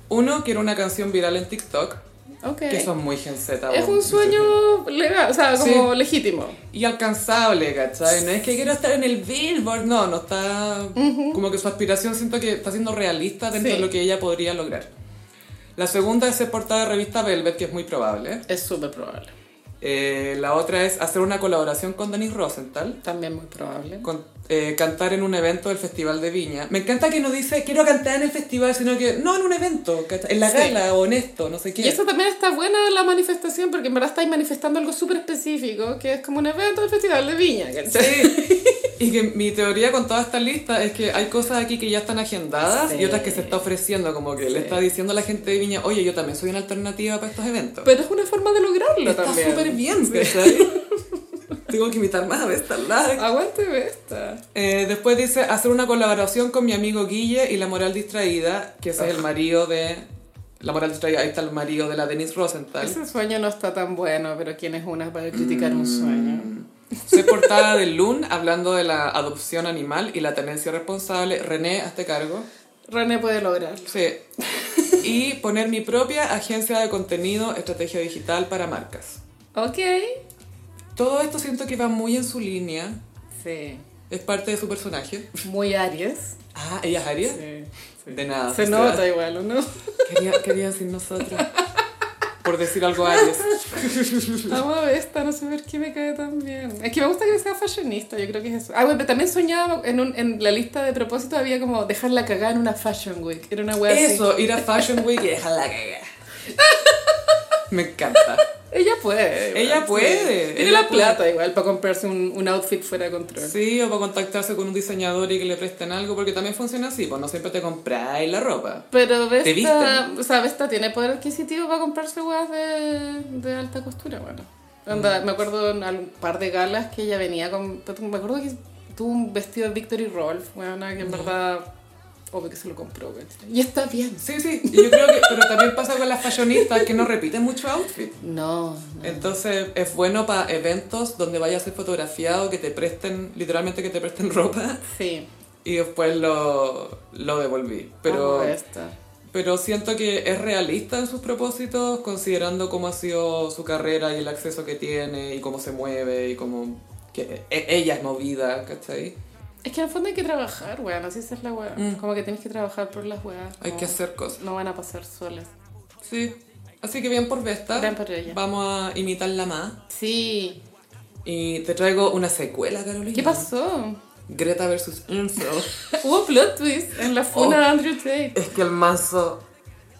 S1: uno que era una canción viral en TikTok,
S2: ok.
S1: que son muy genzeta.
S2: Eh, Es
S1: vos.
S2: un sueño legal, o sea, como legítimo.
S1: Y alcanzable, ¿cachai? No es que quiero estar en el Billboard, no, no está... Como que su aspiración siento que está siendo realista dentro
S2: Sí.
S1: de lo que ella podría lograr. La segunda es ser portada de revista Velvet, que es muy probable.
S2: Es súper probable.
S1: Eh, la otra es hacer una colaboración con Denise Rosenthal.
S2: También muy probable.
S1: con- eh, cantar en un evento del Festival de Viña. Me encanta que no dice quiero cantar en el festival, sino que no en un evento, ¿cachai? en la
S2: Sí.
S1: gala o en esto, no sé qué.
S2: Y eso también está buena la manifestación porque en verdad estáis manifestando algo súper específico que es como un evento del Festival de Viña, ¿cachai?
S1: Sí. Y que mi teoría con toda esta lista es que hay cosas aquí que ya están agendadas
S2: Sí.
S1: y otras que se está ofreciendo, como que le está diciendo a la gente de Viña, oye, yo también soy una alternativa para estos eventos.
S2: Pero es una forma de lograrlo
S1: está
S2: también.
S1: súper bien, ¿cachai? Tengo que imitar más a Vesta Lark.
S2: Aguante Vesta.
S1: Eh, después dice, hacer una colaboración con mi amigo Guille y La Moral Distraída, que ese
S2: Ah.
S1: es el marido de... La Moral Distraída, ahí está el marido de la Denise Rosenthal.
S2: Ese sueño no está tan bueno, pero ¿quién es una para criticar un sueño?
S1: Soy portada de Loon, hablando de la adopción animal y la tenencia responsable. René, a este cargo.
S2: René puede lograrlo.
S1: Sí. Y poner mi propia agencia de contenido, estrategia digital para marcas.
S2: Ok.
S1: Todo esto siento que va muy en su línea.
S2: Sí.
S1: Es parte de su personaje.
S2: Muy Aries.
S1: Ah, ¿ella es Aries?
S2: Sí. Ah, sí.
S1: De nada.
S2: Se
S1: o sea,
S2: nota igual, ¿o ¿no?
S1: Quería, quería decir nosotros. Por decir algo a Aries.
S2: Amo a Vesta, no sé por qué me cae tan bien. Es que me gusta que sea fashionista, yo creo que es eso. Ah, bueno, pero también soñaba en, un- en la lista de propósitos había como dejar la cagada en una Fashion Week. Era una wea así.
S1: Eso, ir a Fashion Week y dejarla cagar. Me encanta.
S2: Ella puede. igual,
S1: Ella
S2: sí.
S1: puede,
S2: Tiene
S1: ella
S2: la
S1: puede.
S2: plata igual para comprarse un, un outfit fuera de control.
S1: Sí, o para contactarse con un diseñador y que le presten algo, porque también funciona así, pues no siempre te compráis la ropa.
S2: Pero
S1: Te
S2: Vesta,
S1: visten.
S2: o sea, Vesta tiene poder adquisitivo para comprarse weas de, de alta costura, bueno. Onda,
S1: Mm.
S2: Me acuerdo en algún par de galas que ella venía con... Me acuerdo que tuvo un vestido de Victory Rolf, weona,
S1: Mm.
S2: que en verdad... Obvio que se lo compró, ¿cachai? Y está bien.
S1: Sí, sí, y yo creo que, pero también pasa con las fashionistas que no repiten mucho outfit.
S2: No,
S1: Entonces es bueno para eventos donde vayas a ser fotografiado, que te presten, literalmente que te presten ropa,
S2: Sí,
S1: y después lo, lo devolví. Pero,
S2: amo Vesta.
S1: pero siento que es realista en sus propósitos, considerando cómo ha sido su carrera y el acceso que tiene, y cómo se mueve, y cómo que e- ella es movida, ¿cachai?
S2: Es que en el fondo hay que trabajar, weón, así es la weá. Como que tienes que trabajar por las weas.
S1: Mm. Hay
S2: como
S1: que hacer cosas.
S2: No van a pasar solas.
S1: Sí. Así que bien por Vesta.
S2: Bien por ella.
S1: Vamos a imitarla más.
S2: Sí.
S1: Y te traigo una secuela, Carolina.
S2: ¿Qué pasó?
S1: Greta versus Enzo.
S2: Hubo plot twist en la funa de Andrew Tate.
S1: es que el manso.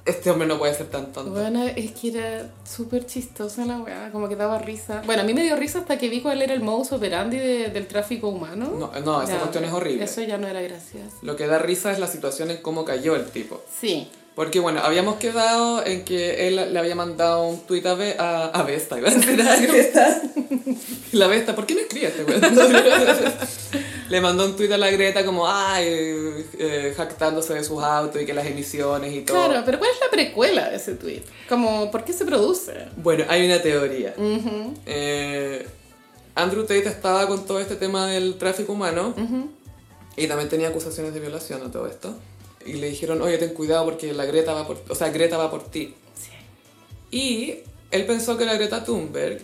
S1: Este hombre no puede ser tan tonto.
S2: Bueno, es que era súper chistosa la weá, como que daba risa. Bueno, a mí me dio risa hasta que vi cuál era el modus operandi de- del tráfico humano.
S1: No, no, esa
S2: Ya,
S1: cuestión es horrible.
S2: Eso ya no era gracioso.
S1: Lo que da risa es la situación en cómo cayó el tipo.
S2: Sí,
S1: Porque bueno, habíamos quedado en que él le había mandado un tuit a, Be a, a Vesta, iba a decir a Greta. La Vesta, ¿por qué no escribe este weón? Le mandó un tuit a la Greta como, ay, eh, jactándose de sus autos y que las emisiones y todo.
S2: Claro, pero ¿cuál es la precuela de ese tweet? Como, ¿por qué se produce?
S1: Bueno, hay una teoría. Eh, Andrew Tate estaba con todo este tema del tráfico humano y también tenía acusaciones de violación a todo esto. Y le dijeron, oye, ten cuidado porque la Greta va por, o sea, Greta va por ti. Y él pensó que era Greta Thunberg,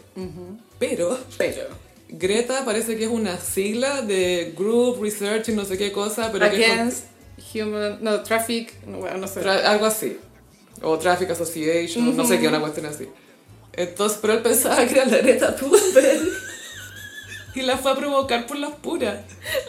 S1: pero
S2: Pero.
S1: Greta parece que es una sigla de Group Research y no sé qué cosa, pero que es con-
S2: Against human. No, traffic. No, bueno, no sé.
S1: Tra- algo así. O Traffic Association, no sé qué, una cuestión así. Entonces, pero él pensaba que era la Greta Thunberg. Y la fue a provocar por las puras.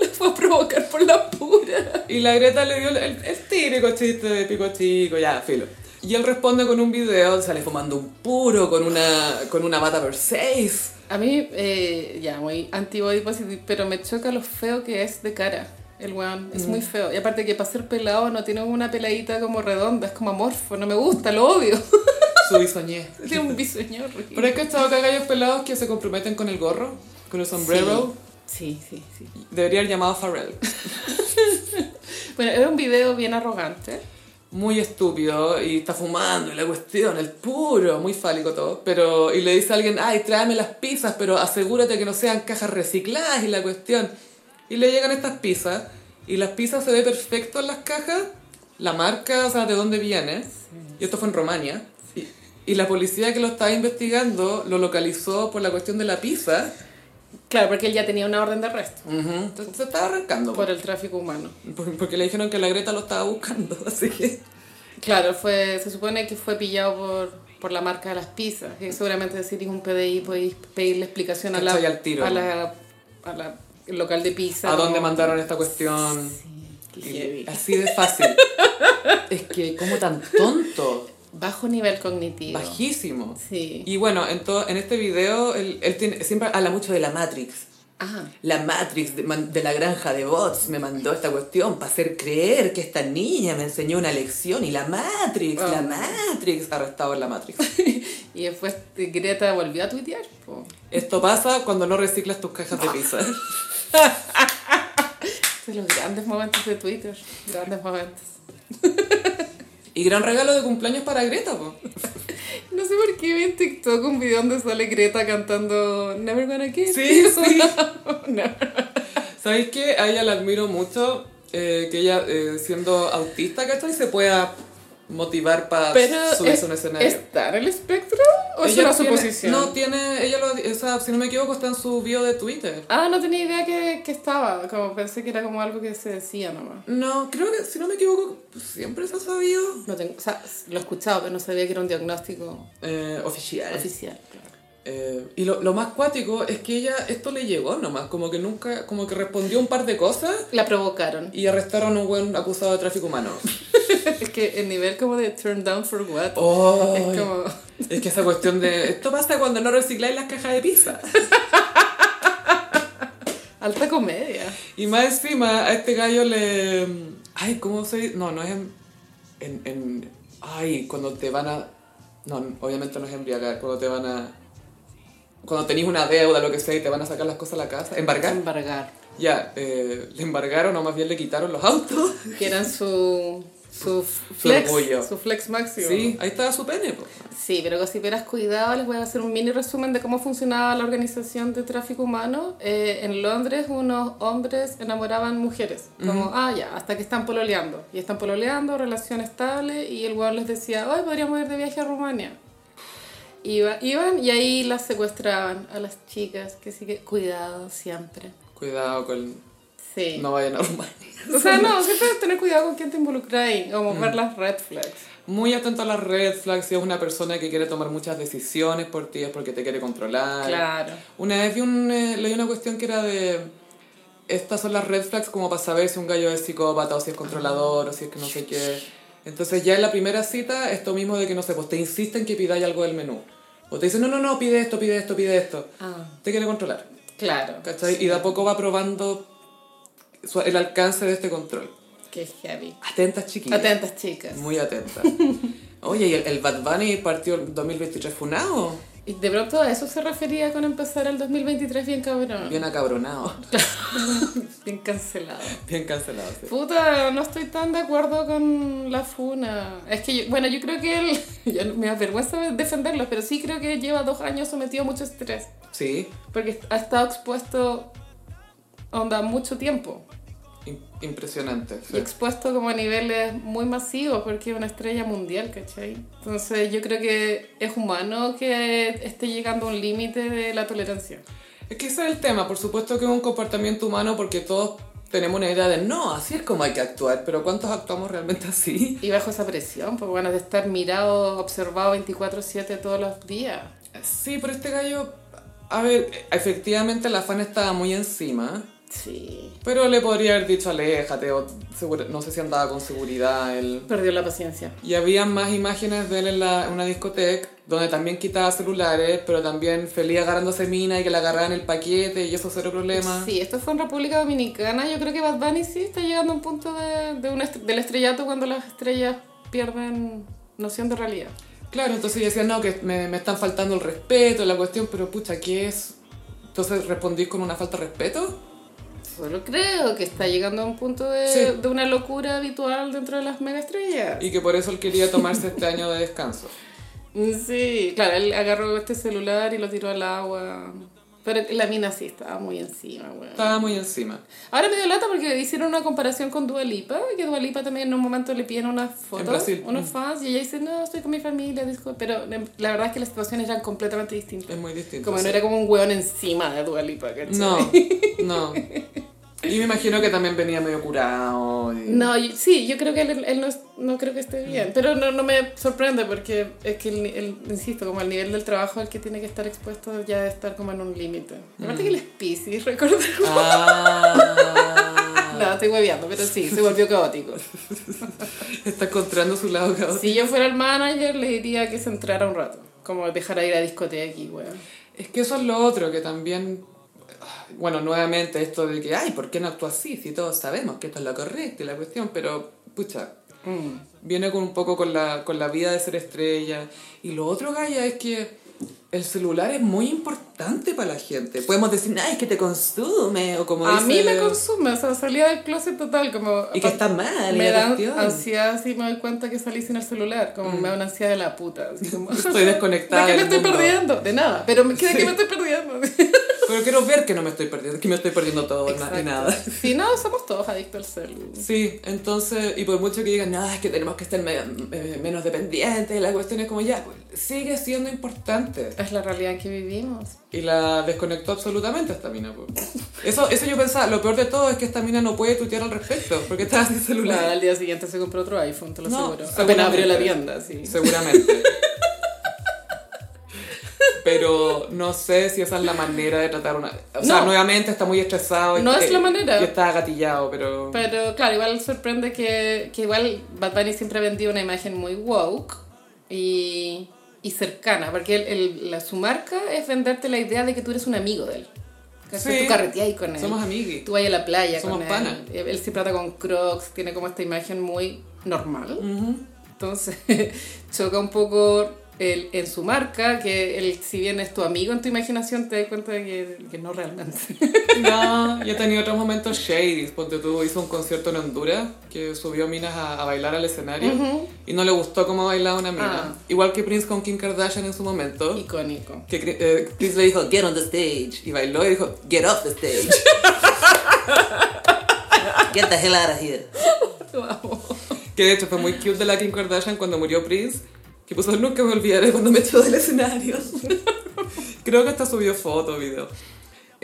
S2: Lo fue a provocar por la pura.
S1: Y la Greta le dio el, el típico chiste de pico chico, ya, filo. Y él responde con un video, sale fumando un puro con una, con una bata Versace.
S2: A mí, eh, ya, muy antibody positive, pero me choca lo feo que es de cara. El weón es
S1: Mm.
S2: muy feo. Y aparte que para ser pelado no tiene una peladita como redonda, es como amorfo. No me gusta, lo odio.
S1: Su bisoñé.
S2: Tiene un bisoño horrible.
S1: Pero es que he estado acá gallos pelados que se comprometen con el gorro, con el sombrero.
S2: Sí, sí, sí.
S1: Debería haber llamado Pharrell.
S2: Bueno, era un video bien arrogante.
S1: muy estúpido y está fumando y la cuestión, el puro, muy fálico todo. Pero, y le dice a alguien, ay, tráeme las pizzas, pero asegúrate que no sean cajas recicladas y la cuestión. Y le llegan estas pizzas y las pizzas se ve perfecto en las cajas, la marca, o sea, de dónde viene. Y esto fue en Rumania. Y, y la policía que lo estaba investigando lo localizó por la cuestión de la pizza.
S2: Claro, porque él ya tenía una orden de arresto
S1: Ujú, Entonces se estaba arrancando.
S2: por el tráfico humano.
S1: por- porque le dijeron que la Greta lo estaba buscando, así que...
S2: Claro, fue, se supone que fue pillado por, por la marca de las pizzas. Que seguramente si eres un PDI podéis pedirle explicación a la,
S1: Cachai, al tiro.
S2: a la, a la- el local de pizza.
S1: ¿A dónde
S2: como-
S1: mandaron esta cuestión?
S2: Qué
S1: Y
S2: heavy.
S1: Así de fácil. es que, como tan tonto,
S2: Bajo nivel cognitivo.
S1: bajísimo.
S2: Sí.
S1: Y bueno, en, to- en este video, él, él tiene- siempre habla mucho de la Matrix.
S2: Ah,
S1: La Matrix de, man- de la granja de bots me mandó esta cuestión para hacer creer que esta niña me enseñó una lección. Y la Matrix, la
S2: Ah.
S1: Matrix, arrestado en la Matrix.
S2: y después Greta volvió a tuitear. po.
S1: Esto pasa cuando no reciclas tus cajas de pizza.
S2: De Este los grandes momentos de Twitter. Grandes momentos.
S1: Y gran regalo de cumpleaños para Greta, po.
S2: No sé por qué vi en TikTok un video donde sale Greta cantando Never Gonna Kiss.
S1: Sí, sí.
S2: Never.
S1: ¿Sabéis qué? A ella la admiro mucho, eh, que ella eh, siendo autista, ¿cachai? Se pueda motivar para
S2: Pero
S1: subirse a un
S2: ¿es-
S1: escenario.
S2: ¿está en el espectro o es
S1: Ella
S2: una
S1: tiene-
S2: suposición?
S1: No, tiene, ella lo, o sea, si no me equivoco, está en su bio de Twitter.
S2: ah, no tenía idea que, que estaba, como pensé que era como algo que se decía nomás.
S1: No, creo que, si no me equivoco, siempre se ha sabido.
S2: No tengo, o sea, lo he escuchado, pero no sabía que era un diagnóstico
S1: Eh, oficial.
S2: oficial. claro.
S1: Eh, y lo, lo más cuático es que ella, esto le llegó nomás, como que nunca, como que respondió un par de cosas
S2: La provocaron.
S1: y arrestaron a un buen acusado de tráfico humano.
S2: es que el nivel como de turn down for what.
S1: Oh,
S2: Es como,
S1: Es que esa cuestión de. Esto pasa cuando no recicláis las cajas de pizza.
S2: alta comedia.
S1: Y más encima, a este gallo le. Ay, ¿cómo se dice? No, no es en, en, en- Ay, cuando te van a. No, obviamente no es embriagar, cuando te van a. Cuando tenés una deuda, lo que sea, y te van a sacar las cosas a la casa. ¿Embargar?
S2: Embargar.
S1: Ya, eh, le embargaron o más bien le quitaron los autos.
S2: Que eran su, su flex,
S1: orgullo.
S2: su flex máximo.
S1: Sí, ahí estaba su pene, po.
S2: Sí, pero gossiperas, cuidado, les voy a hacer un mini resumen de cómo funcionaba la organización de tráfico humano. Eh, en Londres, unos hombres enamoraban mujeres, como, ah, ya, hasta que están pololeando. Y están pololeando, relación estable, y el weón les decía, hoy podríamos ir de viaje a Rumania. Iba- iban y ahí las secuestraban a las chicas, que sí que, cuidado siempre.
S1: Cuidado con.
S2: Sí.
S1: No vayan a Rumania.
S2: O sea, no, siempre tener cuidado con quién te involucráis, como ver las red flags.
S1: Muy atento a las red flags si es una persona que quiere tomar muchas decisiones por ti, es porque te quiere controlar.
S2: Claro.
S1: Una vez vi un, eh, leí una cuestión que era de... Estas son las red flags como para saber si un gallo es psicópata o si es controlador o si es que no sé qué. Entonces ya en la primera cita, esto mismo de que no sé, pues te insisten que pidáis algo del menú. O te dicen, no, no, no, pide esto, pide esto, pide esto.
S2: Ah,
S1: Te quiere controlar,
S2: claro.
S1: ¿cachai? Y de a poco va probando su- el alcance de este control.
S2: Qué heavy.
S1: Atentas, chiquillas.
S2: Atentas, chicas.
S1: Muy atentas. Oye, ¿y el, el Bad Bunny partió el 2023 funado?
S2: Y de pronto a eso se refería con empezar el 2023 bien cabrón.
S1: Bien acabronado.
S2: Bien cancelado.
S1: Bien cancelado, sí.
S2: Puta, no estoy tan de acuerdo con la funa. Es que, yo- bueno, yo creo que él. ya me da vergüenza defenderlo, pero sí creo que lleva dos años sometido a mucho estrés.
S1: Sí,
S2: Porque ha estado expuesto. Onda, mucho tiempo.
S1: im- impresionante.
S2: Y
S1: sí.
S2: expuesto como a niveles muy masivos, porque es una estrella mundial, ¿cachai? Entonces yo creo que es humano que esté llegando a un límite de la tolerancia.
S1: Es que ese es el tema, por supuesto que es un comportamiento humano porque todos tenemos una idea de no, así es como hay que actuar, pero ¿cuántos actuamos realmente así?
S2: Y bajo esa presión, pues bueno, de estar mirado, observado 24/7 todos los días.
S1: Sí, pero este gallo, a ver, efectivamente la fan estaba muy encima,
S2: Sí.
S1: pero le podría haber dicho aléjate o segura- no sé si andaba con seguridad él.
S2: Perdió la paciencia.
S1: Y había más imágenes de él en la- en una discoteca, donde también quitaba celulares, pero también feliz agarrándose mina y que le agarraban el paquete y eso cero problema.
S2: Sí, esto fue en República Dominicana. Yo creo que Bad Bunny sí está llegando a un punto de, de un est- del estrellato cuando las estrellas pierden noción de realidad.
S1: Claro, entonces yo decía, no, que me, me están faltando el respeto, la cuestión, pero pucha, ¿qué es? Entonces respondí con una falta de respeto.
S2: Solo creo que está llegando a un punto de,
S1: Sí.
S2: de una locura habitual dentro de las mega estrellas.
S1: Y que por eso él quería tomarse este año de descanso.
S2: Sí, claro, él agarró este celular y lo tiró al agua. Pero la mina sí estaba muy encima, weón.
S1: Estaba muy encima.
S2: Ahora me dio lata porque hicieron una comparación con Dua Lipa, que Dua Lipa también en un momento le piden unas
S1: En
S2: fotos,
S1: Brasil.
S2: unos
S1: Mm.
S2: fans, y ella dice, no, estoy con mi familia, disculpe. Pero em, la verdad es que las situaciones eran completamente distintas.
S1: Es muy distinto.
S2: Como
S1: sí.
S2: no era como un weón encima de Dua Lipa, ¿cachai?
S1: No, no. Y me imagino que también venía medio curado. y-
S2: No, yo- sí, yo creo que él, él no, es- no creo que esté bien, pero no, no me sorprende porque es que, el, el- insisto, como el nivel del trabajo al que tiene que estar expuesto ya de estar como en un límite.
S1: Mm.
S2: Aparte que él es piscis, recuerdo.
S1: Ah,
S2: No, estoy hueveando, pero sí, se volvió caótico.
S1: está encontrando su lado caótico.
S2: Si yo fuera el manager, le diría que se entrara un rato. Como dejara ir a discoteca y weón.
S1: Es que eso es lo otro, que también, bueno, nuevamente esto de que, ay, ¿por qué no actúa así? Si todos sabemos que esto es lo correcto y la cuestión, pero, pucha, Mm. viene con un poco con la, con la vida de ser estrella. Y lo otro, Gaya, es que el celular es muy importante para la gente. Podemos decir, ay, es que te consume, o como
S2: A
S1: dice-
S2: mí me consume, o sea, salía del closet total, como...
S1: Y que está mal, y
S2: Me
S1: la
S2: dan
S1: cuestión.
S2: ansiedad si me doy cuenta que salí sin el celular, como me da una ansiedad de la puta. Así como,
S1: Mm. Estoy desconectada
S2: ¿De qué me
S1: del
S2: estoy
S1: mundo.
S2: perdiendo? De nada, pero me- ¿de
S1: Sí.
S2: qué me estoy perdiendo?
S1: Pero quiero ver que no me estoy perdiendo, que me estoy perdiendo todo, na- de
S2: Exacto.
S1: nada.
S2: Si no, somos todos adictos al celular.
S1: Sí, entonces, y por mucho que digan, no, es que tenemos que estar me- eh, menos dependientes, la cuestión es como ya, pues, sigue siendo importante.
S2: Es la realidad en que vivimos.
S1: Y la desconectó absolutamente esta mina. po. Eso, eso yo pensaba, lo peor de todo es que esta mina no puede tuitear al respecto, porque estaba sin
S2: Claro,
S1: celular.
S2: al día siguiente se compró otro iPhone, te lo
S1: No,
S2: aseguro. Apenas
S1: seguramente.
S2: abrió la tienda, sí.
S1: Seguramente. Pero no sé si esa es la manera de tratar una... O sea,
S2: No.
S1: nuevamente está muy estresado. y-
S2: No es la manera.
S1: Y está agatillado, pero...
S2: Pero claro, igual sorprende que, que igual Bad Bunny siempre ha vendido una imagen muy woke y, y cercana, porque él- él- la, su marca es venderte la idea de que tú eres un amigo de él. Que
S1: Sí.
S2: Tú carreteáis con él.
S1: Somos amigos.
S2: Tú vas a la playa
S1: somos
S2: con él.
S1: panas.
S2: Él, él siempre anda con crocs, tiene como esta imagen muy normal. Entonces choca un poco el, en su marca, que él, si bien es tu amigo en tu imaginación, te das cuenta de que, que no realmente.
S1: No, yo he tenido otros momentos shady. Ponte tú, hizo un concierto en Honduras que subió minas a, a bailar al escenario y no le gustó cómo bailaba una mina.
S2: Ah.
S1: Igual que Prince con Kim Kardashian en su momento.
S2: Icónico.
S1: Que Cri- eh, Prince le dijo, get on the stage. Y bailó y dijo, get off the stage.
S3: Get the hell out of here.
S1: que de hecho fue muy cute de la Kim Kardashian cuando murió Prince. Que puso, nunca me olvidaré cuando me echó del escenario. Creo que hasta subió foto, video.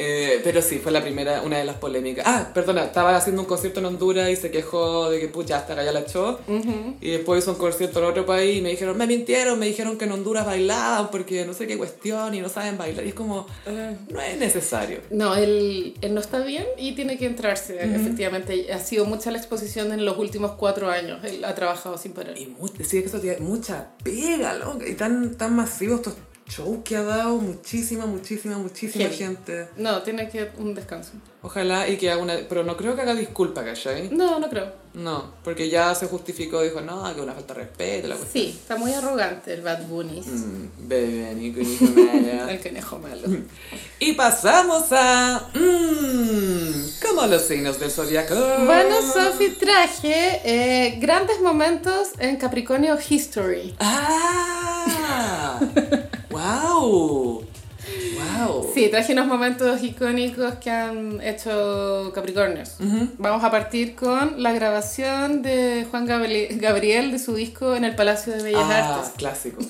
S1: Eh, pero sí, fue la primera, una de las polémicas. Ah, perdona, estaba haciendo un concierto en Honduras y se quejó de que pucha, hasta allá la echó. Y después hizo un concierto en otro país y me dijeron, me mintieron, me dijeron que en Honduras bailaban porque no sé qué cuestión y no saben bailar. Y es como,
S2: Ah.
S1: no es necesario.
S2: No, él, él no está bien y tiene que entrarse, efectivamente. Ha sido mucha la exposición en los últimos cuatro años. Él ha trabajado sin parar.
S1: Y mu- sí, es que eso tiene mucha pega, loca, y tan, tan masivo estos show que ha dado muchísima, muchísima, muchísima
S2: Heavy.
S1: gente.
S2: No, tiene que un descanso.
S1: Ojalá y que haga una... Pero no creo que haga disculpa, ¿cachai?
S2: No, no creo.
S1: No, porque ya se justificó, dijo, no, que una falta de respeto, la cuestión.
S2: Sí, está muy arrogante el Bad Bunny.
S1: Mm, bebé, ni con hijo mala.
S2: El conejo malo.
S1: Y pasamos a... Mmm, como los signos del zodiaco.
S2: Bueno, Sophie, traje eh, grandes momentos en Capricornio History.
S1: ¡Ah! ¡Wow! ¡Wow!
S2: Sí, traje unos momentos icónicos que han hecho Capricornios. Vamos a partir con la grabación de Juan Gabeli- Gabriel de su disco en el Palacio de Bellas
S1: Ah,
S2: Artes.
S1: clásico.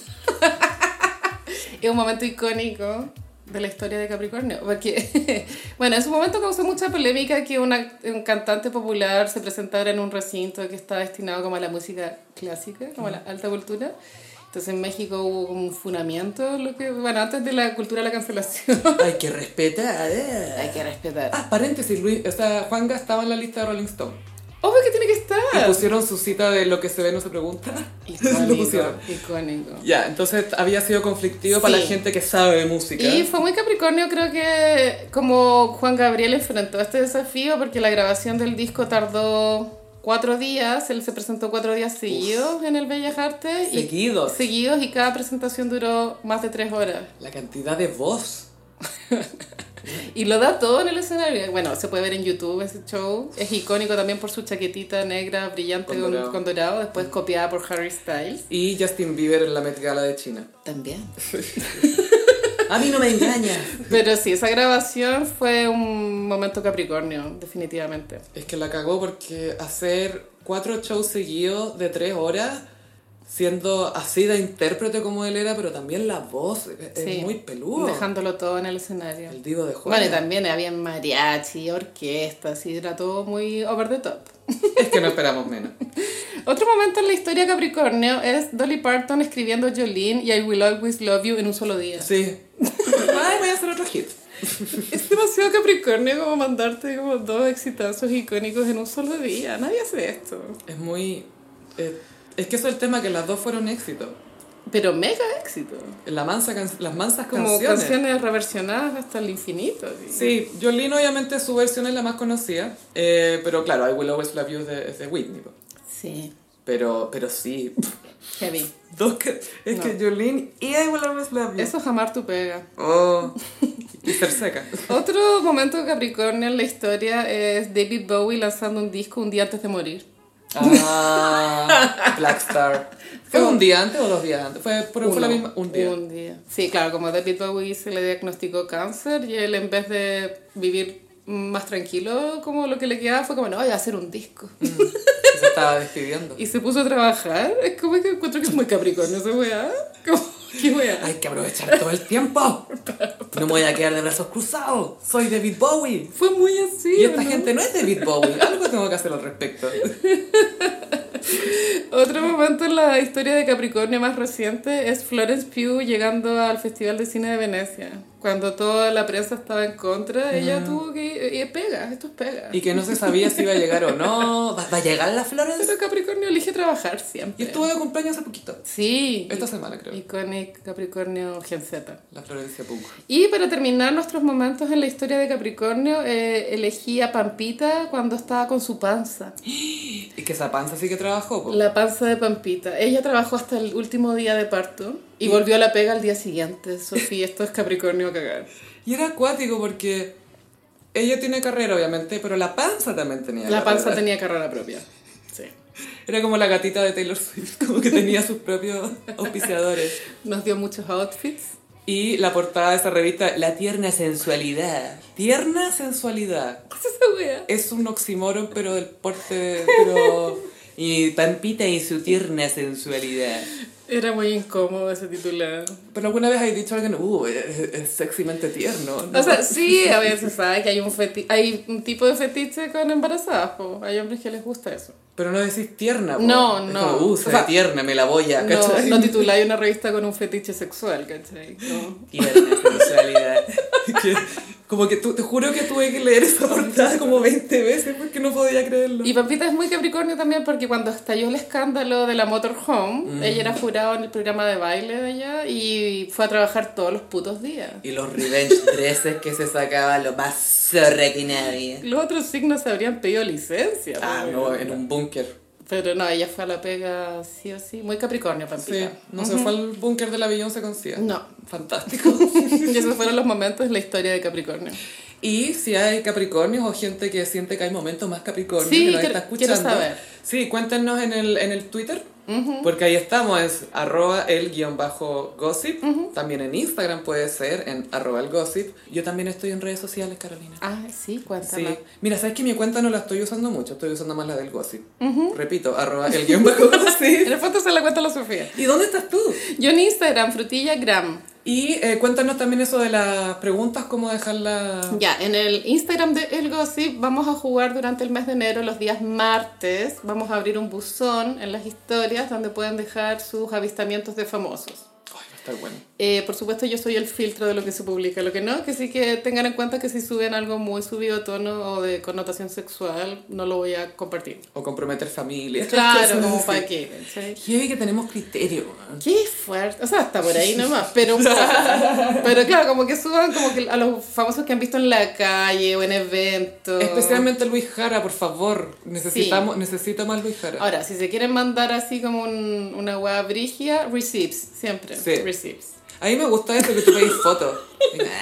S2: Es un momento icónico de la historia de Capricornio, porque, bueno, en su momento causó mucha polémica que una- un cantante popular se presentara en un recinto que estaba destinado como a la música clásica, como a la alta cultura. Entonces en México hubo como un funamiento, lo que, bueno, antes de la cultura de la cancelación.
S1: Hay que respetar. eh.
S2: Hay que respetar.
S1: Ah, paréntesis, Luis, o sea, Juanga estaba en la lista de Rolling Stone.
S2: Obvio que tiene que
S1: Y
S2: estar.
S1: pusieron su cita de lo que se ve no se pregunta. Lo
S2: Icónico,
S1: pusieron.
S2: icónico.
S1: Ya, entonces había sido conflictivo
S2: Sí.
S1: para la gente que sabe de música.
S2: Y fue muy Capricornio, creo que como Juan Gabriel enfrentó este desafío, porque la grabación del disco tardó cuatro días, él se presentó cuatro días seguidos en el Bellas Artes. y-
S1: Seguidos.
S2: seguidos y cada presentación duró más de tres horas.
S1: La cantidad de voz.
S2: Y lo da todo en el escenario. Bueno, se puede ver en YouTube ese show. Es icónico también por su chaquetita negra brillante
S1: Con
S2: con con dorado, Mm.
S1: dorado.
S2: después copiada por Harry Styles.
S1: Y Justin Bieber en la Met Gala de China.
S2: También.
S1: A mí no me engaña.
S2: Pero sí, esa grabación fue un momento Capricornio, definitivamente.
S1: Es que la cagó porque hacer cuatro shows seguidos de tres horas, siendo así de intérprete como él era, pero también la voz eh, es es
S2: Sí.
S1: muy peludo.
S2: Dejándolo todo en el escenario.
S1: El divo de juego.
S2: Bueno, y también había mariachi, orquestas, y era todo muy over the top.
S1: Es que no esperamos menos.
S2: Otro momento en la historia de Capricornio es Dolly Parton escribiendo Jolene y I Will Always Love You en un solo día.
S1: Sí.
S2: Ah,
S1: Ay, voy a hacer otro hit.
S2: Es demasiado Capricornio como mandarte como dos exitazos icónicos en un solo día. Nadie hace esto.
S1: Es muy... eh, es que eso es el tema, que las dos fueron éxito.
S2: Pero mega éxito.
S1: La mansa can- las mansas
S2: Como
S1: canciones.
S2: canciones, reversionadas hasta el infinito. así.
S1: Sí, Jolene obviamente su versión es la más conocida, eh, pero claro, I Will Always Love You es de, es de Whitney. po.
S2: Sí.
S1: Pero, pero sí,
S2: Heavy.
S1: dos que- es
S2: No.
S1: que Jolene y I Will Always Love You.
S2: Eso es amar tu pega.
S1: Oh, y ser seca.
S2: Otro momento Capricornio en la historia es David Bowie lanzando un disco un día antes de morir.
S1: Ah, Black Star. ¿Fue un día antes o dos días antes? Fue, pero fue la
S2: Uno,
S1: misma, un día.
S2: Un día. Sí, claro, como David Bowie se le diagnosticó cáncer y él en vez de vivir más tranquilo, como lo que le quedaba fue como, no, voy a hacer un disco.
S1: Mm. Se estaba despidiendo.
S2: Y se puso a trabajar. Es como que encuentro que es muy Capricornio esa weá. Como, ¿Qué weá?
S1: Hay que aprovechar todo el tiempo. No me voy a quedar de brazos cruzados. Soy David Bowie.
S2: Fue muy así.
S1: Y esta
S2: ¿no?
S1: gente no es David Bowie. Algo tengo que hacer al respecto.
S2: Otro momento en la historia de Capricornio más reciente es Florence Pugh llegando al Festival de Cine de Venecia. Cuando toda la prensa estaba en contra, ella tuvo que... Y es pega, esto es pega.
S1: Mm. Y que no se sabía si iba a llegar o no. ¿Va, va a llegar la Florence?
S2: Pero Capricornio elige trabajar
S1: Y
S2: siempre.
S1: estuvo de cumpleaños hace poquito.
S2: Sí.
S1: Esta semana, creo.
S2: Iconic Capricornio Gen Z.
S1: La Florencia Pug.
S2: Y para terminar nuestros momentos en la historia de Capricornio, eh, elegí a Pampita cuando estaba con su panza.
S1: Y que esa panza sí que trabajó. po.
S2: La panza de Pampita. Ella trabajó hasta el último día de parto y volvió a la pega al día siguiente. Sofía, esto es Capricornio a cagar.
S1: Y era acuático porque ella tiene carrera, obviamente, pero la panza también tenía
S2: La panza
S1: carrera.
S2: tenía carrera propia. Sí.
S1: Era como la gatita de Taylor Swift, como que tenía sus propios auspiciadores.
S2: Nos dio muchos outfits.
S1: Y la portada de esa revista, La tierna sensualidad. Tierna sensualidad.
S2: ¿Qué es esa wea?
S1: Es un oxímoron, pero del porte. Pero... Y Pampita y su tierna sensualidad.
S2: Era muy incómodo ese titular.
S1: Pero alguna vez hay dicho a alguien, uh, es, es sexymente tierno. ¿no?
S2: O sea, sí, a veces sabe que hay un, feti hay un tipo de fetiche con embarazadas. po. Hay hombres que les gusta eso.
S1: Pero no decís tierna, po.
S2: No,
S1: Es
S2: no.
S1: como, uh, se
S2: O sea,
S1: ve tierna, me la voy a,
S2: No,
S1: ¿cachai?
S2: no tituláis una revista con un fetiche sexual, ¿cachai? No.
S1: Tierna sensualidad. Que- como que tú, te juro que tuve que leer esa portada como 20 veces porque no podía creerlo.
S2: Y Pampita es muy Capricornio también porque cuando estalló el escándalo de la Motorhome,
S1: Mm.
S2: ella era jurado en el programa de baile de ella y fue a trabajar todos los putos días.
S1: Y los revenge dresses que se sacaba lo más zorra que nadie.
S2: Los otros signos se habrían pedido licencia.
S1: Ah,
S2: pues.
S1: no, en un búnker.
S2: Pero no, ella fue a la pega sí o sí. Muy Capricornio,
S1: Sí,
S2: Pampita.
S1: no se fue al búnker de la Beyoncé con Sia.
S2: No.
S1: Fantástico.
S2: y esos fueron los momentos de la historia de Capricornio.
S1: Y si hay Capricornios o gente que siente que hay momentos más Capricornios
S2: Sí,
S1: que nos
S2: quiero-
S1: está
S2: quiero
S1: escuchando,
S2: saber.
S1: sí, cuéntenos en el, en el Twitter, porque ahí estamos, es arroba el guión bajo gossip, también en Instagram puede ser, en arroba el gossip. Yo también estoy en redes sociales, Carolina.
S2: Ah, sí,
S1: Sí.
S2: cuéntame.
S1: Mira, sabes que mi cuenta no la estoy usando mucho, estoy usando más la del gossip. Repito, arroba el guión bajo
S2: En
S1: gossip.
S2: el fondo se la cuenta la Sofía.
S1: ¿Y dónde estás tú?
S2: Yo en Instagram, frutilla gram.
S1: Y eh, cuéntanos también eso de las preguntas, cómo dejarla...
S2: Ya, en el Instagram de El Gossip vamos a jugar durante el mes de enero, los días martes. Vamos a abrir un buzón en las historias donde pueden dejar sus avistamientos de famosos.
S1: Ay, va a estar bueno.
S2: Eh, por supuesto, yo soy el filtro de lo que se publica, lo que no, que sí que tengan en cuenta que si suben algo muy subido de tono o de connotación sexual, no lo voy a compartir.
S1: O comprometer familia.
S2: Claro,
S1: Cosas
S2: como
S1: así.
S2: para qué. ¿cachai?
S1: Heavy que tenemos criterio, weón.
S2: Qué fuerte. O sea, hasta por ahí nomás. Pero, pero claro, como que suban como que a los famosos que han visto en la calle o en eventos.
S1: Especialmente Luis Jara, por favor. Necesitamos, Necesito más Luis Jara.
S2: Ahora, si se quieren mandar así como un- una hueá brigia, receipts, siempre.
S1: Sí.
S2: Receipts.
S1: A mí me gusta eso que tú pedís fotos.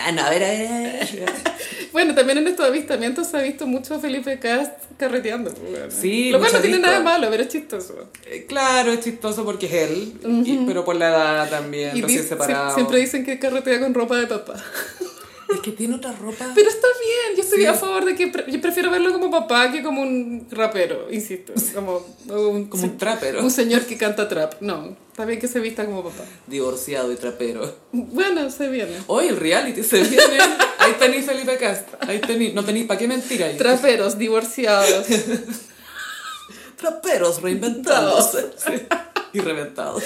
S1: Ah, no, a ver, a ver, a ver.
S2: Bueno, también en estos avistamientos se ha visto mucho a Felipe Cast carreteando. bueno.
S1: Sí,
S2: Lo cual no tiene
S1: muchadito.
S2: nada de malo, pero es chistoso.
S1: Eh, Claro, es chistoso porque es él, y- pero por la edad también,
S2: Y
S1: recién
S2: dice-
S1: separado.
S2: sie- siempre dicen que carretea con ropa de papá.
S1: Es que tiene otra ropa.
S2: Pero está bien, yo estoy
S1: Sí.
S2: a favor de que... pre- yo prefiero verlo como papá que como un rapero, insisto. Como un,
S1: Como un trapero.
S2: un señor que canta trap. No, está bien que se vista como papá.
S1: Divorciado y trapero.
S2: Bueno, se viene.
S1: Hoy el reality se viene. Ahí tenéis Felipe Cast. Ahí tenéis. No tenéis para qué mentir ahí.
S2: Traperos, divorciados.
S1: traperos reinventados y reventados.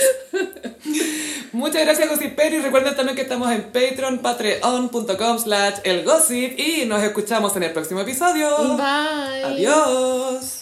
S1: Muchas gracias Gossipero y recuerden también que estamos en Patreon, patreon.com slash el gossip y nos escuchamos en el próximo episodio.
S2: Bye.
S1: Adiós.